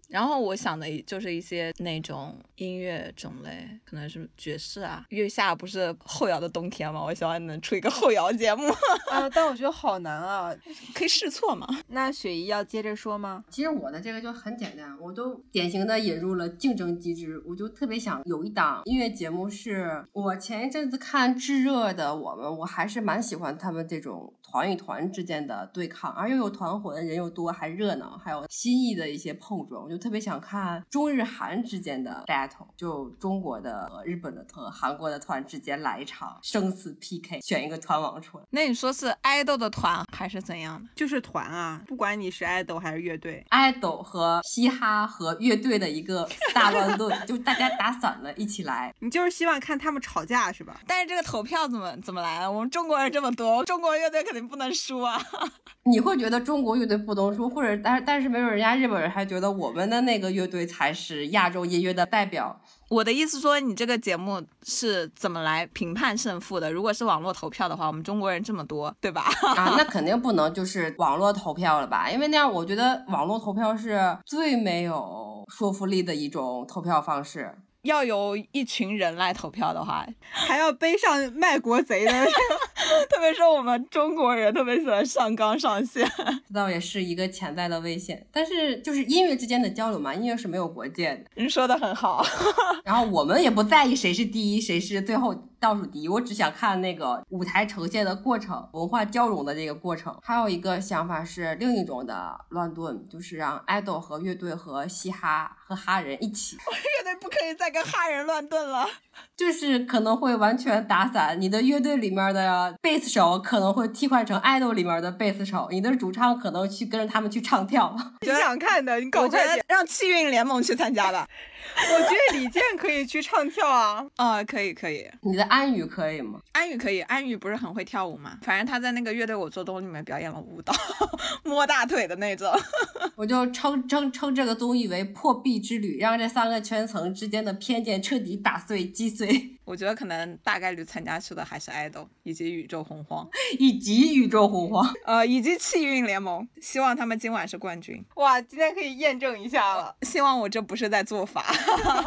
B: 然后我想的一就是一些那种音乐种类，可能是爵士啊。月下不是后摇的冬天吗？我希望能出一个后摇节目，
A: 啊，但我觉得好难啊。
B: 可以试错嘛。
A: 那雪姨要接着说吗？
H: 其实我的这个就很简单，我都典型的引入了竞争机制。我就特别想有一档音乐节目是，我前一阵子看《炙热的我们》，我还是蛮喜欢他们这种团与团之间的对抗，而又有团魂，人又多，还热闹，还有新意的一些碰撞。我就特别想看中日韩之间的 battle，就中国的和日本的和韩国的团之间来一场生死 PK，选一个团王出来。
B: 那你说是爱豆的团还是怎样的？
A: 就是团啊，不管你是爱豆还是乐队，
H: 爱豆和嘻哈和乐队的一个大乱炖， 就大家打散了一起来。
A: 你就是希望看他们吵架是吧？
B: 但是这个投票怎么怎么来啊？我们中国人这么多，中国乐队肯定不能输啊！
H: 你会觉得中国乐队不能输，或者但但是没准人家日本人还觉得我们的那个乐队才是亚洲音乐的代表。
B: 我的意思说，你这个节目是怎么来评判胜负的？如果是网络投票的话，我们中国人这么多，对吧？
H: 啊，那肯定不能就是网络投票了吧？因为那样，我觉得网络投票是最没有说服力的一种投票方式。
B: 要有一群人来投票的话，
A: 还要背上卖国贼的
B: 特别是我们中国人特别喜欢上纲上线。
H: 这倒也是一个潜在的危险。但是就是音乐之间的交流嘛，音乐是没有国界的。
B: 你说的很好，
H: 然后我们也不在意谁是第一，谁是最后倒数第一，我只想看那个舞台呈现的过程，文化交融的这个过程。还有一个想法是另一种的乱炖，就是让爱豆和乐队和嘻哈和哈人一起，
B: 乐队不可以再跟哈人乱炖了。
H: 就是可能会完全打散你的乐队里面的贝斯手，可能会替换成爱豆里面的贝斯手，你的主唱可能去跟着他们去唱跳。
A: 你想看的，你搞
B: 我
A: 这
B: 觉
A: 些
B: 得。让气运联盟去参加吧。
A: 我觉得 李健可以去唱跳啊。
B: 啊、可以可以，
H: 你的安语可以吗？
B: 安宇可以，安宇不是很会跳舞吗？反正他在那个乐队《我做东》里面表演了舞蹈， 摸大腿的那种。
H: 我就称称称这个综艺为破壁之旅，让这三个圈层之间的偏见彻底打碎击碎，
B: 我觉得可能大概率参加去的还是爱豆以及宇宙洪荒，
H: 以及宇宙洪荒。
B: 呃，以及气运联盟。希望他们今晚是冠军。呃
A: 哇，今天可以验证一下了。
B: 希望我这不是在做法。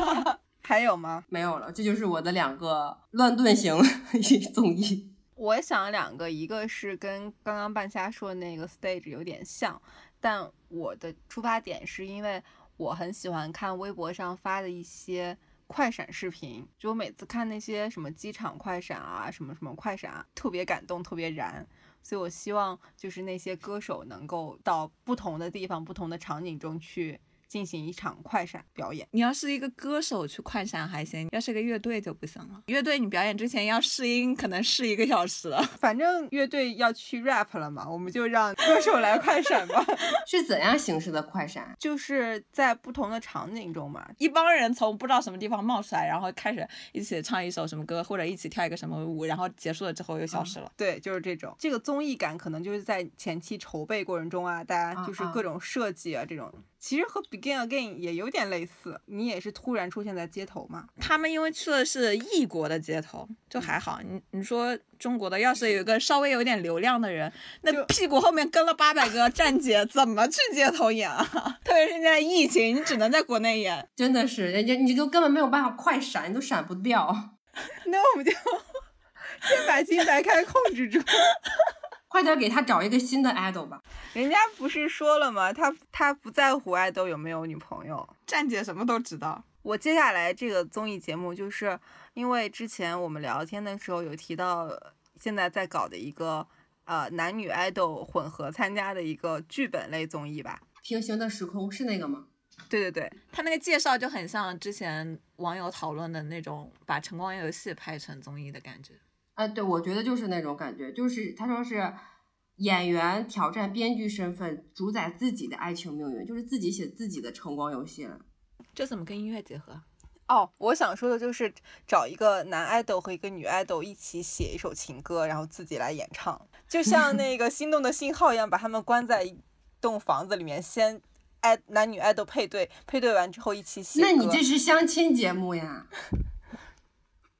A: 还有吗？
H: 没有了，这就是我的两个乱炖型 综艺。
A: 我想两个，一个是跟刚刚半夏说的那个 stage 有点像，但我的出发点是因为我很喜欢看微博上发的一些快闪视频，就我每次看那些什么机场快闪啊，什么什么快闪啊，特别感动，特别燃。所以我希望就是那些歌手能够到不同的地方、不同的场景中去进行一场快闪表演。
B: 你要是一个歌手去快闪还行，要是一个乐队就不行了。乐队你表演之前要试音，可能试一个小时了。
A: 反正乐队要去 rap 了嘛，我们就让歌手来快闪吧。
H: 是怎样形式的快闪？
A: 就是在不同的场景中嘛。
B: 一帮人从不知道什么地方冒出来，然后开始一起唱一首什么歌，或者一起跳一个什么舞，然后结束了之后又消失了。
A: 对，就是这种。这个综艺感可能就是在前期筹备过程中啊，大家就是
H: 啊啊
A: 各种设计啊，这种其实和 Begin Again 也有点类似，你也是突然出现在街头嘛。
B: 他们因为去的是异国的街头，就还好。你你说中国的，要是有一个稍微有点流量的人，那屁股后面跟了八百个站姐，怎么去街头演啊？ 特别是现在疫情，你只能在国内演。
H: 真的是，人家你就根本没有办法快闪，你都闪不掉。
A: 那 我们就先把金白开控制住。
H: 快点给他找一个新的 idol 吧。
A: 人家不是说了吗？他他不在乎爱豆有没有女朋友，
B: 站姐什么都知道，
A: 我接下来这个综艺节目，就是因为之前我们聊天的时候有提到，现在在搞的一个呃男女爱豆混合参加的一个剧本类综艺吧。
H: 平行的时空是那个吗？
A: 对对对，
B: 他那个介绍就很像之前网友讨论的那种把晨光游戏拍成综艺的感觉。
H: 啊，对，我觉得就是那种感觉，就是他说是演员挑战编剧身份，主宰自己的爱情命运，就是自己写自己的成功游戏了。
B: 这怎么跟音乐结合？
A: 哦，我想说的就是找一个男爱豆和一个女爱豆一起写一首情歌，然后自己来演唱，就像那个《心动的信号》一样，把他们关在一栋房子里面，先爱男女爱豆配对，配对完之后一起写歌。
C: 那你这是相亲节目呀？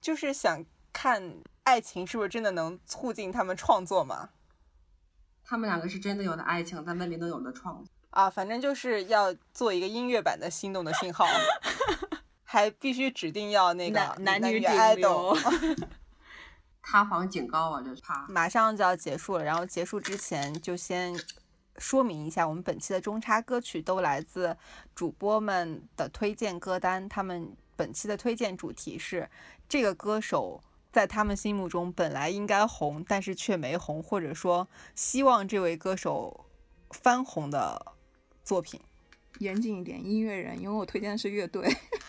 A: 就是想看爱情是不是真的能促进他们创作嘛？
C: 他们两个是真的有的爱情，但未必能有的创作。
A: 啊，反正就是要做一个音乐版的《心动的信号》，还必须指定要那个
B: 男男
A: 女
B: 女
A: 爱
B: 顶流
A: 豆。
C: 塌房警告啊，这是啪！
A: 马上就要结束了，然后结束之前就先说明一下，我们本期的中插歌曲都来自主播们的推荐歌单，他们本期的推荐主题是这个歌手。在他们心目中本来应该红，但是却没红，或者说希望这位歌手翻红的作品
B: 严谨一点，音乐人，因为我推荐的是乐队。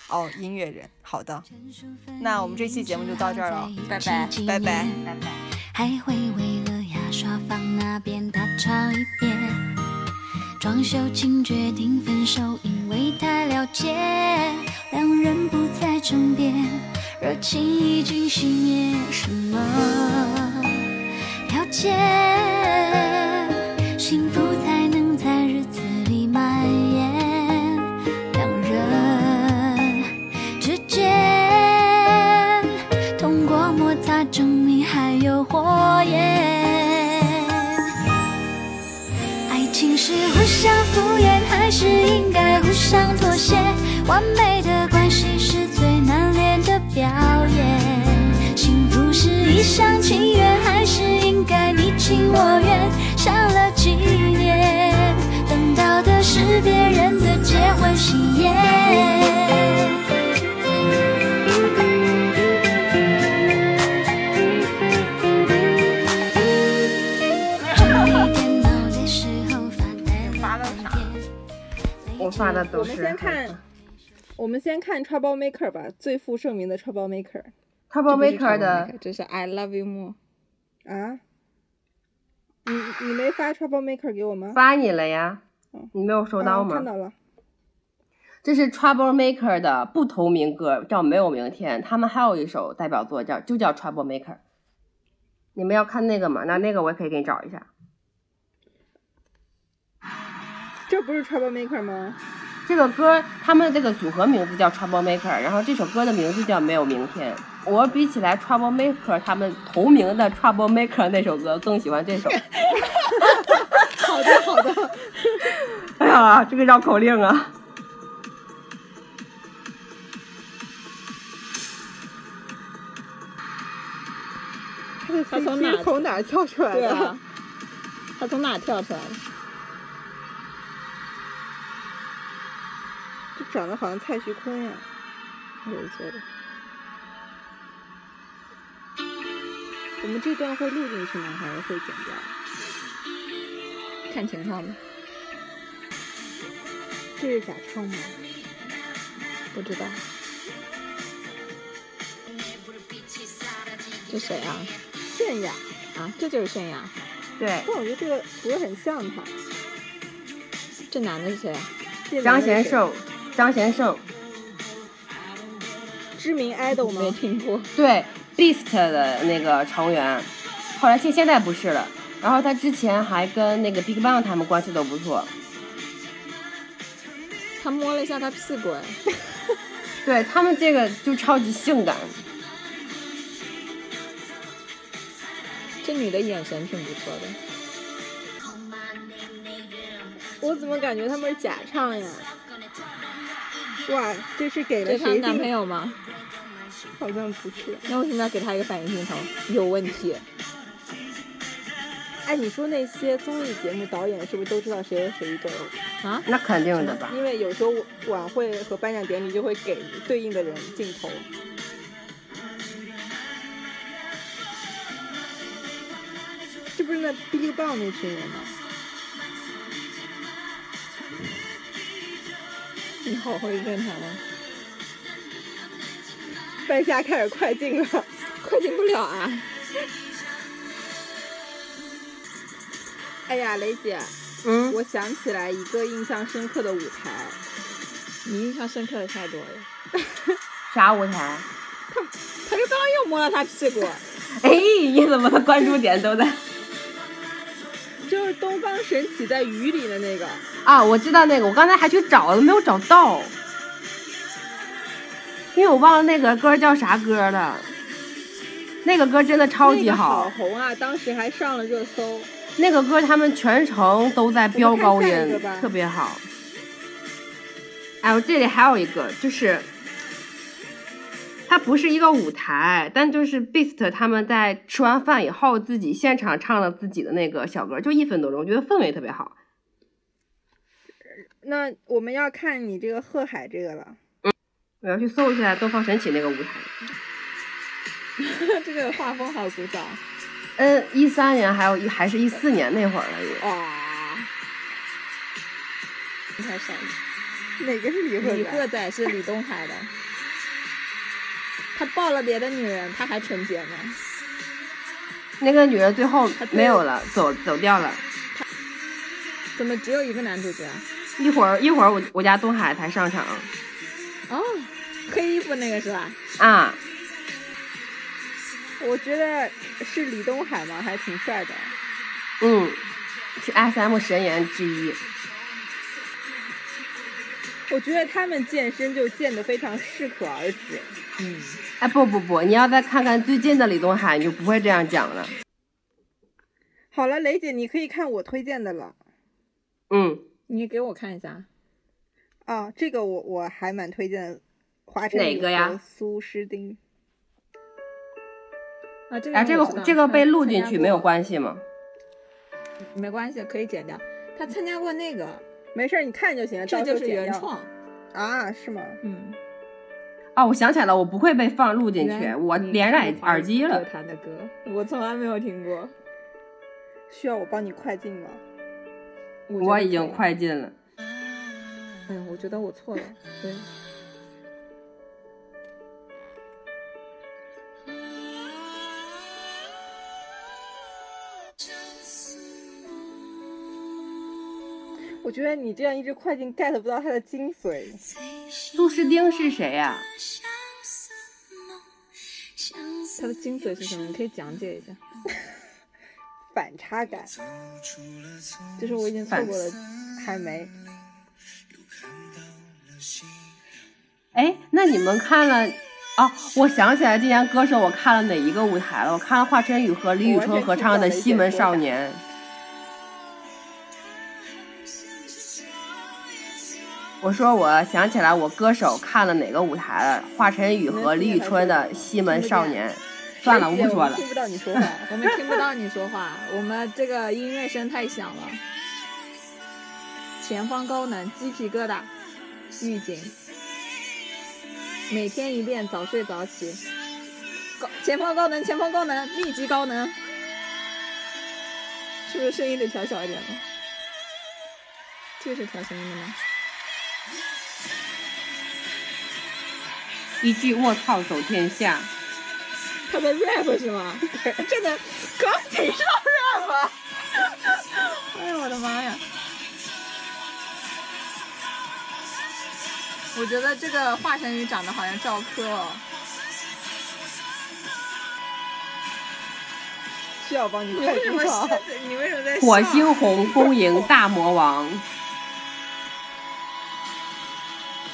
A: 哦，音乐人。好的，
I: 那我们这期节目就到这儿了，
B: 拜拜
A: 拜拜
I: 拜拜。还会为了牙刷放那边大吵一遍，装修请决定分手，因为太了解，两人不再争辩，热情已经熄灭，什么条件，幸福才能在日子里蔓延，两人之间，通过摩擦证明还有火焰。爱情是互相敷衍，还是应该互相妥协？完美的关系是最难练的表演。幸福是一厢情愿，还是应该你情我愿？想了几年，等到的是别人的结婚喜宴。整理电脑的时候发呆了半天。
C: 我发的都
A: 我
C: 是。
A: 们 先看，我们先看 Trouble Maker 吧，最负盛名的 Trouble Maker
C: Trouble Maker
B: 这
C: 的
B: 不是 Troublemaker，这是 I Love You More。
A: 啊？你你没发 Trouble Maker 给我吗？
C: 发你了呀
A: 嗯，
C: 你没有收
A: 啊
C: 到吗？
A: 看到了。
C: 这是 Trouble Maker 的不同名歌，叫《没有明天》。他们还有一首代表作叫就叫 Trouble Maker。你们要看那个吗？那那个我也可以给你找一下。
A: 这不是 Trouble Maker 吗？
C: 这个歌他们这个组合名字叫 Trouble Maker，然后这首歌的名字叫《没有明天》。我比起来 Trouble Maker 他们同名的 Trouble Maker 那首歌更喜欢这首。
A: 好的好的，
C: 哎呀，这个绕口令啊！
A: 他的
B: 他从哪
A: CP 从哪跳出来
B: 对
A: 的？
B: 啊，他从哪跳出来的？
A: 就长得好像蔡徐坤呀、我也觉得。我们这段会录进去吗？还是会剪掉？
B: 看情况吧，
A: 这是假唱吗？
B: 不知道。这谁啊？
A: 泫雅，
B: 啊，这就是泫雅。
C: 对，
A: 但我觉得这个不是很像他。
B: 这男的是谁啊？
A: 这
C: 张
A: 男的
C: 贤
A: 是
C: 胜，张贤胜，
A: 知名 idol 吗
B: 没？听过。
C: 对 Beast 的那个成员，后来现现在不是了。然后他之前还跟那个 Big Bang 他们关系都不错。
B: 他摸了一下他屁股，哎，
C: 对他们这个就超级性感，
B: 这女的眼神挺不错的。
A: 我怎么感觉他们是假唱呀？哇，这是给
B: 这
A: 了
B: 是她
A: 谁
B: 男
A: 定
B: 朋？友吗？
A: 好像不是。
B: 那为什么要给他一个反应镜头？有问题。
A: 哎，你说那些综艺节目导演是不是都知道谁和谁一对儿？
H: 啊
C: 那肯定的吧？
A: 因为有时候晚会和颁奖典礼就会给对应的人镜头。这不是那 Big Bang 那群人吗？
B: 你好会认他吗？
A: 半夏开始快进了，
B: 快进不了啊！
A: 哎呀，雷姐，
C: 嗯，
A: 我想起来一个印象深刻的舞台，
B: 你印象深刻的太多了。
C: 啥舞台？
B: 他就刚刚又摸到他屁股，
C: 哎，你怎么的关注点都在
B: 就是东方神起在雨里的那个。
C: 啊？我知道那个，我刚才还去找了，没有找到，因为我忘了那个歌叫啥歌了。那个歌真的超级
B: 那个
C: 好
B: 好，红啊！当时还上了热搜。
C: 那个歌他们全程都在飙高音
B: 我们看下一个吧，
C: 特别好。哎，我这里还有一个，就是它不是一个舞台，但就是 Beast 他们在吃完饭以后自己现场唱了自己的那个小歌，就一分多钟，我觉得氛围特别好。
B: 那我们要看你这个贺海这个了，
C: 我要去搜一下东方神起那个舞台。
B: 这个画风好古早。
C: 嗯，一三年还有一还是一四年那会儿了，
B: 哇、你看啥？哪个是李
H: 贺载
B: 李贺载是李东海的。他抱了别的女人，他还纯洁吗？
C: 那个女人最后
B: 她最
C: 没有了，走走掉了。
B: 怎么只有一个男主角？
C: 一会儿一会儿我我家东海才上场
B: 哦，黑衣服那个是吧？
C: 啊。
B: 我觉得是李东海吗？还挺帅的。
C: 嗯，是 S M 神颜之一。
B: 我觉得他们健身就健得非常适可而止。
C: 哎，不不不，你要再看看最近的李东海，你就不会这样讲了。
B: 好了，雷姐，你可以看我推荐的了。
C: 嗯，
B: 你给我看一下。啊，这个我我还蛮推荐华晨
C: 哪
B: 宇
C: 个呀
B: 和苏诗丁。啊，这个
C: 哎、这
B: 我知
C: 个
B: 道
C: 这个
B: 他
C: 被录
B: 参
C: 进
B: 加
C: 去
B: 过
C: 没有关系吗？
B: 没关系，可以剪掉。他参加过那个，没事儿，你看就行。
H: 这
B: 到时
H: 就
B: 候
H: 是
B: 剪
H: 原
B: 掉
H: 创。
B: 啊？是吗？
H: 嗯，
C: 哦，我想起来了，我不会被放录进去，
H: 原
C: 我
H: 你
C: 连
H: 看
C: 上
H: 过
C: 耳机了
H: 乐。坛的歌，我从来没有听过。
B: 需要我帮你快进吗？
H: 觉
C: 我
H: 得
C: 已经
H: 可以
C: 快进了。
B: 哎呀，我觉得我错了。对，我觉得你这样一直快进 get 不到它的精髓。
C: 苏诗丁是谁呀、
B: 啊它的精髓是什么？你可以讲解一下。反差感，这是我已经错过了，还没。
C: 哎，那你们看了？哦，我想起来，今年歌手我看了哪一个舞台了？我看了华晨宇和李宇春合唱的《西门少年》。我说，我想起来，我歌手看了哪个舞台了？华晨宇和李宇春的《西门少年》。算
H: 哎
C: 了，我
B: 雷
C: 不
B: 姐
C: 说了。
B: 听不到你说话。
H: 我们听不到你说话，我们这个音乐声太响了。前方高能，鸡皮疙瘩，预警。
B: 每天一遍，早睡早起。高前方高能，前方高能，密集高能。
H: 是不是声音得调小一点呢？这个是调声音的吗？
C: 一句“卧槽走天下
B: 他在 rap 是 吗？真的，钢琴上 rap。
H: 哎呦我的妈呀！我觉得这个华晨宇长得好像赵柯哦，
B: 需要帮你
H: 你
B: 快
H: 为什
B: 进
H: 么
B: 吗？
H: 是？你为什么在”，笑
C: 火星红恭迎大魔王。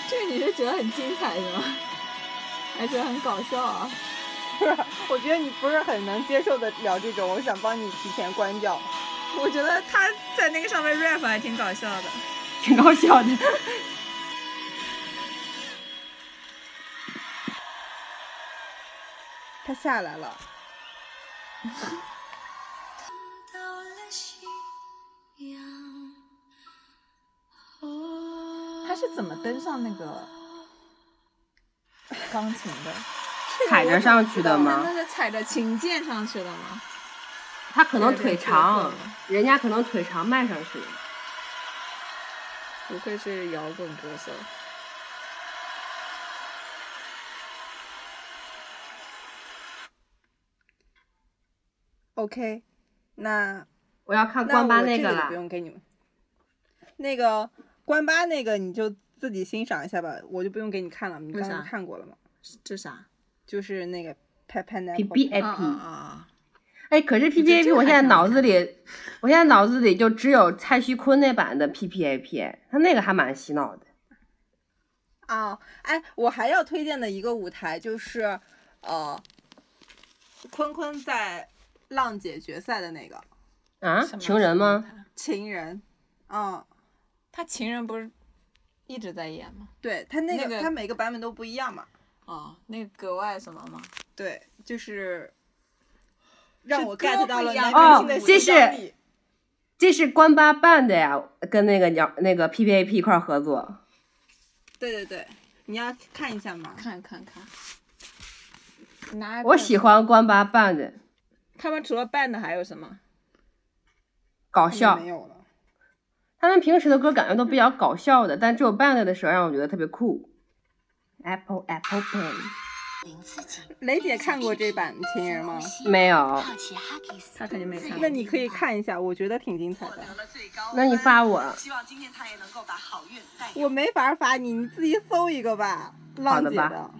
H: 这个你是觉得很精彩是吗？而且很搞笑啊！
B: 我觉得你不是很能接受得了这种，我想帮你提前关掉。
H: 我觉得他在那个上面 rap 还挺搞笑的。
C: 挺搞笑的。
B: 他下来了，
I: 到了夕阳。哦
H: 他是怎么登上那个钢琴的？
C: 踩着上去的吗
H: 那是踩着琴键上去的吗？
C: 他可能腿长，人家可能腿长迈上去。
H: 不愧是摇滚歌手。
B: OK，那
C: 我要看
B: 那
C: 关八
B: 我这
C: 个
B: 个就
C: 了
B: 不。用给你们。那个关八那个你就自己欣赏一下吧，我就不用给你看了，你
H: 为
B: 刚
H: 啥
B: 刚看过了吗？
H: 这啥？
A: 就是那个 p a p a n
C: P B A
H: 啊
C: P，
H: 啊啊！
C: 哎，可是 P P A
H: 这
C: P，
H: 这
C: 我
H: 还
C: 现在
H: 挺好
C: 脑子里，我现在脑子里就只有蔡徐坤那版的 P P A P，他那个还蛮洗脑的。
A: 啊，哎，我还要推荐的一个舞台就是，呃，坤坤在浪姐决赛的那个
C: 啊，
B: 什么
C: 情人吗？？
A: 情人，嗯，
B: 他情人不是一直在演吗？
A: 对他那个、
B: 那个
A: 他每个版本都不一样嘛，
B: 哦，那个格外什么吗？
A: 对，就是让
B: 是
A: 我
B: 歌
A: get 到
B: 不
A: 了
B: 一样
A: 男
C: 哦
A: 明星的
C: 这
A: 欣赏
C: 是
A: 力
C: 这是关八办的呀，跟那个鸟那个 P P A P 一块儿合作。
A: 对对对，你要看一下吗？
B: 看看看，拿
C: 我喜欢关八办的，
B: 他们除了 band 还有什么？
C: 搞
A: 好
C: 笑
A: 没。有了。
C: 他们平时的歌感觉都比较搞笑的，但只有 band 的时候让我觉得特别酷。Apple Apple Pay
A: 雷姐看过这版《情人》吗？
C: 没有，
B: 他肯定没看过
A: 嗯那你可以看一下，我觉得挺精彩的。
C: 那你发我。
A: 我没法发你，你自己搜一个吧。浪
C: 的
A: 姐
C: 吧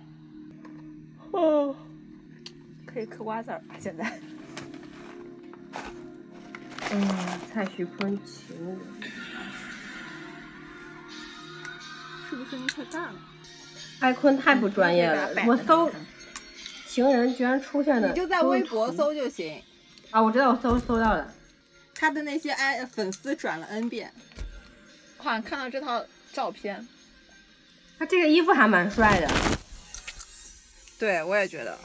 B: 哦， 可以嗑瓜子儿吧？现在
C: 嗯，蔡徐坤情人。
A: 是不是声音太大了？
C: 艾坤太不专业了，我搜情人居然出现了，
A: 你就在微博搜就行。
C: 啊！我知道我搜搜到了，
A: 他的那些哎粉丝转了 N 遍，
B: 好像看到这套照片，
C: 他这个衣服还蛮帅的。
A: 对我也觉得。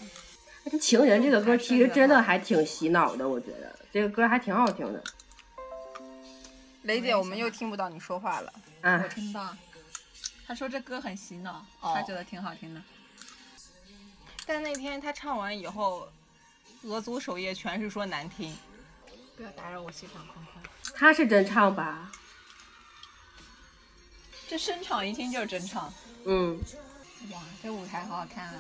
C: 这情人这个歌其实
A: 啊
C: 真的还挺洗脑的，我觉得这个歌还挺好听的。
H: 雷姐，我们又听不到你说话了。
C: 啊
B: 我，听到。他说这歌很洗脑，
H: 哦
B: 他觉得挺好听的。
H: 但那天她唱完以后，俄族首页全是说难听。
B: 不要打扰我欣赏坤坤，
C: 他是真唱吧？
B: 这声场一听就是真唱。
C: 嗯，
B: 哇，这舞台好好看啊！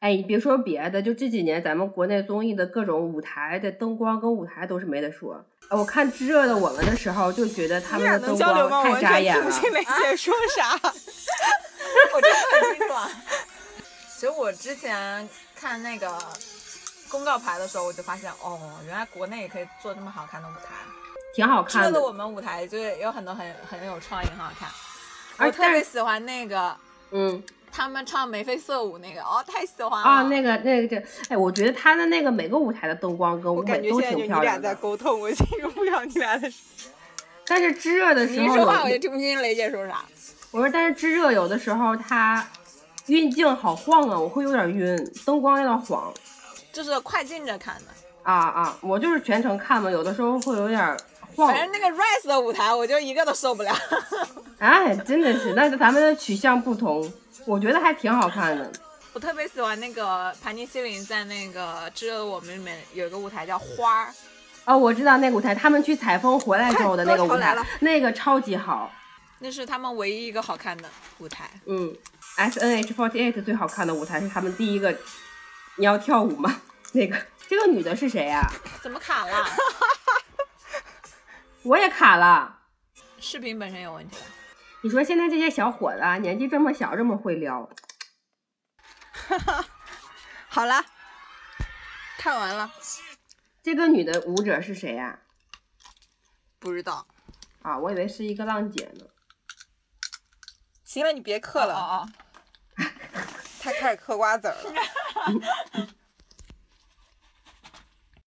C: 哎，你别说别的，就这几年咱们国内综艺的各种舞台的灯光跟舞台都是没得说。啊我看《炙热的我们》的时候，就觉得他们的灯光太扎眼了。
H: 雷
A: 啊
H: 姐说啥。
B: 我真的很清楚啊。其实我之前看那个公告牌的时候，我就发现，哦，原来国内也可以做这么好看的舞台。
C: 挺好
B: 这
C: 看
B: 个
C: 的
B: 我，们舞台就是有很多很很有创意，很好看。
C: 而
B: 我特别喜欢那个
C: 哦嗯
B: 他们唱眉飞色舞那个，哦，太喜欢了。
C: 啊，那个那个这，哎，我觉得他的那个每个舞台的灯光跟舞
A: 我
C: 美
A: 感觉
C: 都
A: 现在就
C: 挺
A: 你
C: 漂
A: 俩
C: 亮
A: 在
C: 的。
A: 沟通，我进入不了你俩的。
C: 但是炙热的时
B: 你一
C: 候
B: 说话
C: 有
B: 我就听不清雷姐说啥。
C: 我说，但是炙热有的时候它运镜好晃啊，我会有点晕，灯光有点晃
B: 就是快进着看的，
C: 啊啊！我就是全程看嘛，有的时候会有点晃
B: 反。正那个 Rise 的舞台，我就一个都受不了。
C: 哎，真的是，但是咱们的取向不同，我觉得还挺好看的。
B: 我特别喜欢那个盘尼西林在那个《炙热的我们》里面有一个舞台叫花儿，
C: 哦，我知道那个舞台，他们去采风回来之后的那个舞
B: 高潮来
C: 台
B: 了，
C: 那个超级好。
B: 那是他们唯一一个好看的舞台。
C: 嗯，S N H 4 8最好看的舞台是他们第一个，你要跳舞吗？ 那个这个女的是谁呀、啊
B: 怎么卡了？
C: 我也卡了。
B: 视频本身有问题吧？
C: 你说现在这些小伙子啊，年纪这么小，这么会撩，
A: 好了，看完了，
C: 这个女的舞者是谁呀、
A: 不知道。
C: 啊？我以为是一个浪姐呢。
A: 行了，你别嗑了，
B: 哦，
A: 他开始嗑瓜子儿了。